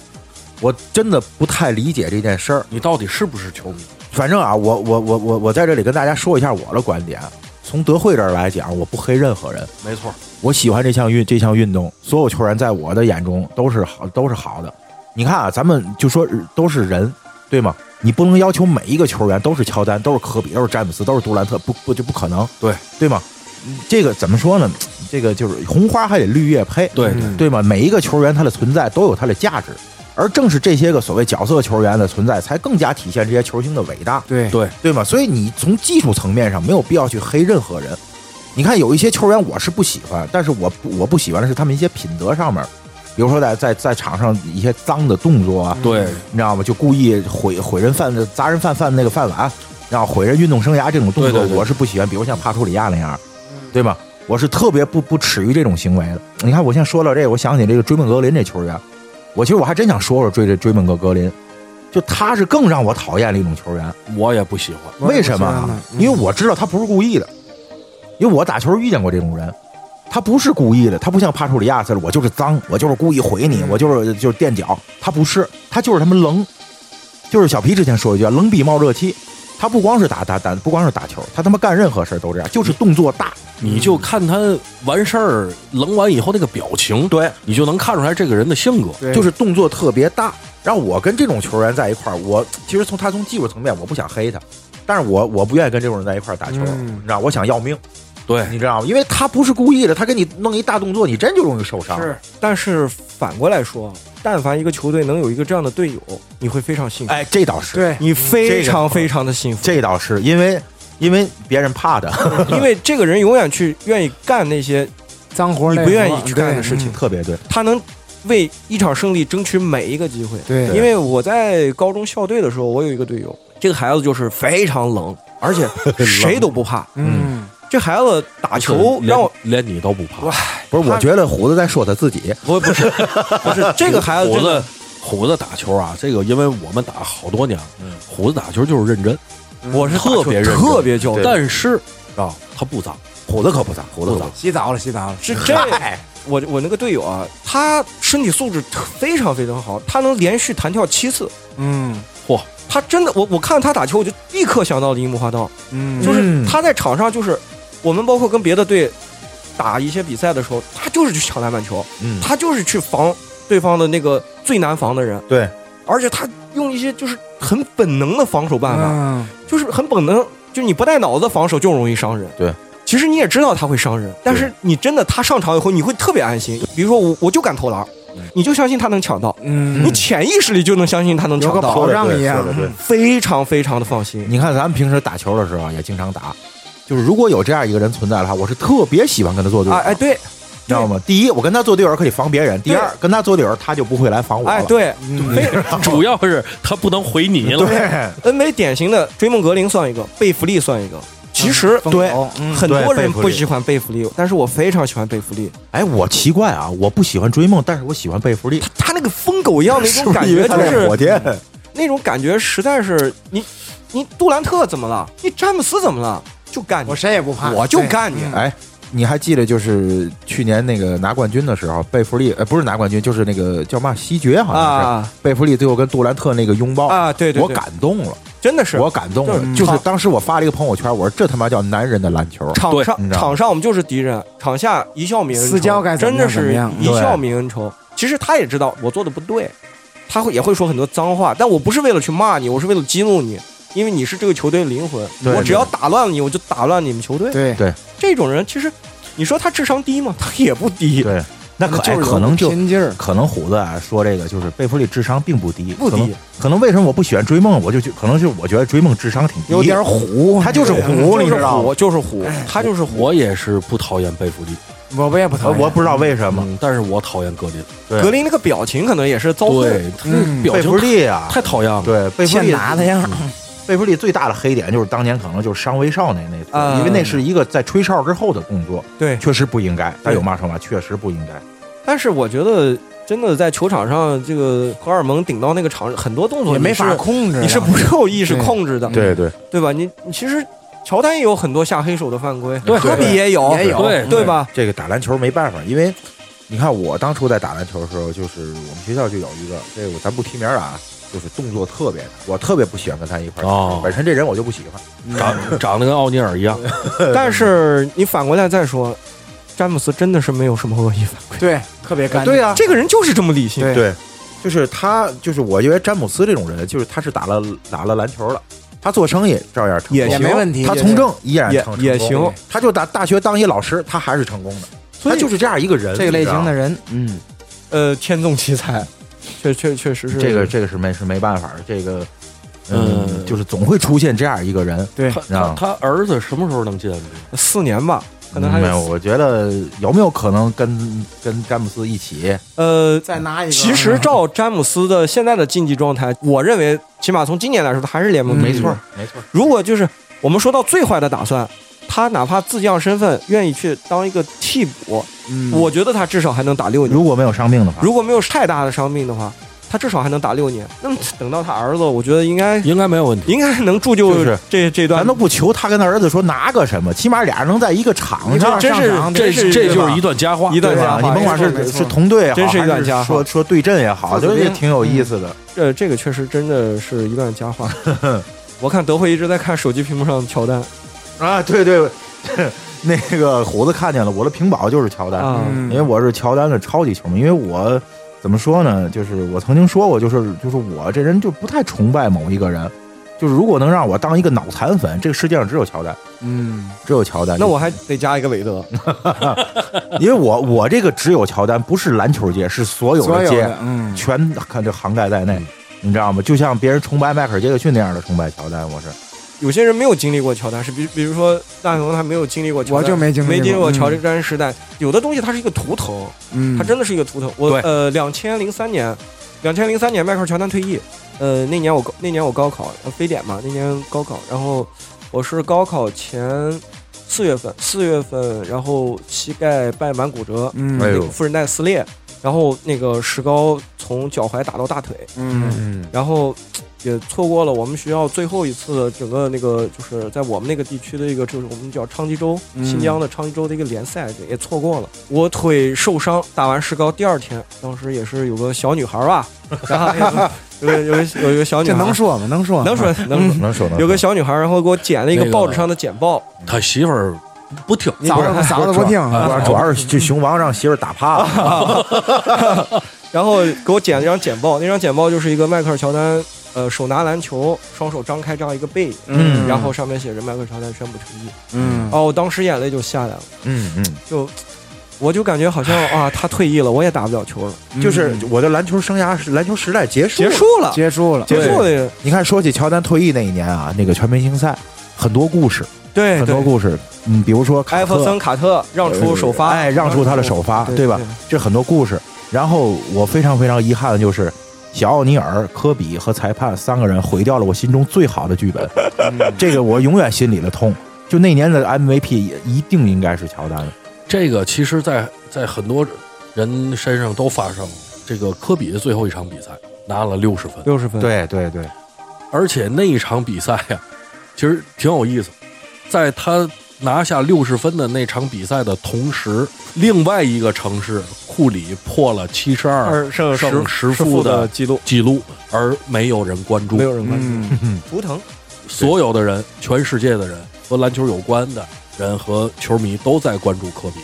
[SPEAKER 4] 我真的不太理解这件事儿。
[SPEAKER 6] 你到底是不是球迷？
[SPEAKER 4] 反正啊，我我我我我在这里跟大家说一下我的观点。啊从德惠这儿来讲，我不黑任何人，
[SPEAKER 6] 没错，
[SPEAKER 4] 我喜欢这项运这项运动，所有球员在我的眼中都是好，都是好的。你看啊，咱们就说呃都是人，对吗？你不能要求每一个球员都是乔丹，都是科比，都是詹姆斯，都是杜兰特，不不就不可能，
[SPEAKER 6] 对
[SPEAKER 4] 对吗？嗯这个怎么说呢？这个就是红花还得绿叶配，
[SPEAKER 6] 对对
[SPEAKER 9] 嗯
[SPEAKER 4] 对吗？每一个球员他的存在都有他的价值，而正是这些个所谓角色球员的存在，才更加体现这些球星的伟大。
[SPEAKER 9] 对
[SPEAKER 6] 对
[SPEAKER 4] 对吗？所以你从技术层面上没有必要去黑任何人。你看有一些球员我是不喜欢，但是我不我不喜欢的是他们一些品德上面，比如说在在在场上一些脏的动作啊，
[SPEAKER 6] 对，
[SPEAKER 4] 你知道吗？就故意毁毁人饭砸人饭饭那个饭碗，啊然后毁人运动生涯这种动作，
[SPEAKER 6] 对对对嗯
[SPEAKER 4] 我是不喜欢。比如像帕楚里亚那样，对吧？我是特别不不耻于这种行为的。你看，我现在说到这个，我想起这个追梦格林这球员，我其实我还真想说说追这追梦格格林，就他是更让我讨厌的一种球员。
[SPEAKER 6] 我也不喜欢。
[SPEAKER 9] 我也
[SPEAKER 4] 为
[SPEAKER 9] 不
[SPEAKER 4] 什么
[SPEAKER 9] 喜欢
[SPEAKER 4] 啊
[SPEAKER 9] 呢？嗯
[SPEAKER 4] 因为我知道他不是故意的，因为我打球遇见过这种人，他不是故意的，他不像帕楚里亚似的，我就是脏，我就是故意毁你，我就是就是垫脚，他不是，他就是他妈冷，就是小皮之前说一句啊，冷比冒热气。他不光是打打打，不光是打球，他他妈干任何事儿都这样，就是动作大。
[SPEAKER 6] 你就看他完事儿冷完以后那个表情，
[SPEAKER 4] 对，
[SPEAKER 6] 你就能看出来这个人的性格。
[SPEAKER 9] 对，
[SPEAKER 4] 就是动作特别大。然后我跟这种球员在一块儿，我其实从他从技术层面我不想黑他，但是我我不愿意跟这种人在一块儿打球，
[SPEAKER 9] 嗯
[SPEAKER 4] 你知道，我想要命，
[SPEAKER 6] 对，
[SPEAKER 4] 你知道吗？因为他不是故意的，他给你弄一大动作，你真就容易受伤。
[SPEAKER 9] 是
[SPEAKER 8] 但是反过来说，但凡一个球队能有一个这样的队友，你会非常幸福，
[SPEAKER 4] 哎，这倒是，
[SPEAKER 9] 对
[SPEAKER 8] 你非
[SPEAKER 4] 这个
[SPEAKER 8] 常非常的幸福，
[SPEAKER 4] 这倒是，因为因为别人怕他，
[SPEAKER 8] 因为这个人永远去愿意干那些
[SPEAKER 9] 脏活
[SPEAKER 8] 你
[SPEAKER 9] 累
[SPEAKER 8] 不愿
[SPEAKER 9] 活
[SPEAKER 8] 意去干的
[SPEAKER 9] 对
[SPEAKER 8] 事情
[SPEAKER 9] 嗯
[SPEAKER 4] 特别对。
[SPEAKER 8] 他能为一场胜利争取每一个机会。
[SPEAKER 9] 对嗯
[SPEAKER 8] 因为我在高中校队的时候，我有一个队友，这个孩子就是非常冷，而且谁都不怕。
[SPEAKER 9] 嗯，
[SPEAKER 8] 这孩子打球
[SPEAKER 6] 连
[SPEAKER 8] 让我
[SPEAKER 6] 连你都不怕。
[SPEAKER 8] 哇
[SPEAKER 4] 不是，我觉得胡子在说他自己，
[SPEAKER 6] 不不是不是
[SPEAKER 8] 这个孩子
[SPEAKER 6] 虎
[SPEAKER 8] 真
[SPEAKER 6] 子
[SPEAKER 8] 的
[SPEAKER 6] 虎子打球啊，这个因为我们打好多年了，虎子打球就是认真，
[SPEAKER 9] 嗯
[SPEAKER 8] 我嗯是
[SPEAKER 6] 特别认
[SPEAKER 8] 打球
[SPEAKER 6] 真
[SPEAKER 8] 特别较真，
[SPEAKER 6] 但是啊，他不脏，
[SPEAKER 4] 胡子可不脏，胡子可脏。
[SPEAKER 9] 洗澡了，洗澡了，
[SPEAKER 8] 是这，我我那个队友啊，他身体素质特非常非常好，他能连续弹跳七次。
[SPEAKER 9] 嗯
[SPEAKER 8] 他真的，我我看他打球，我就立刻想到了樱木花道，
[SPEAKER 9] 嗯，
[SPEAKER 8] 就是他在场上，就是我们包括跟别的队打一些比赛的时候，他就是去抢篮板球，
[SPEAKER 4] 嗯，
[SPEAKER 8] 他就是去防对方的那个最难防的人，
[SPEAKER 4] 对，
[SPEAKER 8] 而且他用一些就是很本能的防守办法，
[SPEAKER 9] 嗯
[SPEAKER 8] 就是很本能，就是你不带脑子防守就容易伤人。
[SPEAKER 4] 对。
[SPEAKER 8] 其实你也知道他会伤人，但是你真的他上场以后，你会特别安心。比如说我，我就敢投篮，
[SPEAKER 4] 嗯
[SPEAKER 8] 你就相信他能抢到，
[SPEAKER 9] 嗯
[SPEAKER 8] 你，潜意识里就能相信他能
[SPEAKER 9] 有
[SPEAKER 8] 抢
[SPEAKER 9] 个
[SPEAKER 8] 到，
[SPEAKER 9] 保障一样嗯
[SPEAKER 4] 说，得对
[SPEAKER 8] 非常非常的放心。
[SPEAKER 4] 你看咱们平时打球的时候啊也经常打，就是如果有这样一个人存在的话，我是特别喜欢跟他做队友
[SPEAKER 9] 啊
[SPEAKER 8] 哎，哎，对，
[SPEAKER 4] 你知道吗？第一，我跟他做队友可以防别人；第二，跟他做队友他就不会来防我了。
[SPEAKER 8] 哎，对，
[SPEAKER 4] 嗯
[SPEAKER 8] 非
[SPEAKER 6] 主要是他不能回你了。
[SPEAKER 4] 对
[SPEAKER 8] NBA 典型的追梦格林算一个，贝弗利算一个，其其实
[SPEAKER 9] 风
[SPEAKER 8] 对
[SPEAKER 9] 口嗯
[SPEAKER 8] 很多
[SPEAKER 4] 对贝
[SPEAKER 8] 人
[SPEAKER 4] 弗
[SPEAKER 8] 不
[SPEAKER 4] 利
[SPEAKER 8] 喜欢贝弗利，但是我非常喜欢贝弗利，
[SPEAKER 4] 哎，我奇怪啊，我不喜欢追梦，但是我喜欢贝弗利，
[SPEAKER 8] 他那个疯狗一样的一种
[SPEAKER 4] 是
[SPEAKER 8] 感
[SPEAKER 4] 因
[SPEAKER 8] 觉，
[SPEAKER 4] 为他
[SPEAKER 8] 就
[SPEAKER 4] 在
[SPEAKER 8] 是嗯
[SPEAKER 4] 火箭，
[SPEAKER 8] 那种感觉实在是你，你杜兰特怎么了？你詹姆斯怎么了？就干你
[SPEAKER 9] 我，谁也不怕，
[SPEAKER 8] 我就
[SPEAKER 9] 对嗯
[SPEAKER 8] 干你。
[SPEAKER 4] 哎，你还记得就是去年那个拿冠军的时候，贝弗利呃不是拿冠军，就是那个叫嘛西决好像是、
[SPEAKER 8] 啊
[SPEAKER 4] 贝弗利最后跟杜兰特那个拥抱，
[SPEAKER 8] 啊！对对，
[SPEAKER 4] 哦我
[SPEAKER 8] 对，
[SPEAKER 4] 感动了，
[SPEAKER 8] 真的是
[SPEAKER 4] 我感动
[SPEAKER 8] 就
[SPEAKER 4] 了
[SPEAKER 8] 是，嗯
[SPEAKER 4] 就是当时我发了一个朋友圈，我说这他妈叫男人的篮球，啊
[SPEAKER 8] 场
[SPEAKER 6] 对
[SPEAKER 4] 你
[SPEAKER 8] 上
[SPEAKER 4] 知道吗
[SPEAKER 8] 场上我们就是敌人，场下一笑泯恩仇，
[SPEAKER 9] 私交该怎
[SPEAKER 8] 真
[SPEAKER 9] 么
[SPEAKER 8] 的
[SPEAKER 9] 样
[SPEAKER 8] 是
[SPEAKER 9] 怎么
[SPEAKER 8] 一
[SPEAKER 4] 样
[SPEAKER 8] 笑
[SPEAKER 4] 对
[SPEAKER 8] 泯恩仇。其实他也知道我做的不对，他会也会说很多脏话，但我不是为了去骂你，我是为了激怒你，因为你是这个球队的灵魂，
[SPEAKER 4] 对
[SPEAKER 8] 我只要打乱你，我就打乱你们球队。
[SPEAKER 9] 对
[SPEAKER 8] 这种人其实，你说他智商低吗？他也不低。
[SPEAKER 4] 对，那可、
[SPEAKER 9] 就
[SPEAKER 4] 哎、
[SPEAKER 9] 是有
[SPEAKER 4] 可能就
[SPEAKER 9] 拼劲儿。
[SPEAKER 4] 可能虎子啊说这个就是贝弗利智商并不低，
[SPEAKER 8] 不
[SPEAKER 4] 可能
[SPEAKER 8] 低
[SPEAKER 4] 可能为什么我不喜欢追梦，我就觉可能就是我觉得追梦智商挺低，
[SPEAKER 9] 有点虎，
[SPEAKER 4] 他就是虎，你知道吗？
[SPEAKER 8] 我就是虎，他就是虎。
[SPEAKER 6] 我也是不讨厌贝弗利，
[SPEAKER 9] 我我也不讨啊
[SPEAKER 4] 呃
[SPEAKER 9] 厌，
[SPEAKER 4] 我不知道为什么，
[SPEAKER 6] 嗯，但是我讨厌格林，
[SPEAKER 4] 对
[SPEAKER 8] 格林那个表情可能也是遭恨，
[SPEAKER 6] 对，他那表
[SPEAKER 4] 贝
[SPEAKER 6] 情
[SPEAKER 4] 弗利啊
[SPEAKER 6] 太，太讨厌了，
[SPEAKER 4] 对贝弗
[SPEAKER 9] 欠
[SPEAKER 4] 利
[SPEAKER 9] 打的呀，
[SPEAKER 4] 贝弗利最大的黑点就是当年可能就是伤威少那那次，
[SPEAKER 8] 嗯
[SPEAKER 4] 因为那是一个在吹哨之后的动作，
[SPEAKER 8] 对
[SPEAKER 4] 确实不应该。但有骂声吧，确实不应该。
[SPEAKER 8] 但是我觉得真的在球场上，这个荷尔蒙顶到那个场，很多动作
[SPEAKER 9] 也没
[SPEAKER 8] 你
[SPEAKER 9] 法
[SPEAKER 8] 是
[SPEAKER 9] 控制的。啊
[SPEAKER 8] 你是不受意识
[SPEAKER 9] 对
[SPEAKER 8] 控制的，
[SPEAKER 4] 对对，
[SPEAKER 8] 对吧？你你其实乔丹也有很多下黑手的犯规，
[SPEAKER 6] 对
[SPEAKER 8] 科比
[SPEAKER 6] 对
[SPEAKER 8] 也有，
[SPEAKER 9] 也有
[SPEAKER 6] 对
[SPEAKER 8] 对吧？
[SPEAKER 4] 这个打篮球没办法，因为你看我当初在打篮球的时候，就是我们学校就有一个，这个咱不提名啊，就是动作特别大，我特别不喜欢跟他一块儿打。
[SPEAKER 6] 哦
[SPEAKER 4] 本身这人我就不喜欢，
[SPEAKER 6] 长长得跟奥尼尔一
[SPEAKER 8] (laughs)
[SPEAKER 6] 样，
[SPEAKER 8] 啊但是你反过来再说，詹姆斯真的是没有什么恶意犯规，
[SPEAKER 9] 对，特别干净。
[SPEAKER 4] 对啊
[SPEAKER 8] 这个人就是这么理性。
[SPEAKER 9] 对
[SPEAKER 4] 对，就是他，就是我觉得詹姆斯这种人，就是他是打了打了篮球了，他做生意照样成功
[SPEAKER 8] 也
[SPEAKER 9] 也
[SPEAKER 8] 行
[SPEAKER 9] 没问题。
[SPEAKER 4] 他
[SPEAKER 9] 也
[SPEAKER 4] 从
[SPEAKER 9] 是
[SPEAKER 4] 政依然
[SPEAKER 8] 也
[SPEAKER 4] 成成
[SPEAKER 8] 也
[SPEAKER 4] 功
[SPEAKER 8] 行，
[SPEAKER 4] 他就打大学当一老师，他还是成功的。
[SPEAKER 8] 所以
[SPEAKER 4] 他就是这样一个人，
[SPEAKER 9] 这个类型的
[SPEAKER 4] 人，
[SPEAKER 9] 人，嗯，
[SPEAKER 8] 呃，天纵奇才，确确确实是
[SPEAKER 4] 这个这个是没是没办法的，这个嗯，
[SPEAKER 6] 嗯
[SPEAKER 4] 就是总会出现这样一个人。
[SPEAKER 9] 对
[SPEAKER 6] 他，他
[SPEAKER 4] 啊
[SPEAKER 6] 他儿子什么时候能进 NBA？
[SPEAKER 8] 四年吧，可能还
[SPEAKER 4] 嗯没
[SPEAKER 8] 有
[SPEAKER 4] 有，我觉得有没有可能跟跟詹姆斯一起？
[SPEAKER 8] 呃，
[SPEAKER 9] 再拿一个。嗯
[SPEAKER 8] 其实照詹姆斯的现在的竞技状态，我认为起码从今年来说，他还是联盟第一。
[SPEAKER 4] 没错，没错，
[SPEAKER 8] 如果就是我们说到最坏的打算，他哪怕自降身份，愿意去当一个替补，
[SPEAKER 9] 嗯
[SPEAKER 8] 我觉得他至少还能打六年。
[SPEAKER 4] 如果没有伤病的话，
[SPEAKER 8] 如果没有太大的伤病的话，他至少还能打六年。那么等到他儿子，我觉得应该
[SPEAKER 6] (laughs) 应该没有问题。
[SPEAKER 8] 应该能铸就
[SPEAKER 4] 就是
[SPEAKER 8] 这这段
[SPEAKER 4] 咱都。不求他跟他儿子说拿个什么，起码俩人能在一个场
[SPEAKER 9] 一块
[SPEAKER 4] 上
[SPEAKER 9] 儿。
[SPEAKER 8] 真是
[SPEAKER 9] 上场
[SPEAKER 6] 这
[SPEAKER 8] 真是
[SPEAKER 6] 这就是一段佳话，
[SPEAKER 8] 一段
[SPEAKER 4] 对吧？
[SPEAKER 8] 佳
[SPEAKER 4] 你
[SPEAKER 8] 话
[SPEAKER 4] 甭管
[SPEAKER 9] 没错
[SPEAKER 4] 是
[SPEAKER 9] 没错
[SPEAKER 4] 是同队也好，
[SPEAKER 8] 真是一段
[SPEAKER 4] 还
[SPEAKER 8] 佳话
[SPEAKER 4] 说说对阵也好，
[SPEAKER 9] 父子
[SPEAKER 4] 就是也
[SPEAKER 9] 兵
[SPEAKER 4] 挺有意思的。
[SPEAKER 8] 呃，这个确实真的是一段佳话。我看德惠一直在看手机屏幕上乔丹
[SPEAKER 4] 啊，对对， (laughs) 那个虎子看见了，我的屏保就是乔丹，
[SPEAKER 8] 啊，
[SPEAKER 9] 嗯
[SPEAKER 4] 因为哎我是乔丹的超级球迷。因为我怎么说呢，就是我曾经说过，就是就是我这人就不太崇拜某一个人，就是如果能让我当一个脑残粉，这个世界上只有乔丹，
[SPEAKER 9] 嗯，
[SPEAKER 4] 只有乔丹。
[SPEAKER 8] 那我还得加一个韦德。
[SPEAKER 4] 因为我我这个只有乔丹，不是篮球界，是所有
[SPEAKER 9] 所
[SPEAKER 4] 的
[SPEAKER 9] 有
[SPEAKER 4] 界，
[SPEAKER 9] 的嗯，
[SPEAKER 4] 全看这涵盖在内。
[SPEAKER 8] 嗯
[SPEAKER 4] 你知道吗？就像别人崇拜迈克尔·杰克逊那样的崇拜乔丹，我是
[SPEAKER 8] 有些人没有经历过乔丹，是比比如说大熊他没有经历过乔丹，
[SPEAKER 9] 我就没经历过
[SPEAKER 8] 没经历过
[SPEAKER 9] 嗯
[SPEAKER 8] 乔丹时代。有的东西它是一个图腾，
[SPEAKER 9] 嗯，
[SPEAKER 8] 它真的是一个图腾。我
[SPEAKER 6] 对
[SPEAKER 8] 呃，两千零三年，两千零三年迈克尔乔丹退役，呃，那年我高那年我高考，呃非典嘛，那年高考，然后我是高考前四月份，四月份，然后膝盖掰满骨折，
[SPEAKER 9] 嗯，
[SPEAKER 4] 哎呦
[SPEAKER 8] 副韧带撕裂，然后那个石膏从脚踝打到大腿，
[SPEAKER 9] 嗯，
[SPEAKER 4] 嗯，
[SPEAKER 8] 然后呃也错过了我们学校最后一次整个那个就是在我们那个地区的一个就是我们叫昌吉州
[SPEAKER 9] 嗯
[SPEAKER 8] 新疆的昌吉州的一个联赛也错过了。我腿受伤，打完石膏第二天，当时也是有个小女孩吧，然后有个有个有一个小女
[SPEAKER 9] (laughs) 这
[SPEAKER 8] 孩，
[SPEAKER 9] 能说吗？能说吗
[SPEAKER 8] 能说能说。
[SPEAKER 4] 能说嗯能
[SPEAKER 8] 有个
[SPEAKER 4] 说
[SPEAKER 8] 小女孩，然后给我剪了一个
[SPEAKER 6] 那个
[SPEAKER 8] 报纸上的剪报，
[SPEAKER 6] 他媳妇儿不听，
[SPEAKER 9] 嫂子 (laughs) 嫂子不听，啊
[SPEAKER 8] 啊
[SPEAKER 4] 主要主要是这熊王让媳妇儿打趴了。
[SPEAKER 8] 然后给我剪了一张简报，那张简报就是一个迈克尔乔丹，呃，手拿篮球，双手张开这样一个背影，
[SPEAKER 4] 嗯
[SPEAKER 8] 然后上面写着迈克尔乔丹宣布退役。
[SPEAKER 9] 嗯，
[SPEAKER 8] 哦，我当时眼泪就下来了，
[SPEAKER 4] 嗯嗯，
[SPEAKER 8] 就我就感觉好像啊，他退役了，我也打不了球了，
[SPEAKER 4] 就是我的篮球生涯是篮球时代结束
[SPEAKER 8] 结
[SPEAKER 4] 了。
[SPEAKER 8] 束了，
[SPEAKER 9] 结束了，
[SPEAKER 8] 结束了，
[SPEAKER 4] 你看，说起乔丹退役那一年啊，那个全明星赛，很多故事，
[SPEAKER 8] 哎对
[SPEAKER 4] 很多
[SPEAKER 8] 对。
[SPEAKER 4] 故事。嗯，比如说卡
[SPEAKER 8] 艾弗
[SPEAKER 4] 特
[SPEAKER 8] 森卡特让出首发，
[SPEAKER 4] 哎，让出他的首发，
[SPEAKER 8] 对
[SPEAKER 4] 对吧？这很多故事。然后我非常非常遗憾的就是，小奥尼尔、科比和裁判三个人毁掉了我心中最好的剧本，这个我永远心里的痛。就那年的 MVP 也一定应该是乔丹了。
[SPEAKER 6] 这个其实在，在很多人身上都发生了。这个科比的最后一场比赛拿了六十分，
[SPEAKER 8] 六十分，
[SPEAKER 4] 对对对，
[SPEAKER 6] 而且那一场比赛呀、 (laughs) 其实挺有意思。在他拿下六十分的那场比赛的同时，另外一个城市库里破了七十二
[SPEAKER 8] 二胜
[SPEAKER 6] 胜
[SPEAKER 8] 十
[SPEAKER 6] 十
[SPEAKER 8] 十
[SPEAKER 6] 负
[SPEAKER 8] 负
[SPEAKER 6] 的
[SPEAKER 8] 的记录，
[SPEAKER 6] 记录，而没有人关注
[SPEAKER 8] 没。有人关注。
[SPEAKER 4] 嗯，
[SPEAKER 8] 图腾
[SPEAKER 6] 所有的人，全世界的人和篮球有关的人和球迷都在关注科比。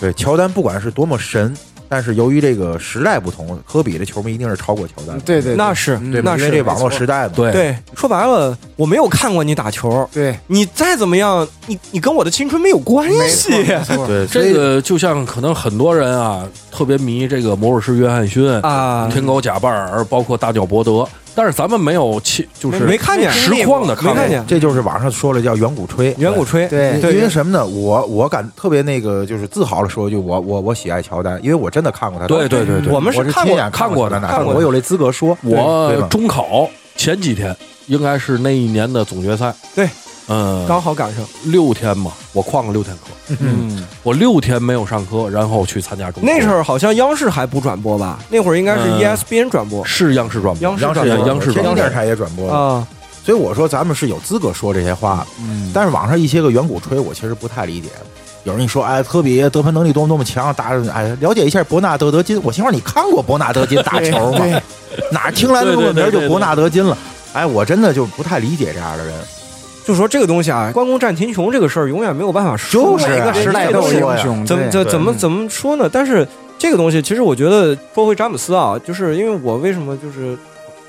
[SPEAKER 4] 对，乔丹不管是多么神，但是由于这个时代不同，科比的球迷一定是超过乔丹的。
[SPEAKER 9] 对嗯对，
[SPEAKER 8] 那是
[SPEAKER 4] 对吧，
[SPEAKER 8] 嗯那
[SPEAKER 4] 因为
[SPEAKER 8] 是
[SPEAKER 4] 这网络时代嘛。
[SPEAKER 6] 对，
[SPEAKER 8] 对，说白了，我没有看过你打球，
[SPEAKER 9] 对，
[SPEAKER 8] 你再怎么样，你你跟我的青春没有关
[SPEAKER 9] 没
[SPEAKER 8] 系
[SPEAKER 9] 错。没
[SPEAKER 8] 嗯
[SPEAKER 9] 错
[SPEAKER 4] 对，所
[SPEAKER 6] 这
[SPEAKER 4] 以
[SPEAKER 6] 个就像可能很多人啊，特别迷这个魔术师约翰逊
[SPEAKER 8] 啊
[SPEAKER 6] 天狗贾巴尔，包括大脚伯德，但是咱们没有去，就是
[SPEAKER 8] 没看见
[SPEAKER 6] 实况的
[SPEAKER 8] 没
[SPEAKER 6] 过
[SPEAKER 8] 看见
[SPEAKER 4] 这就是网上说了叫远古吹。
[SPEAKER 8] 远古吹，
[SPEAKER 9] 对
[SPEAKER 8] 对
[SPEAKER 4] 因为什么呢？我我感特别那个，就是自豪的说一句，我我我喜爱乔丹，因为我真的看过他。
[SPEAKER 6] 对对对对
[SPEAKER 8] 我们是
[SPEAKER 4] 我是
[SPEAKER 8] 看
[SPEAKER 4] 亲
[SPEAKER 8] 过
[SPEAKER 4] 眼看
[SPEAKER 6] 过
[SPEAKER 4] 的，
[SPEAKER 6] 的
[SPEAKER 4] 哪
[SPEAKER 8] 看过的
[SPEAKER 4] 我有这资格说。对
[SPEAKER 6] 我
[SPEAKER 4] 吧
[SPEAKER 6] 中考前几天，应该是那一年的总决赛。
[SPEAKER 8] 对，
[SPEAKER 6] 嗯，
[SPEAKER 8] 刚好赶上，
[SPEAKER 6] 六天嘛，我旷了六天课，
[SPEAKER 8] 嗯，
[SPEAKER 6] 我六天没有上课，然后去参加中考。
[SPEAKER 8] 那时候好像央视还不转播吧？那会儿应该是 E
[SPEAKER 6] 嗯
[SPEAKER 8] ESPN 转播
[SPEAKER 6] 是央视转播，
[SPEAKER 8] 央视
[SPEAKER 4] 央视
[SPEAKER 8] 转播
[SPEAKER 4] 转播
[SPEAKER 6] 央视
[SPEAKER 4] 天
[SPEAKER 6] 转
[SPEAKER 4] 津
[SPEAKER 6] 播
[SPEAKER 4] 电视台也转播了，
[SPEAKER 8] 啊，
[SPEAKER 4] 所以我说咱们是有资格说这些话。
[SPEAKER 1] 嗯，
[SPEAKER 4] 但是网上一些个远古吹，我其实不太理解。有人一说，哎，科比得分能力多么多么强，大家哎，了解一下伯纳德德金。我心话，你看过伯纳德金打球
[SPEAKER 9] (laughs)
[SPEAKER 4] 吗？哪听来的这个名儿就伯纳德金了？哎，我真的就不太理解这样的人。
[SPEAKER 8] 就说这个东西啊，关公战秦琼这个事儿永远没有办法说，
[SPEAKER 4] 就是
[SPEAKER 8] 每
[SPEAKER 4] 啊
[SPEAKER 8] 个时
[SPEAKER 9] 时代
[SPEAKER 8] 代
[SPEAKER 9] 都
[SPEAKER 8] 都
[SPEAKER 9] 有
[SPEAKER 8] 是
[SPEAKER 9] 英雄，
[SPEAKER 8] 怎么
[SPEAKER 9] 对
[SPEAKER 8] 怎
[SPEAKER 4] 对
[SPEAKER 8] 怎么怎么说呢？但是这个东西，其实我觉得说回詹姆斯啊，就是因为我为什么就是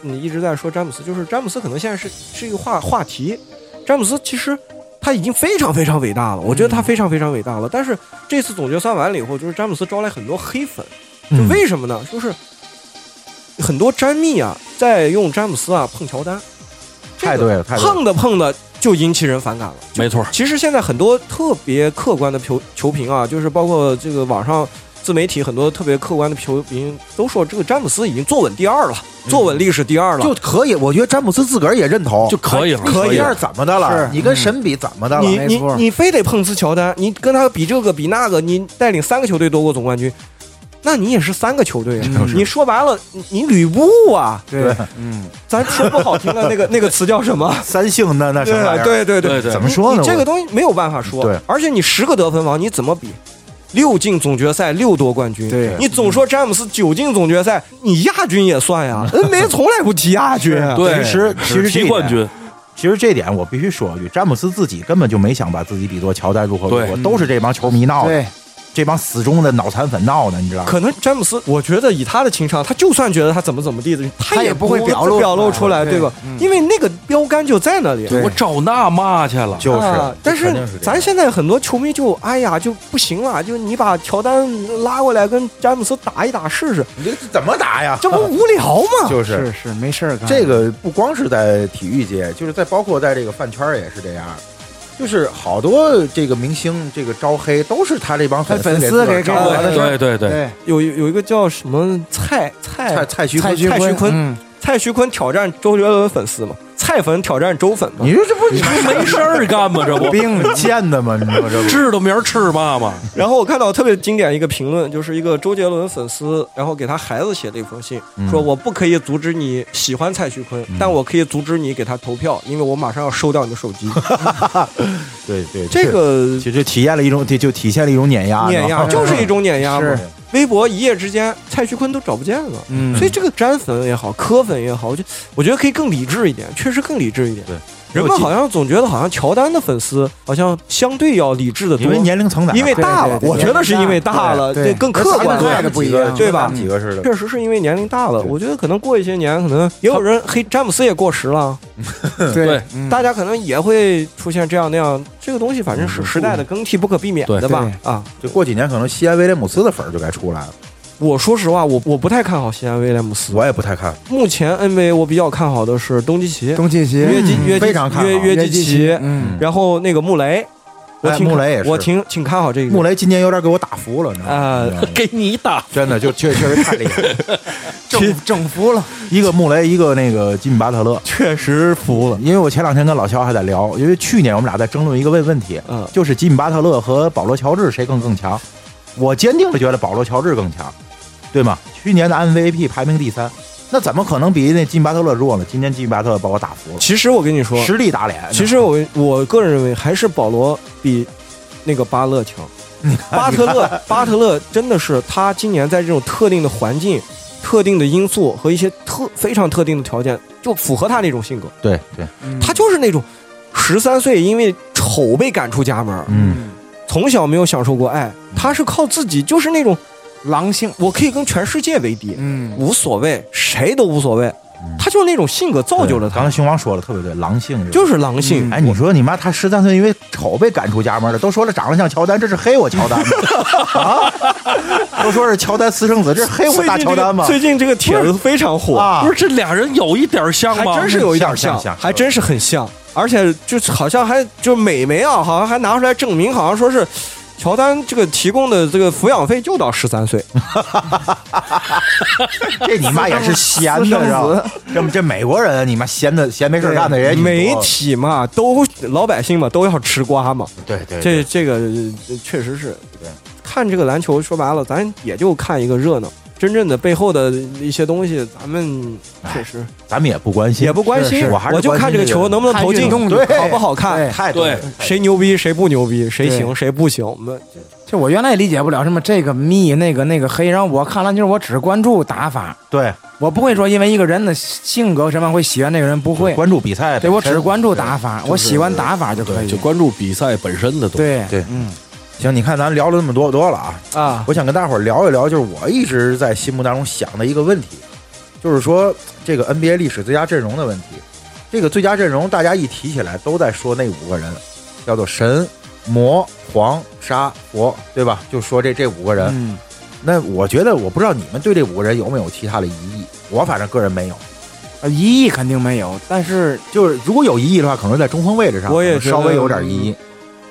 [SPEAKER 8] 你一直在说詹姆斯，就是詹姆斯可能现在是是一个话话题，詹姆斯其实他已经非常非常伟大
[SPEAKER 4] 嗯
[SPEAKER 8] 了，我觉得他非常非常伟大了。但是这次总决赛完了以后，就是詹姆斯招来很多黑粉，就
[SPEAKER 4] 嗯
[SPEAKER 8] 为什么呢？就是很多詹密啊在用詹姆斯啊碰乔丹，这个
[SPEAKER 4] 太对了，太对了。
[SPEAKER 8] 碰的碰的就引起人反感了。
[SPEAKER 6] 没错，
[SPEAKER 8] 其实现在很多特别客观的球球评啊，就是包括这个网上自媒体很多特别客观的球评都说，这个詹姆斯已经坐稳第二了，坐稳历史第二了。
[SPEAKER 4] 嗯就可以，我觉得詹姆斯自个儿也认同，
[SPEAKER 6] 就可以了，
[SPEAKER 4] 可啊
[SPEAKER 6] 以
[SPEAKER 4] 这
[SPEAKER 6] 了
[SPEAKER 4] 是。怎么的了？
[SPEAKER 9] 是
[SPEAKER 4] 你跟神比怎么的了？
[SPEAKER 8] 你
[SPEAKER 9] 没
[SPEAKER 8] 嗯你
[SPEAKER 9] 错
[SPEAKER 8] 你非得碰瓷乔丹，你跟他比这个比那个，你带领三个球队夺过总冠军，那你也是三个球队啊！
[SPEAKER 4] 嗯
[SPEAKER 8] 你说白了，你你吕布啊，
[SPEAKER 9] 对，
[SPEAKER 8] 咱说不好听的
[SPEAKER 4] (laughs)
[SPEAKER 8] 那个那个词叫什么？
[SPEAKER 4] 三姓那那什么玩意儿？
[SPEAKER 8] 对对
[SPEAKER 6] 对对
[SPEAKER 4] 怎么说呢？
[SPEAKER 8] 你这
[SPEAKER 4] 我
[SPEAKER 8] 个东西没有办法说。
[SPEAKER 4] 对
[SPEAKER 8] 而且你十个得分王，你怎么比？六进总决赛，六夺冠军。
[SPEAKER 9] 对
[SPEAKER 8] 你总说詹姆斯九进总决赛，你亚军也算呀？NBA 从来不提亚军。啊
[SPEAKER 6] 对，
[SPEAKER 4] 其实其实
[SPEAKER 6] 只
[SPEAKER 4] 这一
[SPEAKER 6] 提冠
[SPEAKER 4] 点
[SPEAKER 6] 军，
[SPEAKER 4] 其实这点我必须说一句，詹姆斯自己根本就没想把自己比作乔丹如何如何，
[SPEAKER 6] 对
[SPEAKER 4] 都是这帮球迷闹的，
[SPEAKER 9] 对，
[SPEAKER 4] 这帮死忠的脑残粉闹的，你知道吗？
[SPEAKER 8] 可能詹姆斯，我觉得以他的情商，他就算觉得他怎么怎么地的，
[SPEAKER 9] 他
[SPEAKER 8] 也
[SPEAKER 9] 也不会
[SPEAKER 8] 表
[SPEAKER 9] 表露
[SPEAKER 8] 出来，
[SPEAKER 9] 对
[SPEAKER 8] 对吧？因为那个标杆就在那里。
[SPEAKER 9] 对
[SPEAKER 6] 我找那嘛去了。
[SPEAKER 4] 就是，
[SPEAKER 8] 啊，但
[SPEAKER 4] 肯定
[SPEAKER 8] 是
[SPEAKER 4] 是这样
[SPEAKER 8] 咱现在很多球迷就哎呀就不行了，就你把乔丹拉过来跟詹姆斯打一打试试，
[SPEAKER 4] 你这怎么打呀？
[SPEAKER 8] 这不无聊吗？
[SPEAKER 4] 就是
[SPEAKER 9] 是没事儿
[SPEAKER 8] 嗯
[SPEAKER 9] 干。
[SPEAKER 4] 这个不光是在体育界，就是在包括在这个饭圈儿也是这样。就是好多这个明星，这个招黑都是他这帮粉
[SPEAKER 9] 粉
[SPEAKER 4] 丝
[SPEAKER 9] 丝
[SPEAKER 4] 给
[SPEAKER 9] 给
[SPEAKER 4] 自个儿招
[SPEAKER 9] 给我
[SPEAKER 4] 来
[SPEAKER 9] 的
[SPEAKER 6] 对
[SPEAKER 4] 的。
[SPEAKER 6] 对对，
[SPEAKER 9] 对，
[SPEAKER 8] 有有一个叫什么蔡蔡
[SPEAKER 4] 蔡蔡徐
[SPEAKER 9] 蔡
[SPEAKER 4] 坤， (laughs)
[SPEAKER 9] 徐
[SPEAKER 8] 哎蔡徐坤
[SPEAKER 9] 坤，嗯
[SPEAKER 8] 蔡徐坤挑战周杰伦粉丝嘛，蔡粉挑战周粉嘛
[SPEAKER 4] 你。说这不
[SPEAKER 6] 没事儿干嘛？这
[SPEAKER 4] (laughs)
[SPEAKER 6] 不
[SPEAKER 4] 病贱的吗？你说
[SPEAKER 8] (laughs)
[SPEAKER 4] 这不
[SPEAKER 6] 知道明儿吃嘛嘛？
[SPEAKER 8] 然后我看到特别经典一个评论，就是一个周杰伦粉丝，然后给他孩子写了一封信，说我不可以阻止你喜欢蔡徐坤，但我可以阻止你给他投票，因为我马上要收掉你的手机。
[SPEAKER 4] 对对，
[SPEAKER 8] 这个
[SPEAKER 4] 就就体验了一种，就就体现了一种碾压，
[SPEAKER 8] 碾
[SPEAKER 4] 你知道 (laughs)
[SPEAKER 8] 压
[SPEAKER 4] 吗
[SPEAKER 8] 就是一种碾压嘛
[SPEAKER 9] 是。
[SPEAKER 8] 微博一夜之间，蔡徐坤都找不见了。
[SPEAKER 9] 嗯，
[SPEAKER 8] 所以这个詹粉也好，科粉也好，我觉我觉得可以更理智一点，确实更理智一点。
[SPEAKER 4] 对，
[SPEAKER 8] 人们好像总觉得好像乔丹的粉丝好像相对要理智的多，
[SPEAKER 4] 因为年龄层的，啊
[SPEAKER 8] 因为大了，
[SPEAKER 9] 对对对
[SPEAKER 8] 我觉得是因为大了，
[SPEAKER 9] 对对
[SPEAKER 8] 更客观
[SPEAKER 9] (laughs) 咱们看
[SPEAKER 8] 了
[SPEAKER 9] 的。不一样
[SPEAKER 8] 对吧
[SPEAKER 4] 几个似的，
[SPEAKER 8] 确实是因为年龄大了，
[SPEAKER 4] 对
[SPEAKER 8] 我觉得可能过一些年，可能也有人黑詹姆斯也过时了，
[SPEAKER 9] 对，嗯
[SPEAKER 4] 嗯
[SPEAKER 8] 大家可能也会出现这样那样。这个东西反正
[SPEAKER 4] 嗯
[SPEAKER 8] 是时代的更替不可避免的吧？啊，
[SPEAKER 4] 就过几年可能西安威廉姆斯的粉儿就该出来了。
[SPEAKER 8] 我说实话，我我不太看好西安威廉姆斯。
[SPEAKER 4] 我也不太看，
[SPEAKER 8] 目前 NBA 我比较看好的是东契奇、
[SPEAKER 9] 东契奇
[SPEAKER 8] 约基
[SPEAKER 4] 嗯
[SPEAKER 8] 约基
[SPEAKER 4] 非常看好
[SPEAKER 8] 约约基奇，
[SPEAKER 9] 嗯，
[SPEAKER 8] 然后那个穆雷，我
[SPEAKER 4] 哎
[SPEAKER 8] 挺
[SPEAKER 4] 穆雷也是
[SPEAKER 8] 我挺挺看好这个
[SPEAKER 4] 穆雷今年有点给我打服了，你知道吗
[SPEAKER 8] 啊
[SPEAKER 4] 你知道吗？
[SPEAKER 6] 给你打
[SPEAKER 4] 真的就确确实太厉害了，
[SPEAKER 8] (laughs)
[SPEAKER 4] 嗯
[SPEAKER 9] 整整服了。
[SPEAKER 4] 一个穆雷，一个那个吉米巴特勒，
[SPEAKER 8] (laughs) 确实服了。
[SPEAKER 4] 因为我前两天跟老乔还在聊，因为去年我们俩在争论一个问问题，
[SPEAKER 8] 嗯
[SPEAKER 4] 就是吉米巴特勒和保罗乔治谁更更强。我坚定的觉得保罗乔治更强，对吗？去年的 MVP 排名第三，那怎么可能比那吉米巴特勒弱呢？今年吉米巴特勒把我打服
[SPEAKER 8] 其实我跟你说
[SPEAKER 4] 了，，实力打脸。
[SPEAKER 8] 其实我我个人认为还是保罗比那个巴勒强。 (laughs) 巴特勒，巴特勒真的是他今年在这种特定的环境、特定的因素和一些特非常特定的条件，就符合他那种性格。
[SPEAKER 4] 对对，
[SPEAKER 8] 他就是那种十三岁因为丑被赶出家门，
[SPEAKER 4] 嗯，
[SPEAKER 8] 从小没有享受过爱，他是靠自己，就是那种
[SPEAKER 9] 狼性，
[SPEAKER 8] 我可以跟全世界为敌，
[SPEAKER 9] 嗯，
[SPEAKER 8] 无所谓，谁都无所谓
[SPEAKER 4] 嗯。
[SPEAKER 8] 他就是那种性格造就了
[SPEAKER 4] 对刚才
[SPEAKER 8] 他，
[SPEAKER 4] 熊王说的特别对，狼性这个
[SPEAKER 8] 就是狼性。
[SPEAKER 4] 哎，你说你妈他十三岁因为丑被赶出家门了，都说了长得像乔丹，这是黑我乔丹吗？啊，都说是乔丹私生子，这是黑我
[SPEAKER 8] (laughs) 最
[SPEAKER 4] 大
[SPEAKER 8] 近
[SPEAKER 4] 乔
[SPEAKER 8] 这
[SPEAKER 4] 丹
[SPEAKER 8] 个
[SPEAKER 4] 吗？
[SPEAKER 8] 最近这个帖子非常火，
[SPEAKER 4] 啊
[SPEAKER 6] 不是这俩人有一点像
[SPEAKER 8] 还
[SPEAKER 6] 吗？
[SPEAKER 8] 真是有一点
[SPEAKER 4] 像像像
[SPEAKER 8] 还真是很像，而且就好像还就美媒啊，好像还拿出来证明，好像说是乔丹这个提供的这个抚养费就到十三岁，
[SPEAKER 4] 这你妈也是闲的，
[SPEAKER 9] 私
[SPEAKER 4] 知
[SPEAKER 9] 生子
[SPEAKER 4] 道吗？这这美国人，你妈闲的闲没事干的人也挺多
[SPEAKER 8] 媒体嘛，都老百姓嘛都要吃瓜嘛，
[SPEAKER 4] 对对对
[SPEAKER 8] 这这个呃确实是
[SPEAKER 4] 对。
[SPEAKER 8] 看这个篮球，说白了，咱也就看一个热闹。真正的背后的一些东西，咱们确实
[SPEAKER 4] 咱们也不关心，
[SPEAKER 8] 也不关
[SPEAKER 4] 是
[SPEAKER 8] 心。
[SPEAKER 4] 是我哎还是
[SPEAKER 8] 我就看这个球能不能投进
[SPEAKER 9] 看运，动
[SPEAKER 4] 对
[SPEAKER 8] 好不好看，
[SPEAKER 4] 太
[SPEAKER 6] 对
[SPEAKER 4] 了
[SPEAKER 8] 谁牛逼谁不牛逼，谁
[SPEAKER 9] 对
[SPEAKER 8] 行谁不行。我们
[SPEAKER 9] 就我原来也理解不了什么这个密那个那个黑，然后我看篮球我只关注打法，
[SPEAKER 4] 对
[SPEAKER 9] 我不会说因为一个人的性格什么会喜欢这个人，不会。
[SPEAKER 4] 关注比赛，
[SPEAKER 9] 对我只关注打法，
[SPEAKER 4] 就是
[SPEAKER 9] 我喜欢打法就可以
[SPEAKER 6] 就。关注比赛本身的东西。
[SPEAKER 9] 对
[SPEAKER 4] 对
[SPEAKER 9] 嗯
[SPEAKER 4] 行，你看咱聊了那么多多了啊，
[SPEAKER 9] 啊，
[SPEAKER 4] 我想跟大伙儿聊一聊，就是我一直在心目当中想的一个问题，就是说这个 NBA 历史最佳阵容的问题。这个最佳阵容，大家一提起来都在说那五个人，叫做神、魔、皇、沙、佛，对吧？就说这这五个人。
[SPEAKER 9] 嗯，
[SPEAKER 4] 那我觉得，我不知道你们对这五个人有没有其他的疑义，我反正个人没有。
[SPEAKER 9] 呃一亿肯定没有，但是
[SPEAKER 4] 就是如果有疑义的话，可能在中锋位置上，
[SPEAKER 8] 我也
[SPEAKER 4] 可能稍
[SPEAKER 8] 觉得
[SPEAKER 4] 微有点疑义，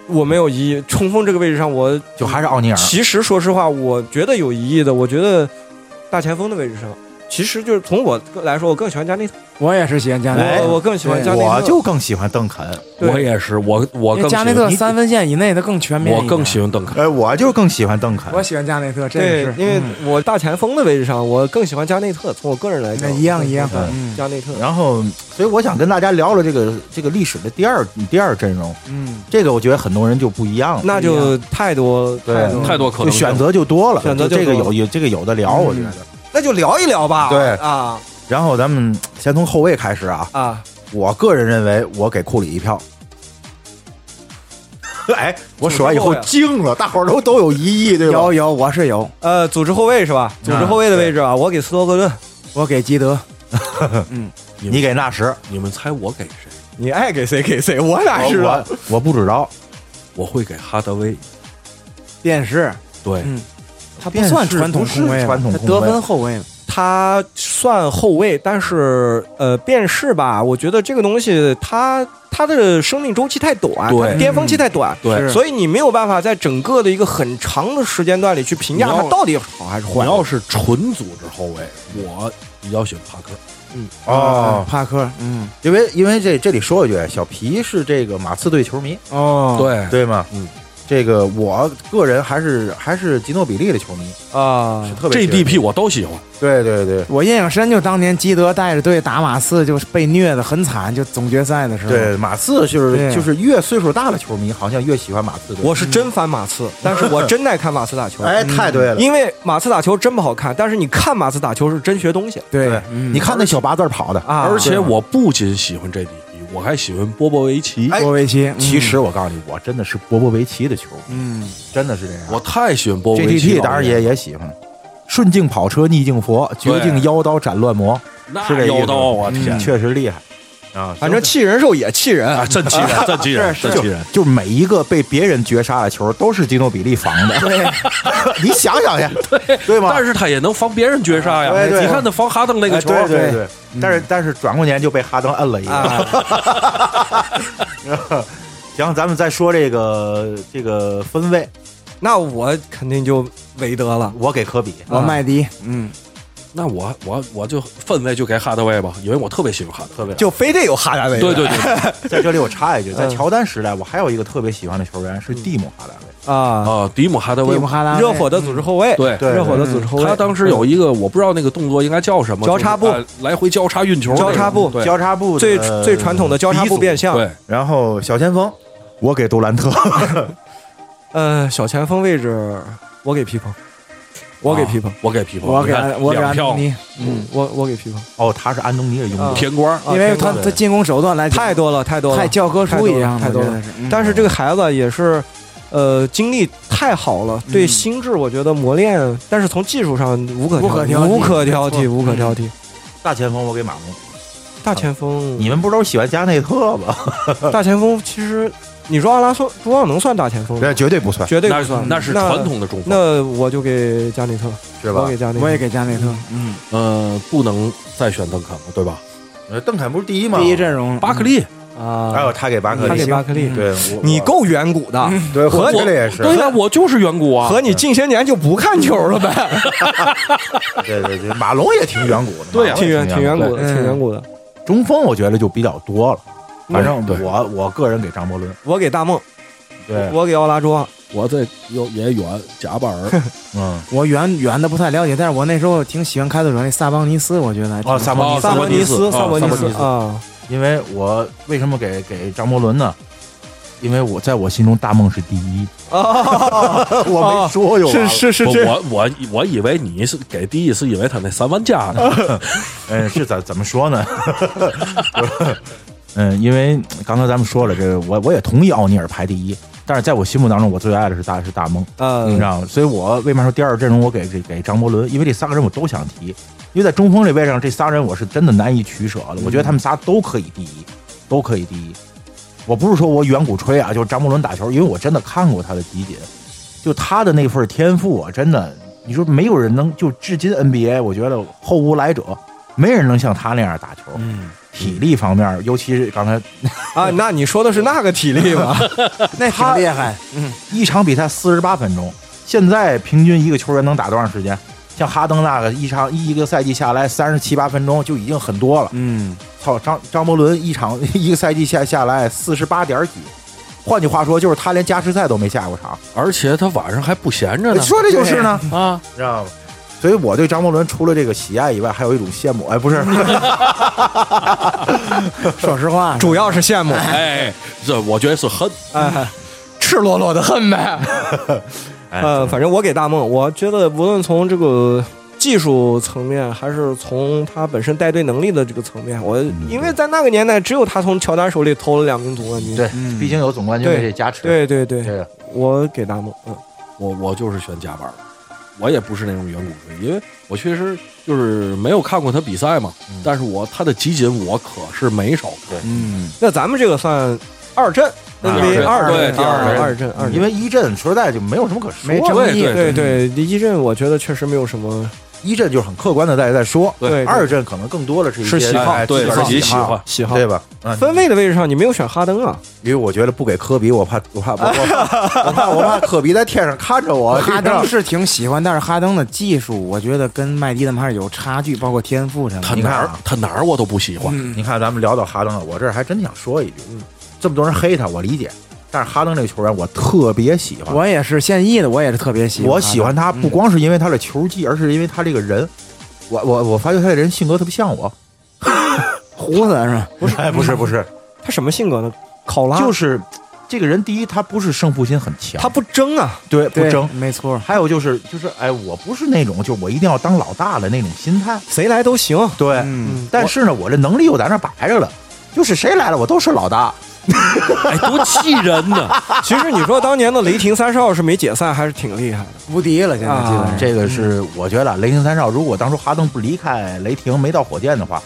[SPEAKER 8] 我没有疑义，冲锋这个位置上，我
[SPEAKER 4] 就还是奥尼尔。
[SPEAKER 8] 其实说实话，我觉得有疑义的，我觉得大前锋的位置上，其实就是从我个来说，我更喜欢加内特，
[SPEAKER 9] 我也是喜欢加内
[SPEAKER 8] 我
[SPEAKER 9] 特，
[SPEAKER 8] 我更喜欢
[SPEAKER 9] 哎对
[SPEAKER 8] 加内特。
[SPEAKER 4] 我就更喜欢邓肯，
[SPEAKER 8] 对
[SPEAKER 6] 我也是，我我
[SPEAKER 9] 因为
[SPEAKER 6] 更
[SPEAKER 9] 加内特三分线以内的更全面。
[SPEAKER 6] 我更喜，欢邓肯。
[SPEAKER 4] 呃，我就更喜欢邓肯。
[SPEAKER 9] 我喜欢加内特，这
[SPEAKER 8] 对
[SPEAKER 9] 个，是
[SPEAKER 8] 因为
[SPEAKER 9] 嗯
[SPEAKER 8] 我大前锋的位置上，我更喜欢加内特。从我个人来
[SPEAKER 9] 那
[SPEAKER 8] 讲，
[SPEAKER 9] 一样一样。
[SPEAKER 4] 嗯
[SPEAKER 9] 嗯
[SPEAKER 8] 加内特。
[SPEAKER 4] 然后，所以我想跟大家聊聊这个这个历史的第二第二阵容，
[SPEAKER 9] 嗯，
[SPEAKER 4] 这个我觉得很多人就不一样了，
[SPEAKER 8] 那就太多
[SPEAKER 4] 对
[SPEAKER 8] 太多
[SPEAKER 6] 太多可
[SPEAKER 4] 嗯就
[SPEAKER 6] 能性
[SPEAKER 4] 选，择就多了，
[SPEAKER 8] 选择
[SPEAKER 4] 就
[SPEAKER 8] 就
[SPEAKER 4] 这个
[SPEAKER 8] 多
[SPEAKER 4] 有有这个有的聊，我觉得。
[SPEAKER 8] 那就聊一聊吧。
[SPEAKER 4] 对
[SPEAKER 8] 啊
[SPEAKER 4] 然后咱们先从后卫开始啊，
[SPEAKER 8] 啊，
[SPEAKER 4] 我个人认为我给库里一票。哎，我说完以后
[SPEAKER 8] 组织后卫啊
[SPEAKER 4] 惊了，大伙儿都都有疑义，对吧？
[SPEAKER 9] 有有，我是有，
[SPEAKER 8] 呃，组织后卫是吧？组织后卫的位置啊，我给斯托克顿，
[SPEAKER 9] 我给基德，
[SPEAKER 4] 你给纳什，
[SPEAKER 6] 你们猜我给谁？
[SPEAKER 8] 你爱给谁给谁，我哪
[SPEAKER 4] 我
[SPEAKER 8] 知道？
[SPEAKER 4] 我我不知道，
[SPEAKER 6] 我会给哈德威。
[SPEAKER 9] 电视，
[SPEAKER 6] 对，
[SPEAKER 9] 嗯他不
[SPEAKER 4] 电视
[SPEAKER 9] 算传统
[SPEAKER 4] 不是
[SPEAKER 9] 控卫吧，
[SPEAKER 4] 传统
[SPEAKER 9] 他
[SPEAKER 4] 控
[SPEAKER 9] 得
[SPEAKER 4] 卫
[SPEAKER 9] 分后卫嘛，
[SPEAKER 8] 他算后卫，但是呃，变式吧，我觉得这个东西它它的生命周期太短，
[SPEAKER 6] 对
[SPEAKER 8] 它巅峰期
[SPEAKER 9] 嗯
[SPEAKER 8] 太短，
[SPEAKER 6] 对
[SPEAKER 9] 是
[SPEAKER 8] 所以你没有办法在整个的一个很长的时间段里去评价
[SPEAKER 6] 你要
[SPEAKER 8] 它到底好还是
[SPEAKER 6] 我
[SPEAKER 8] 坏。
[SPEAKER 6] 要是纯组织后卫，我比较喜欢帕克。
[SPEAKER 4] 哦
[SPEAKER 9] 嗯，帕克，嗯，
[SPEAKER 4] 因为因为这这里说一句，小皮是这个马刺队球迷，
[SPEAKER 9] 哦，，
[SPEAKER 6] (laughs) 对，
[SPEAKER 4] 对吗？
[SPEAKER 6] 嗯，
[SPEAKER 4] 这个我个人还是还是吉诺比利的球迷，
[SPEAKER 8] 啊
[SPEAKER 4] 是，特别喜欢
[SPEAKER 6] GDP 我都喜欢。
[SPEAKER 4] 对对对
[SPEAKER 9] 我印象深就当年基德带着队打马刺，就是被虐的很惨，就总决赛的时候，
[SPEAKER 4] 对，马刺就是
[SPEAKER 9] 嗯对
[SPEAKER 4] 就是越岁数大的球迷好像越喜欢马刺队。
[SPEAKER 8] 我是真烦马刺，但是我真爱看马刺
[SPEAKER 9] (laughs)
[SPEAKER 8] 打球，
[SPEAKER 4] 哎，太对了，
[SPEAKER 8] 因为马刺打球真不好看，但是你看马刺打球是真学东西
[SPEAKER 4] 对
[SPEAKER 9] 对，，
[SPEAKER 4] 你看那小八字儿跑的，
[SPEAKER 8] 啊，
[SPEAKER 6] 而且我不仅喜欢 GDP，我还喜欢波波维奇。
[SPEAKER 4] 哎
[SPEAKER 9] 波维奇，嗯
[SPEAKER 4] 其实我告诉你，我真的是波波维奇的球迷，
[SPEAKER 9] 嗯，
[SPEAKER 4] 真的是这样。
[SPEAKER 6] 我太喜欢波波维奇
[SPEAKER 4] GTT
[SPEAKER 6] 了。
[SPEAKER 4] 当然也也喜欢，顺境跑车逆境佛，绝境妖刀斩乱魔，
[SPEAKER 6] 那
[SPEAKER 4] 是这意思
[SPEAKER 6] 妖刀，我
[SPEAKER 4] 嗯
[SPEAKER 6] 天，
[SPEAKER 4] 确实厉害啊！
[SPEAKER 8] 反正气人时候也气人啊
[SPEAKER 6] 啊，真气人，真气人，真气人。
[SPEAKER 4] 就每一个被别人绝杀的球都是吉诺比利防的，对， (laughs) 你想想
[SPEAKER 8] (laughs)
[SPEAKER 4] 去，对对吗？
[SPEAKER 6] 但是他也能防别人绝杀呀！
[SPEAKER 4] 对对
[SPEAKER 6] 你看他防哈登那
[SPEAKER 4] 那
[SPEAKER 8] 哎
[SPEAKER 6] 个球，
[SPEAKER 4] 对对对，
[SPEAKER 8] 嗯啊
[SPEAKER 4] 但是但是转过年就被哈登摁了一个。行，咱们再说这个这个分位，
[SPEAKER 8] 那我肯定就韦德了。
[SPEAKER 4] 我给科比，
[SPEAKER 8] 啊
[SPEAKER 9] 我麦迪，
[SPEAKER 8] 嗯，
[SPEAKER 6] 那我我我就氛围就给哈德威吧，因为我特别喜欢哈德威。
[SPEAKER 8] 就非得有哈达韦德。
[SPEAKER 6] 对对对，
[SPEAKER 4] 在这里我插一句，在
[SPEAKER 8] 嗯
[SPEAKER 4] 乔丹时代，我还有一个特别喜欢的球员是蒂姆哈达威，
[SPEAKER 9] 哦
[SPEAKER 8] 啊，
[SPEAKER 6] 啊，迪姆哈德
[SPEAKER 9] 蒂
[SPEAKER 6] 威
[SPEAKER 9] 姆，哈达，
[SPEAKER 8] 热火的组织后卫，
[SPEAKER 6] 对
[SPEAKER 4] 对
[SPEAKER 8] 热火的组织后卫，
[SPEAKER 6] 他当时有一个我不知道那个动作应该叫什么，
[SPEAKER 8] 交叉步
[SPEAKER 6] 就是呃来回交叉运球那种，
[SPEAKER 8] 交叉步
[SPEAKER 6] 对
[SPEAKER 4] 交叉步的
[SPEAKER 8] 最最传统的交叉
[SPEAKER 4] 鼻
[SPEAKER 8] 步
[SPEAKER 4] 祖
[SPEAKER 8] 变向。
[SPEAKER 6] 对，
[SPEAKER 4] 然后小前锋，我给杜兰特， (laughs)
[SPEAKER 8] 呃，小前锋位置我给皮蓬，我给皮蓬
[SPEAKER 6] 啊，我给皮蓬，
[SPEAKER 9] 我
[SPEAKER 6] 你
[SPEAKER 9] 给
[SPEAKER 6] 看
[SPEAKER 9] 我给
[SPEAKER 6] 两
[SPEAKER 9] 安
[SPEAKER 6] 票
[SPEAKER 9] 东尼，
[SPEAKER 8] 嗯，我我给皮蓬，
[SPEAKER 4] 哦，他是安东尼的拥
[SPEAKER 8] 啊
[SPEAKER 4] 趸，
[SPEAKER 6] 甜瓜儿，
[SPEAKER 8] 啊
[SPEAKER 9] 因为他
[SPEAKER 8] 天
[SPEAKER 4] 哪
[SPEAKER 9] 他进攻手段来讲
[SPEAKER 8] 太多了，太多了
[SPEAKER 9] 太。教科书一样，
[SPEAKER 8] 太多了
[SPEAKER 9] 我觉得是。嗯
[SPEAKER 8] 但是这个孩子也是，呃，经历太好了，对心智我觉得磨练，但是从技术上无可
[SPEAKER 9] 无可
[SPEAKER 8] 挑
[SPEAKER 9] 挑剔
[SPEAKER 8] 无
[SPEAKER 9] 没错
[SPEAKER 8] 可挑剔，无可挑剔。
[SPEAKER 4] 大前锋我给马龙。
[SPEAKER 8] 大前锋，
[SPEAKER 4] 你们不都喜欢加内特吗？
[SPEAKER 8] 大前锋其实你说阿拉索朱旺能算大前锋吗？
[SPEAKER 10] 那绝对不算，
[SPEAKER 8] 绝对
[SPEAKER 6] 那
[SPEAKER 8] 不
[SPEAKER 6] 是
[SPEAKER 8] 算，
[SPEAKER 6] 那是传。统的中锋，
[SPEAKER 8] 那我就给加内特，
[SPEAKER 10] 是
[SPEAKER 8] 我
[SPEAKER 10] 吧
[SPEAKER 8] 给？加内特，
[SPEAKER 9] 我也给加内特，
[SPEAKER 8] 嗯
[SPEAKER 6] 呃，不能再选邓肯了，对吧？
[SPEAKER 10] 呃邓肯不是第一吗？
[SPEAKER 9] 第一阵容
[SPEAKER 6] 巴克利，
[SPEAKER 4] 还有
[SPEAKER 8] 啊，
[SPEAKER 4] 他给巴克
[SPEAKER 8] 他
[SPEAKER 4] 利嗯
[SPEAKER 8] 给，巴克利，
[SPEAKER 4] 对，我
[SPEAKER 8] 你够远古的，
[SPEAKER 10] 对，合起来也是。
[SPEAKER 6] 对呀，我就是远古啊，
[SPEAKER 8] 和你近些年就不看球了呗？啊
[SPEAKER 10] 对对对，马龙也挺远古的，
[SPEAKER 6] 对呀
[SPEAKER 10] 马龙
[SPEAKER 8] 挺
[SPEAKER 10] 也
[SPEAKER 8] 远挺远古的，
[SPEAKER 9] 嗯
[SPEAKER 8] 挺远古的。
[SPEAKER 4] 中锋我觉得就比较多了。反正
[SPEAKER 6] 对
[SPEAKER 4] 我我个人给张伯伦，
[SPEAKER 8] 我给大梦，
[SPEAKER 4] 对，
[SPEAKER 8] 我给奥拉朱旺，
[SPEAKER 6] 我这有也远贾巴尔，
[SPEAKER 4] 嗯，
[SPEAKER 9] 我远远的不太了解，但是我那时候挺喜欢开拓者那萨邦尼斯，我觉得还挺
[SPEAKER 4] 哦，萨博尼
[SPEAKER 6] 哦
[SPEAKER 4] 斯，
[SPEAKER 8] (laughs) 萨博尼斯，
[SPEAKER 6] 啊
[SPEAKER 8] 萨博尼
[SPEAKER 6] 萨博
[SPEAKER 8] 斯
[SPEAKER 6] 尼斯
[SPEAKER 8] 啊，
[SPEAKER 4] 因为我为什么给给张伯伦呢？因为我在我心中大梦是第一， (laughs)
[SPEAKER 10] 我没说哟，
[SPEAKER 8] 哦是是是
[SPEAKER 6] 不
[SPEAKER 8] 这
[SPEAKER 6] 我我我以为你是给第一，是因为他那三万加
[SPEAKER 8] 啊
[SPEAKER 6] 呢，
[SPEAKER 4] 嗯，是怎怎么说呢？ (laughs) 嗯，因为刚才咱们说了，这个我我也同意奥尼尔排第一，但是在我心目当中，我最爱的是大是大梦，你
[SPEAKER 8] 嗯
[SPEAKER 4] 知，道吗？所以我为嘛说第二阵容我给给给张伯伦，因为这三个人我都想提，因为在中锋这位上，这仨人我是真的难以取舍的，我觉得他们仨都可以第一，都可以第一。我不是说我远古吹啊，就是张伯伦打球，因为我真的看过他的集锦，就他的那份天赋啊，真的，你说没有人能就至今 NBA，我觉得后无来者，没人能像他那样打球。嗯，体力方面，尤其是刚才
[SPEAKER 8] 啊，那你说的是那个体力吧？
[SPEAKER 9] (laughs) 那挺厉害，
[SPEAKER 4] 一场比赛四十八分钟，现在平均一个球员能打多长时间？像哈登那个一场一个赛季下来三十七八分钟就已经很多了。嗯，操张张伯伦一场 (laughs) 一个赛季下下来四十八点几，换句话说就是他连加时赛都没下过场。
[SPEAKER 6] 而且他晚上还不闲着呢
[SPEAKER 4] 说这就是呢，
[SPEAKER 6] 啊，
[SPEAKER 4] 知道吗？所以我对张伯伦除了这个喜爱以外，还有一种羡慕。哎，不是，
[SPEAKER 9] 说实话，
[SPEAKER 8] 主要是羡慕，
[SPEAKER 6] 哎，这我觉得是恨，
[SPEAKER 8] 哎，赤裸裸的恨呗。呃，反正我给大梦，我觉得无论从这个技术层面，还是从他本身带队能力的这个层面，我因为在那个年代，只有他从乔丹手里偷了两名总冠军。
[SPEAKER 4] 嗯对， (laughs) 毕竟有总冠军
[SPEAKER 8] 对
[SPEAKER 4] 的这加持。，
[SPEAKER 8] 对对
[SPEAKER 4] 这
[SPEAKER 8] 对，
[SPEAKER 4] 个
[SPEAKER 8] 我给大梦，嗯，
[SPEAKER 6] 我我就是选贾巴尔，我也不是那种远古追，因为我确实就是没有看过他比赛嘛，
[SPEAKER 8] 嗯
[SPEAKER 6] 但是我他的集锦我可是没少看，
[SPEAKER 4] 嗯，
[SPEAKER 8] 那咱们这个算二阵，NBA
[SPEAKER 6] 二
[SPEAKER 8] 二
[SPEAKER 6] 阵
[SPEAKER 8] 阵，
[SPEAKER 6] 对第二
[SPEAKER 8] 啊
[SPEAKER 6] 阵
[SPEAKER 8] 二阵，二阵
[SPEAKER 4] 因。为一阵说实在就没有什么可说
[SPEAKER 9] 没
[SPEAKER 4] 的，
[SPEAKER 9] 争议，
[SPEAKER 6] 对
[SPEAKER 8] 对对，一阵我觉得确实没有什么
[SPEAKER 4] 一阵就是很客观的在在说，
[SPEAKER 8] 对对
[SPEAKER 4] 二阵可能更多的是一些
[SPEAKER 8] 是喜好
[SPEAKER 4] 哎
[SPEAKER 6] 对
[SPEAKER 4] 自
[SPEAKER 6] 自
[SPEAKER 4] 个儿
[SPEAKER 6] 己
[SPEAKER 4] 的
[SPEAKER 6] 喜欢，
[SPEAKER 8] 喜好
[SPEAKER 4] 对。吧？嗯，
[SPEAKER 8] 分位的位置上，你没有选哈登啊？
[SPEAKER 4] 因为我觉得不给科比，我怕我怕我 (laughs) 怕我怕我怕科比在天上看着 (laughs) 我。
[SPEAKER 9] 哈
[SPEAKER 4] 这
[SPEAKER 9] 登是挺喜欢，但是哈登的技术，我觉得跟麦迪他们还是有差距，包括天赋什么
[SPEAKER 6] 他
[SPEAKER 9] 的。嗯
[SPEAKER 6] 哪
[SPEAKER 4] 你
[SPEAKER 6] 儿
[SPEAKER 4] 看啊
[SPEAKER 6] 他哪儿我都不喜欢，
[SPEAKER 4] 你看，咱们聊到哈登了，我这儿还真想说一句，嗯这么多人黑他，我理解，但是哈登这个球员我特别喜欢，
[SPEAKER 9] 我也是现役的，我也是特别喜欢。
[SPEAKER 4] 我喜欢，他嗯不光是因为他的球技，而是因为他这个人。我我我发觉他这人性格特别像我，
[SPEAKER 9] 胡子是吧？
[SPEAKER 4] 不是、哎、不是不是，
[SPEAKER 8] 他什么性格呢？考拉，
[SPEAKER 4] 就是这个人，第一他不是胜负心很强，
[SPEAKER 8] 他不争啊，
[SPEAKER 4] 对不
[SPEAKER 9] 对
[SPEAKER 4] 争，
[SPEAKER 9] 没错。
[SPEAKER 4] 还有就是就是哎，我不是那种就我一定要当老大的那种心态，
[SPEAKER 8] 谁来都行。
[SPEAKER 4] 对，
[SPEAKER 9] 嗯，
[SPEAKER 4] 但是呢，我这能力又在那摆着了，就是谁来了我都是老大，
[SPEAKER 6] 哎，多气人呢！
[SPEAKER 8] 其实你说当年的雷霆三少是没解散，还是挺厉害的。
[SPEAKER 9] 无敌了，现在基
[SPEAKER 8] 啊
[SPEAKER 9] 本上。
[SPEAKER 4] 这个是我觉得啊雷霆三少，如果当初哈登不离开雷霆没到火箭的话，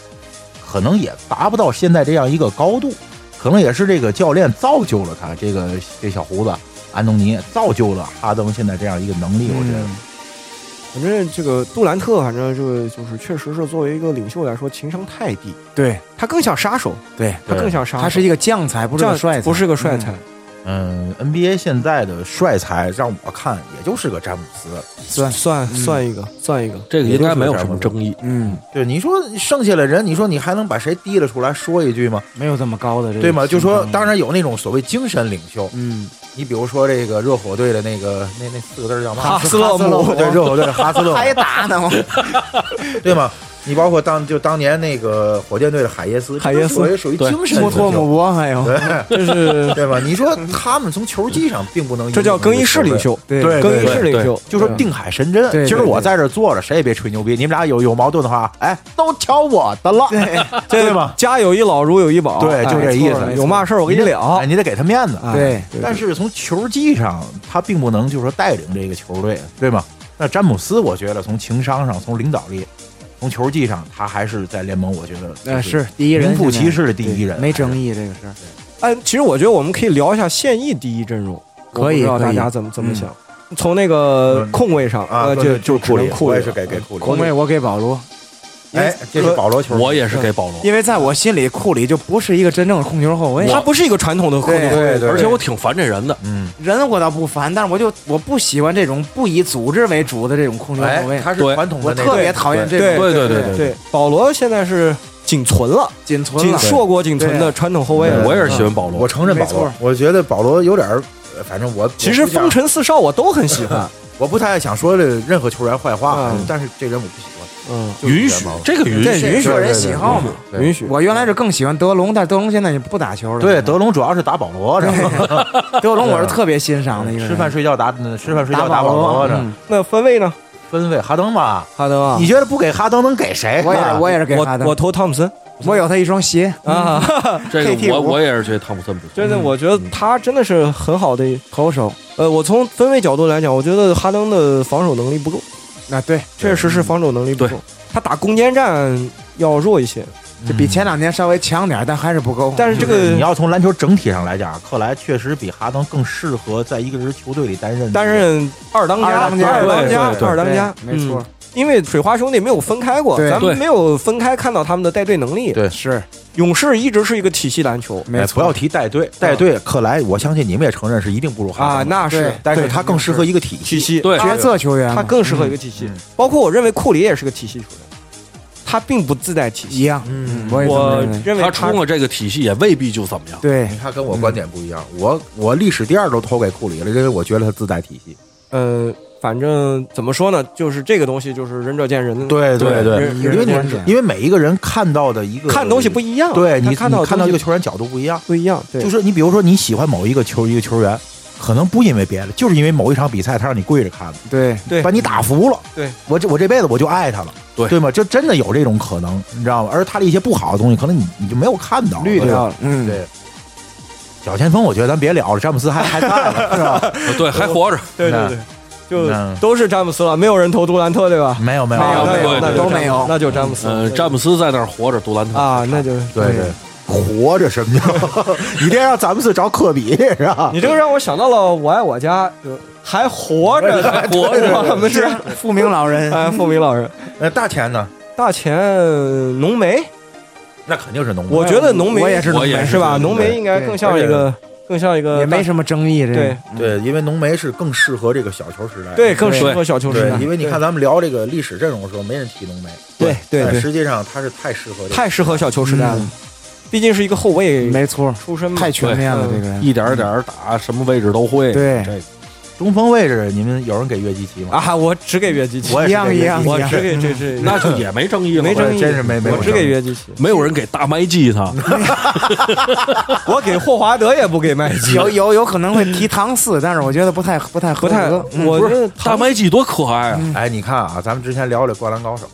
[SPEAKER 4] 可能也达不到现在这样一个高度，可能也是这个教练造就了他，这个这小胡子安东尼造就了哈登现在这样一个能力，我觉得。
[SPEAKER 8] 反正这个杜兰特，反正这个就是确实是作为一个领袖来说，情商太低，
[SPEAKER 9] 对
[SPEAKER 8] 他更像杀手，
[SPEAKER 9] 对，
[SPEAKER 8] 他更像杀手，
[SPEAKER 9] 他是一个将才，不
[SPEAKER 8] 不
[SPEAKER 9] 是个帅才。
[SPEAKER 8] 不是个帅才。
[SPEAKER 4] 嗯，NBA 现在的帅才让我看也就是个詹姆斯，
[SPEAKER 8] 算嗯算算一个，算一个，
[SPEAKER 6] (laughs) 这个应该没有什么
[SPEAKER 4] 争
[SPEAKER 6] 议。
[SPEAKER 9] 嗯，
[SPEAKER 4] 对，你说剩下的人，你说你还能把谁提了出来说一句吗？
[SPEAKER 9] 没有这么高的这个
[SPEAKER 4] 对吗？就说
[SPEAKER 9] 情况 (laughs)
[SPEAKER 4] 当然有那种所谓精神领袖，
[SPEAKER 9] 嗯，
[SPEAKER 4] 你比如说这个热火队的那个那那四个字儿叫嘛？
[SPEAKER 9] 哈斯勒姆
[SPEAKER 4] 对，热火队的哈斯勒
[SPEAKER 8] (laughs)
[SPEAKER 4] 姆
[SPEAKER 9] 还打呢，
[SPEAKER 4] (laughs) 对吗？你包括当就当年那个火箭队的海耶斯，
[SPEAKER 8] 海耶
[SPEAKER 4] 这
[SPEAKER 8] 斯
[SPEAKER 4] 都属于属于精神
[SPEAKER 9] 穆
[SPEAKER 4] 领
[SPEAKER 9] 托姆
[SPEAKER 4] 袖，
[SPEAKER 9] 博还有，
[SPEAKER 4] 对，
[SPEAKER 8] 这
[SPEAKER 9] (laughs)
[SPEAKER 8] 是
[SPEAKER 4] 对吧？你说他们从球技上并不能，
[SPEAKER 8] 这叫更衣室领袖，
[SPEAKER 9] 对
[SPEAKER 4] 对，
[SPEAKER 8] 更衣
[SPEAKER 4] 对
[SPEAKER 8] 室领
[SPEAKER 4] 对
[SPEAKER 8] 袖，
[SPEAKER 4] 就说
[SPEAKER 8] 对
[SPEAKER 4] 定海神针。
[SPEAKER 9] 对对
[SPEAKER 4] 今儿我
[SPEAKER 9] 对
[SPEAKER 4] 在这儿坐着，谁也别吹牛逼。你们俩有有矛盾的话，哎，都瞧我的了， (laughs) 对吗？
[SPEAKER 8] 家有一老，如有一宝，
[SPEAKER 4] 对，就
[SPEAKER 8] 哎
[SPEAKER 4] 这意
[SPEAKER 9] 没错
[SPEAKER 4] 思。
[SPEAKER 9] 没
[SPEAKER 8] 有嘛事儿我跟你聊
[SPEAKER 4] 哎，你得给他面子。
[SPEAKER 8] 哎
[SPEAKER 9] 啊对
[SPEAKER 4] 但是从球技上，他并不能就是说带领这个球队，对吗？那詹姆斯，我觉得从情商上、从领导力、从球技上，他还是在联盟，我觉得
[SPEAKER 9] 那
[SPEAKER 4] 就是
[SPEAKER 9] 第一人，
[SPEAKER 4] 名副其
[SPEAKER 9] 现在
[SPEAKER 4] 实哎的第一人，
[SPEAKER 9] 没争议这个事儿。
[SPEAKER 8] 哎，其实我觉得我们可以聊一下现役第一阵容，
[SPEAKER 9] 可以
[SPEAKER 8] 我不知道大
[SPEAKER 9] 可
[SPEAKER 8] 家
[SPEAKER 9] 以
[SPEAKER 8] 怎么怎么想。从那个控卫上，
[SPEAKER 4] 啊
[SPEAKER 8] 呃，
[SPEAKER 4] 对对
[SPEAKER 8] 就
[SPEAKER 4] 就是库里啊
[SPEAKER 8] 只能库
[SPEAKER 4] 我
[SPEAKER 8] 里
[SPEAKER 4] 也是给给库里
[SPEAKER 9] 孔卫我给保罗，
[SPEAKER 4] 哎，这是保罗球，
[SPEAKER 6] 我也是给保罗，
[SPEAKER 9] 因为在我心里库里就不是一个真正的控球后卫，
[SPEAKER 8] 他不是一个传统的控
[SPEAKER 9] 对
[SPEAKER 8] 卫，
[SPEAKER 4] 对对，
[SPEAKER 6] 而且我挺烦这人的。
[SPEAKER 4] 嗯，
[SPEAKER 9] 人我倒不烦，但是我就我不喜欢这种不以组织为主的这种控球
[SPEAKER 4] 哎
[SPEAKER 9] 后卫，，
[SPEAKER 4] 他是
[SPEAKER 6] 对
[SPEAKER 4] 传统的
[SPEAKER 9] 我
[SPEAKER 4] 那
[SPEAKER 9] 特别
[SPEAKER 4] 种
[SPEAKER 9] 讨厌这
[SPEAKER 8] 对
[SPEAKER 9] 种
[SPEAKER 6] 对对对
[SPEAKER 8] 对，保罗现在是仅存了，
[SPEAKER 9] 仅存
[SPEAKER 8] 仅
[SPEAKER 9] 了。
[SPEAKER 8] 硕果仅存的传统后卫了。
[SPEAKER 6] 我也是喜欢保罗
[SPEAKER 4] 我，承认保
[SPEAKER 9] 没
[SPEAKER 4] 罗
[SPEAKER 9] 错，
[SPEAKER 4] 我觉得保罗有点儿，呃反正我
[SPEAKER 8] 其实风
[SPEAKER 4] 风
[SPEAKER 8] 尘四少我都很喜欢，
[SPEAKER 4] 我不太想说这任何球员坏话
[SPEAKER 8] 嗯，
[SPEAKER 4] 但是这人我不喜欢，
[SPEAKER 8] 嗯，
[SPEAKER 4] 就是
[SPEAKER 6] 允许
[SPEAKER 4] 这样
[SPEAKER 6] 这个允
[SPEAKER 8] 这
[SPEAKER 6] 许。
[SPEAKER 8] 允许
[SPEAKER 4] 对
[SPEAKER 9] 个人
[SPEAKER 4] 对
[SPEAKER 9] 喜
[SPEAKER 4] 对
[SPEAKER 9] 好嘛
[SPEAKER 4] 对
[SPEAKER 8] 允许。
[SPEAKER 9] (laughs) 我原来是更喜欢德隆，但是德隆现在也不打球了。
[SPEAKER 4] 对，德隆主要是打保
[SPEAKER 9] (laughs)
[SPEAKER 4] 罗，然后
[SPEAKER 9] 德隆我是特别欣赏的一个
[SPEAKER 4] (laughs)
[SPEAKER 9] 人。
[SPEAKER 4] 吃饭睡觉打，嗯吃饭睡觉
[SPEAKER 9] 打
[SPEAKER 4] 打
[SPEAKER 9] 保
[SPEAKER 4] 保
[SPEAKER 9] 罗
[SPEAKER 4] 罗的
[SPEAKER 9] 嗯
[SPEAKER 8] 那分位呢？
[SPEAKER 4] 分位哈登吧，
[SPEAKER 8] 哈登啊
[SPEAKER 4] 你，觉得不给哈登能给谁？
[SPEAKER 9] 我也是我也是给他的
[SPEAKER 8] 我，我投汤姆森
[SPEAKER 9] 我有他一双鞋，
[SPEAKER 8] 啊，哈哈
[SPEAKER 6] 这
[SPEAKER 9] KT
[SPEAKER 6] 个我
[SPEAKER 9] 五
[SPEAKER 6] 我也是觉得汤普森不错。
[SPEAKER 8] 真的，我觉得他真的是很好的。
[SPEAKER 9] 投
[SPEAKER 6] 嗯
[SPEAKER 9] 手。
[SPEAKER 8] 呃，我从分位角度来讲，我觉得哈登的防守能力不够。
[SPEAKER 9] 那啊对，
[SPEAKER 8] 确实是防守能力不
[SPEAKER 6] 对嗯
[SPEAKER 8] 错，他打攻坚战要弱一些，
[SPEAKER 4] 嗯
[SPEAKER 9] 这比前两嗯年稍微强点儿，但还是不够。
[SPEAKER 8] 但是这
[SPEAKER 4] 你
[SPEAKER 8] 个
[SPEAKER 4] 要从篮球整体上来讲，克莱确实比哈登更适合在一个支球队里担任哎
[SPEAKER 8] 担任二当家、
[SPEAKER 9] 二
[SPEAKER 8] 二
[SPEAKER 9] 当家
[SPEAKER 8] 当家
[SPEAKER 6] 对对、对
[SPEAKER 8] 二当家，
[SPEAKER 9] 对没错
[SPEAKER 8] 嗯。因为水花兄弟没有分开过，
[SPEAKER 9] 对
[SPEAKER 8] 咱
[SPEAKER 6] 对
[SPEAKER 8] 们没有分开看到他们的带队能力。
[SPEAKER 4] 对
[SPEAKER 9] 是
[SPEAKER 8] 勇士一直是一个体系篮球
[SPEAKER 9] 没
[SPEAKER 4] 哎不
[SPEAKER 9] 错嗯
[SPEAKER 4] 要提带队，带队克莱，我相信你们也承认是一定不如哈登
[SPEAKER 8] 啊，
[SPEAKER 4] 的
[SPEAKER 8] 那是
[SPEAKER 9] 对
[SPEAKER 4] 但是他更适合一个体系
[SPEAKER 8] 体系，
[SPEAKER 6] 对
[SPEAKER 9] 角色球员嘛，
[SPEAKER 8] 他更适合一个体系
[SPEAKER 4] 嗯嗯。
[SPEAKER 8] 包括我认为库里也是个体系球员，他并不自带体
[SPEAKER 9] 一
[SPEAKER 8] 系。
[SPEAKER 9] 样。嗯，我也这么
[SPEAKER 8] 我
[SPEAKER 9] 认为。
[SPEAKER 8] 认为
[SPEAKER 6] 他冲了这个体系也未必就怎么样。
[SPEAKER 9] 对
[SPEAKER 4] 你，看跟我观点不一样，我我历史第二都投给库里了，因为我觉得他自带体系。
[SPEAKER 8] 呃，反正怎么说呢，就是这个东西就是仁者见仁，
[SPEAKER 4] 对
[SPEAKER 6] 对
[SPEAKER 4] 对，
[SPEAKER 8] 人
[SPEAKER 4] 因为
[SPEAKER 8] 人见
[SPEAKER 4] 你因为每一个人看到的一个
[SPEAKER 8] 看东西不一样，
[SPEAKER 4] 对
[SPEAKER 8] 他
[SPEAKER 4] 你
[SPEAKER 8] 看到
[SPEAKER 4] 你看到一
[SPEAKER 8] 东西
[SPEAKER 4] 个球员角度不一样，
[SPEAKER 8] 不一样，对，
[SPEAKER 4] 就是你比如说你喜欢某一个球一个球员，可能不因为别的，就是因为某一场比赛他让你跪着看了，
[SPEAKER 9] 对，
[SPEAKER 8] 对
[SPEAKER 4] 把你打服了，
[SPEAKER 8] 对
[SPEAKER 4] 我这我这辈子我就爱他了，
[SPEAKER 6] 对
[SPEAKER 4] 对吗？就真的有这种可能，你知道吗？而他的一些不好的东西，可能你你就没有看到，
[SPEAKER 9] 绿
[SPEAKER 4] 对吧
[SPEAKER 9] 掉了。嗯，
[SPEAKER 4] 对。小前锋，我觉得咱别聊了，詹姆斯还还在了，是吧？
[SPEAKER 6] 对，还活着。
[SPEAKER 8] 对对
[SPEAKER 4] 那
[SPEAKER 8] 对，就
[SPEAKER 6] 嗯
[SPEAKER 4] 那
[SPEAKER 8] 都是詹姆斯了，没有人投杜兰特对吧？啊
[SPEAKER 4] 没有没有
[SPEAKER 6] 没有
[SPEAKER 8] 那
[SPEAKER 6] 没有
[SPEAKER 8] 就那
[SPEAKER 9] 都
[SPEAKER 8] 就詹姆
[SPEAKER 9] 没有
[SPEAKER 8] 那就詹姆斯，
[SPEAKER 6] 呃，
[SPEAKER 8] 那就
[SPEAKER 6] 詹姆斯在那儿活着，杜兰特
[SPEAKER 8] 啊，那就是
[SPEAKER 4] 对对，活着什么 (laughs) 叫？你这让咱们是找科比是吧？
[SPEAKER 8] 你这个让我想到了《我爱我家》，就还活着呢，还活着，我们是
[SPEAKER 9] 啊富明老人，
[SPEAKER 8] 哎，富明老师，
[SPEAKER 4] 呃，大前呢？
[SPEAKER 8] 大前浓眉，
[SPEAKER 4] 那肯定是浓眉。
[SPEAKER 8] 我觉得浓眉
[SPEAKER 9] 我也是
[SPEAKER 6] 我也
[SPEAKER 8] 是
[SPEAKER 6] 是
[SPEAKER 8] 吧？浓眉
[SPEAKER 4] 对
[SPEAKER 8] 应该更像一个，更像一个
[SPEAKER 9] 也没什么争议。这
[SPEAKER 8] 呃对
[SPEAKER 9] 个
[SPEAKER 4] 对，因为浓眉是更适合这个小球时代。
[SPEAKER 8] 对，更适合小球时代
[SPEAKER 4] 对，，因为你看咱们聊这个历史阵容的时候，没人提浓眉。
[SPEAKER 8] 对对
[SPEAKER 4] 但
[SPEAKER 8] 对，
[SPEAKER 4] 实际上他是太适合这个
[SPEAKER 8] 太适合小球时代了，毕竟是一个后卫
[SPEAKER 9] 没错，
[SPEAKER 8] 出身嘛，
[SPEAKER 9] 太全面了这个人。
[SPEAKER 6] 一点儿点儿打，什么位置都会。
[SPEAKER 9] 对
[SPEAKER 6] 这个
[SPEAKER 4] 中锋位置，你们有人给约基奇吗？
[SPEAKER 8] 啊！我只给约基奇，
[SPEAKER 4] 我也是
[SPEAKER 9] 一样
[SPEAKER 4] 给
[SPEAKER 9] 一
[SPEAKER 4] 约
[SPEAKER 9] 样
[SPEAKER 4] 基奇
[SPEAKER 8] 我
[SPEAKER 9] 一样嗯
[SPEAKER 8] 只给这这
[SPEAKER 6] 那就也没争议了，
[SPEAKER 8] 没争议，
[SPEAKER 4] 真嗯是没没有
[SPEAKER 8] 我只给约基奇，
[SPEAKER 6] 没有人给大麦基他，
[SPEAKER 8] 我给霍华德也不给麦基，
[SPEAKER 9] 有有有可能会提唐四，但是我觉得不太不太合
[SPEAKER 8] 不太，
[SPEAKER 9] 格嗯
[SPEAKER 8] 我觉得
[SPEAKER 6] 大麦基多可爱啊！
[SPEAKER 4] 哎，你看啊，咱们之前聊了《灌篮高手》，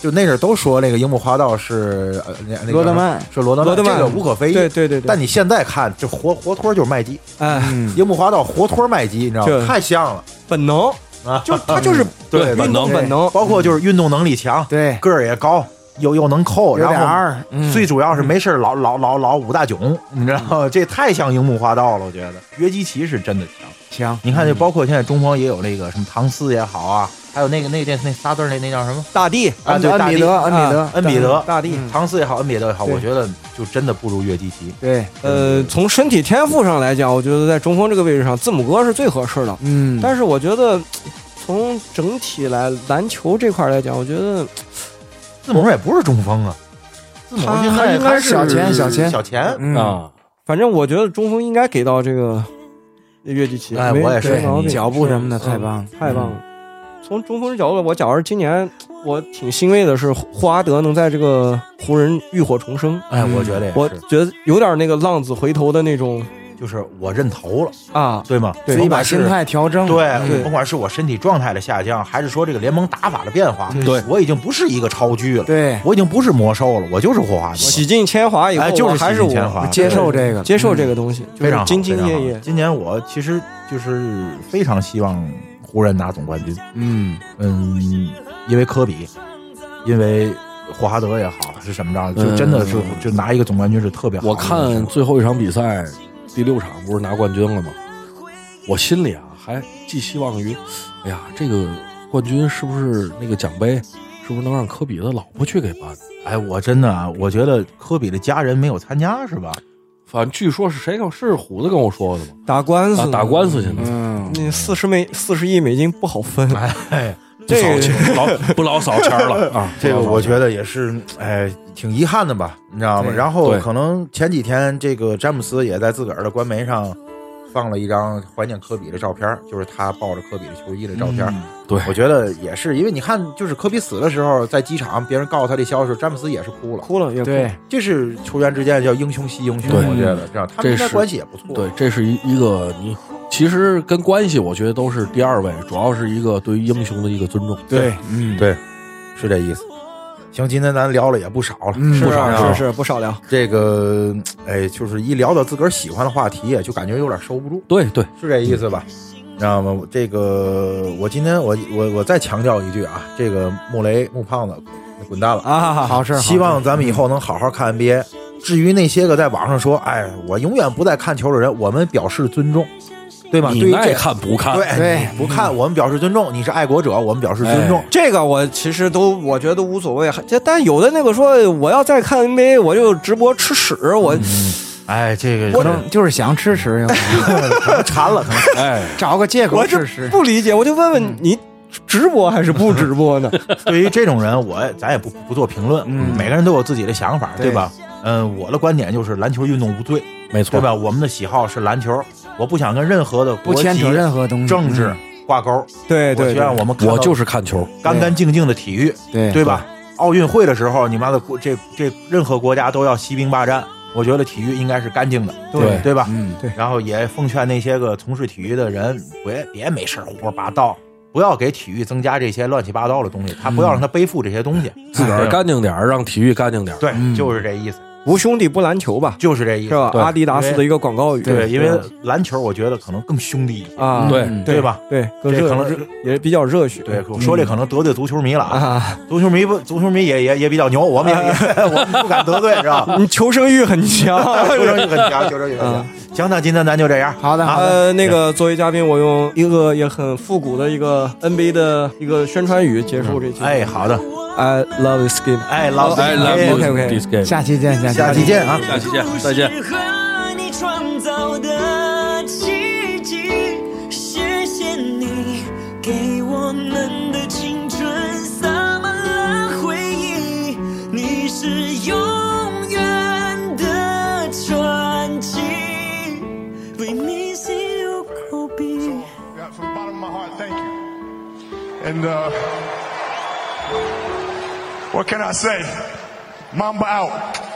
[SPEAKER 4] 就那阵儿都说那个樱木花道是呃那那个
[SPEAKER 9] 罗德曼
[SPEAKER 4] 是罗德
[SPEAKER 8] 罗德曼
[SPEAKER 4] 这个无可非议。
[SPEAKER 8] 对对对对，
[SPEAKER 4] 但你现在看，这活活脱就是麦基，
[SPEAKER 8] 哎，
[SPEAKER 9] (laughs) 嗯
[SPEAKER 4] 樱木花道活脱麦基，你知道
[SPEAKER 8] 这
[SPEAKER 4] 吗？太像了
[SPEAKER 8] 本能
[SPEAKER 4] 啊！
[SPEAKER 8] 就他就是
[SPEAKER 4] 对
[SPEAKER 6] 本能
[SPEAKER 4] 运动
[SPEAKER 8] 本能，
[SPEAKER 4] 包括就是运动能力强，
[SPEAKER 9] 嗯对
[SPEAKER 4] 个儿也高，又又能扣，
[SPEAKER 9] 有
[SPEAKER 4] 然
[SPEAKER 9] 点
[SPEAKER 4] 后
[SPEAKER 9] 儿嗯
[SPEAKER 4] 最主要是没事儿老老老老武大囧，你知道吗？这太像樱木花道了，我觉得约基奇是真的强。
[SPEAKER 9] 强。
[SPEAKER 4] 你看，这包括现在中方也有那个什么唐斯也好啊，还有那个那那那仨字儿那那叫什么？
[SPEAKER 8] 大帝
[SPEAKER 4] 啊，对，
[SPEAKER 9] 恩
[SPEAKER 4] 大
[SPEAKER 9] 比
[SPEAKER 4] 帝
[SPEAKER 9] 德，
[SPEAKER 4] 啊
[SPEAKER 9] 恩比德，
[SPEAKER 4] 恩比德，嗯
[SPEAKER 8] 大帝
[SPEAKER 4] 唐斯也好，恩比德也好，
[SPEAKER 8] 对
[SPEAKER 4] 我觉得就真的不如约基奇。
[SPEAKER 9] 对，
[SPEAKER 8] 呃，从身体天赋上来讲，我觉得在中锋这个位置上，字母哥是最合适的。
[SPEAKER 9] 嗯，
[SPEAKER 8] 但是我觉得，从整体来篮球这块来讲，我觉得
[SPEAKER 4] 字母也不是中锋啊，字母
[SPEAKER 8] 他
[SPEAKER 4] 现
[SPEAKER 8] 他
[SPEAKER 4] 在
[SPEAKER 8] 应该
[SPEAKER 4] 他
[SPEAKER 8] 是
[SPEAKER 9] 小前小前
[SPEAKER 4] 小前，
[SPEAKER 9] 嗯，
[SPEAKER 6] 啊，
[SPEAKER 8] 反正我觉得中锋应该给到这个约基奇。
[SPEAKER 4] 哎
[SPEAKER 8] 没
[SPEAKER 4] 我也是
[SPEAKER 8] 没毛病，
[SPEAKER 9] 脚步什么的
[SPEAKER 8] 嗯
[SPEAKER 9] 太棒了，
[SPEAKER 8] 太棒了。从中锋这角度，我假如今年我挺欣慰的是，霍霍华德能在这个湖人浴火重生。
[SPEAKER 4] 哎，我觉得也
[SPEAKER 8] 我
[SPEAKER 4] 是，
[SPEAKER 8] 觉得有点那个浪子回头的那种
[SPEAKER 4] 就是我认头了，
[SPEAKER 8] 啊，
[SPEAKER 4] 对吗？
[SPEAKER 9] 自己把心态调整，
[SPEAKER 4] 对，
[SPEAKER 8] 对
[SPEAKER 4] 甭管是我身体状态的下降，还是说这个联盟打法的变化，
[SPEAKER 6] 对
[SPEAKER 4] 我已经不是一个超巨了，
[SPEAKER 9] 对，
[SPEAKER 4] 我已经不是魔兽了，我就是霍华德，
[SPEAKER 8] 洗尽铅华嗯以后，
[SPEAKER 4] 哎，就
[SPEAKER 8] 我还是
[SPEAKER 4] 是前
[SPEAKER 8] 我
[SPEAKER 4] 华，
[SPEAKER 9] 啊接受这个，
[SPEAKER 8] 接受这个东西，就
[SPEAKER 4] 非
[SPEAKER 8] 是
[SPEAKER 4] 常好
[SPEAKER 8] 兢兢
[SPEAKER 4] 非常好
[SPEAKER 8] 业业。
[SPEAKER 4] 今年我其实就是非常希望湖人拿总冠军，
[SPEAKER 9] 嗯，
[SPEAKER 4] 嗯，因为科比，因为霍华德也好是什么着，就
[SPEAKER 6] 嗯
[SPEAKER 4] 真的是就拿一个总冠军是特别好的
[SPEAKER 6] 我
[SPEAKER 4] 一个事儿。
[SPEAKER 6] 看最后一场比赛，第六场不是拿冠军了吗？我心里啊还寄希望于，哎呀，这个冠军是不是那个奖杯，是不是能让科比的老婆去给颁？
[SPEAKER 4] 哎，我真的啊，我觉得科比的家人没有参加是吧？
[SPEAKER 6] 反正据说是谁跟是虎子跟我说的嘛，
[SPEAKER 8] 打官司
[SPEAKER 6] 打
[SPEAKER 9] 啊
[SPEAKER 8] 呢，
[SPEAKER 6] 打官司去呢，
[SPEAKER 9] 嗯，
[SPEAKER 8] 那四十美四十亿美金不好分，
[SPEAKER 4] 哎，！
[SPEAKER 8] 这
[SPEAKER 6] 不
[SPEAKER 8] 个
[SPEAKER 6] 少钱老不老少钱了啊
[SPEAKER 4] 这个我觉得也是，哎，挺遗憾的吧，你知道吗？
[SPEAKER 9] 对
[SPEAKER 4] 然后
[SPEAKER 6] 对
[SPEAKER 4] 可能前几天这个詹姆斯也在自个儿的官媒上放了一张怀念科比的照片，就是他抱着科比的球衣的照片。
[SPEAKER 6] 对
[SPEAKER 4] 我觉得也是，因为你看，就是科比死的时候，在机场别人告诉他这消息，詹姆斯也是哭了。
[SPEAKER 8] 哭了也哭啊
[SPEAKER 9] 对，
[SPEAKER 4] 这是球员之间叫英雄惜英雄，
[SPEAKER 6] 对
[SPEAKER 4] 我觉得这样，他们
[SPEAKER 6] 这
[SPEAKER 4] 应该
[SPEAKER 6] 是
[SPEAKER 4] 关系也不错。
[SPEAKER 6] 对，这是一一个你其实跟关系，我觉得都是第二位，主要是一个对于英雄的一个尊重。
[SPEAKER 9] 对，嗯，
[SPEAKER 4] 对，是这意思。行，今天咱聊了也不少了，
[SPEAKER 9] 嗯
[SPEAKER 4] 不
[SPEAKER 8] 是
[SPEAKER 4] 少
[SPEAKER 8] 啊
[SPEAKER 4] 了
[SPEAKER 8] 是是不少聊。
[SPEAKER 4] 这个，哎，就是一聊到自个儿喜欢的话题，啊就感觉有点收不住，
[SPEAKER 6] 对对，
[SPEAKER 4] 是这意思吧？知道吗？这个，我今天我我我再强调一句啊，这个穆雷穆胖子滚蛋了
[SPEAKER 9] 啊，好事，好事
[SPEAKER 4] 希望咱们以后能好好看 NBA。至于那些个在网上说“哎，我永远不再看球”的人，我们表示尊重，对吗？
[SPEAKER 6] 你
[SPEAKER 4] 对于
[SPEAKER 6] 爱
[SPEAKER 4] 这
[SPEAKER 6] 看不看？
[SPEAKER 4] 对嗯
[SPEAKER 9] 对
[SPEAKER 4] 你不看，我们表示尊重。你是爱国者，我们表示尊重。
[SPEAKER 8] 这个我其实都我觉得无所谓，还但有的那个说我要再看 NBA 我就直播吃屎，我
[SPEAKER 4] 哎，这个
[SPEAKER 9] 可能就是想吃吃， (laughs) 有
[SPEAKER 4] (laughs) 可能馋了，可能
[SPEAKER 6] 哎，
[SPEAKER 9] 找个借口
[SPEAKER 8] 我就
[SPEAKER 9] 吃吃，
[SPEAKER 8] 不理解，我就问问你直播还是不直播呢？
[SPEAKER 4] (laughs) 对于这种人，我咱也不不做评论。
[SPEAKER 9] 嗯
[SPEAKER 4] 每个人都有自己的想法，对
[SPEAKER 9] 对
[SPEAKER 4] 吧？嗯，我的观点就是篮球运动无罪，
[SPEAKER 6] 没错，
[SPEAKER 4] 对吧？我们的喜好是篮球，我不想跟任何的
[SPEAKER 9] (laughs) 不
[SPEAKER 4] 国
[SPEAKER 9] 牵
[SPEAKER 4] 籍
[SPEAKER 9] 扯、任何东西，嗯
[SPEAKER 4] 政治挂钩。
[SPEAKER 8] 对
[SPEAKER 4] 我
[SPEAKER 8] 对
[SPEAKER 4] 希望
[SPEAKER 8] 对，
[SPEAKER 4] 我们看到
[SPEAKER 6] 我就是看球。
[SPEAKER 4] 干干净净的体育，
[SPEAKER 9] 嗯，对
[SPEAKER 4] 对？吧？奥运会的时候，你妈的国这这任何国家都要息兵霸战，我觉得体育应该是干净的，
[SPEAKER 6] 对
[SPEAKER 4] 对吧？
[SPEAKER 9] 嗯，对，
[SPEAKER 4] 然后也奉劝那些个从事体育的人，别别没事儿胡说八道，不要给体育增加这些乱七八糟的东西，他不要让他背负这些东西，
[SPEAKER 6] 自个儿干净点儿，让体育干净点儿。
[SPEAKER 4] 对，就是这意思，
[SPEAKER 8] 无兄弟不篮球吧，
[SPEAKER 4] 就是这意
[SPEAKER 8] 是
[SPEAKER 4] 思。
[SPEAKER 8] 吧？
[SPEAKER 6] 对
[SPEAKER 8] 阿迪达斯的一个广告语，
[SPEAKER 4] 对，因为篮球我觉得可能更兄弟一些，
[SPEAKER 8] 啊，
[SPEAKER 6] 对
[SPEAKER 9] 嗯
[SPEAKER 4] 对吧？
[SPEAKER 8] 对，更
[SPEAKER 4] 这可
[SPEAKER 8] 热
[SPEAKER 4] 能
[SPEAKER 8] 热也比较热血，
[SPEAKER 4] 对，我说这可能得罪足球迷了啊，
[SPEAKER 8] 啊。
[SPEAKER 4] 足球迷不，足球迷也也也比较牛，我们也也 (laughs) 我们不敢得罪，是吧？
[SPEAKER 9] (laughs)
[SPEAKER 8] 你求生欲很强。
[SPEAKER 4] 求生欲很强，求生欲很强。行，那今天咱就这样。
[SPEAKER 9] 哎好的，好的，
[SPEAKER 8] 呃，那个作为嘉宾，我用一个也很复古的一个 NBA 的一个宣传语结束这
[SPEAKER 9] 嗯
[SPEAKER 8] 期。
[SPEAKER 4] 哎，好的，
[SPEAKER 8] ，I love this game。
[SPEAKER 4] 哎，老
[SPEAKER 6] 哎
[SPEAKER 4] 哎
[SPEAKER 6] love you,
[SPEAKER 8] OK，OK
[SPEAKER 6] this game
[SPEAKER 9] 下期见，下期
[SPEAKER 4] 下
[SPEAKER 9] 见。
[SPEAKER 4] 期见啊！
[SPEAKER 6] 下期见，再见。
[SPEAKER 11] 是和你创造的奇迹，谢谢你给我们的青春洒满了回忆，你是永远的传奇。We miss you, Kobe.
[SPEAKER 12] Yeah, from the bottom of my heart, thank you. And uh, what can I say? Mamba out.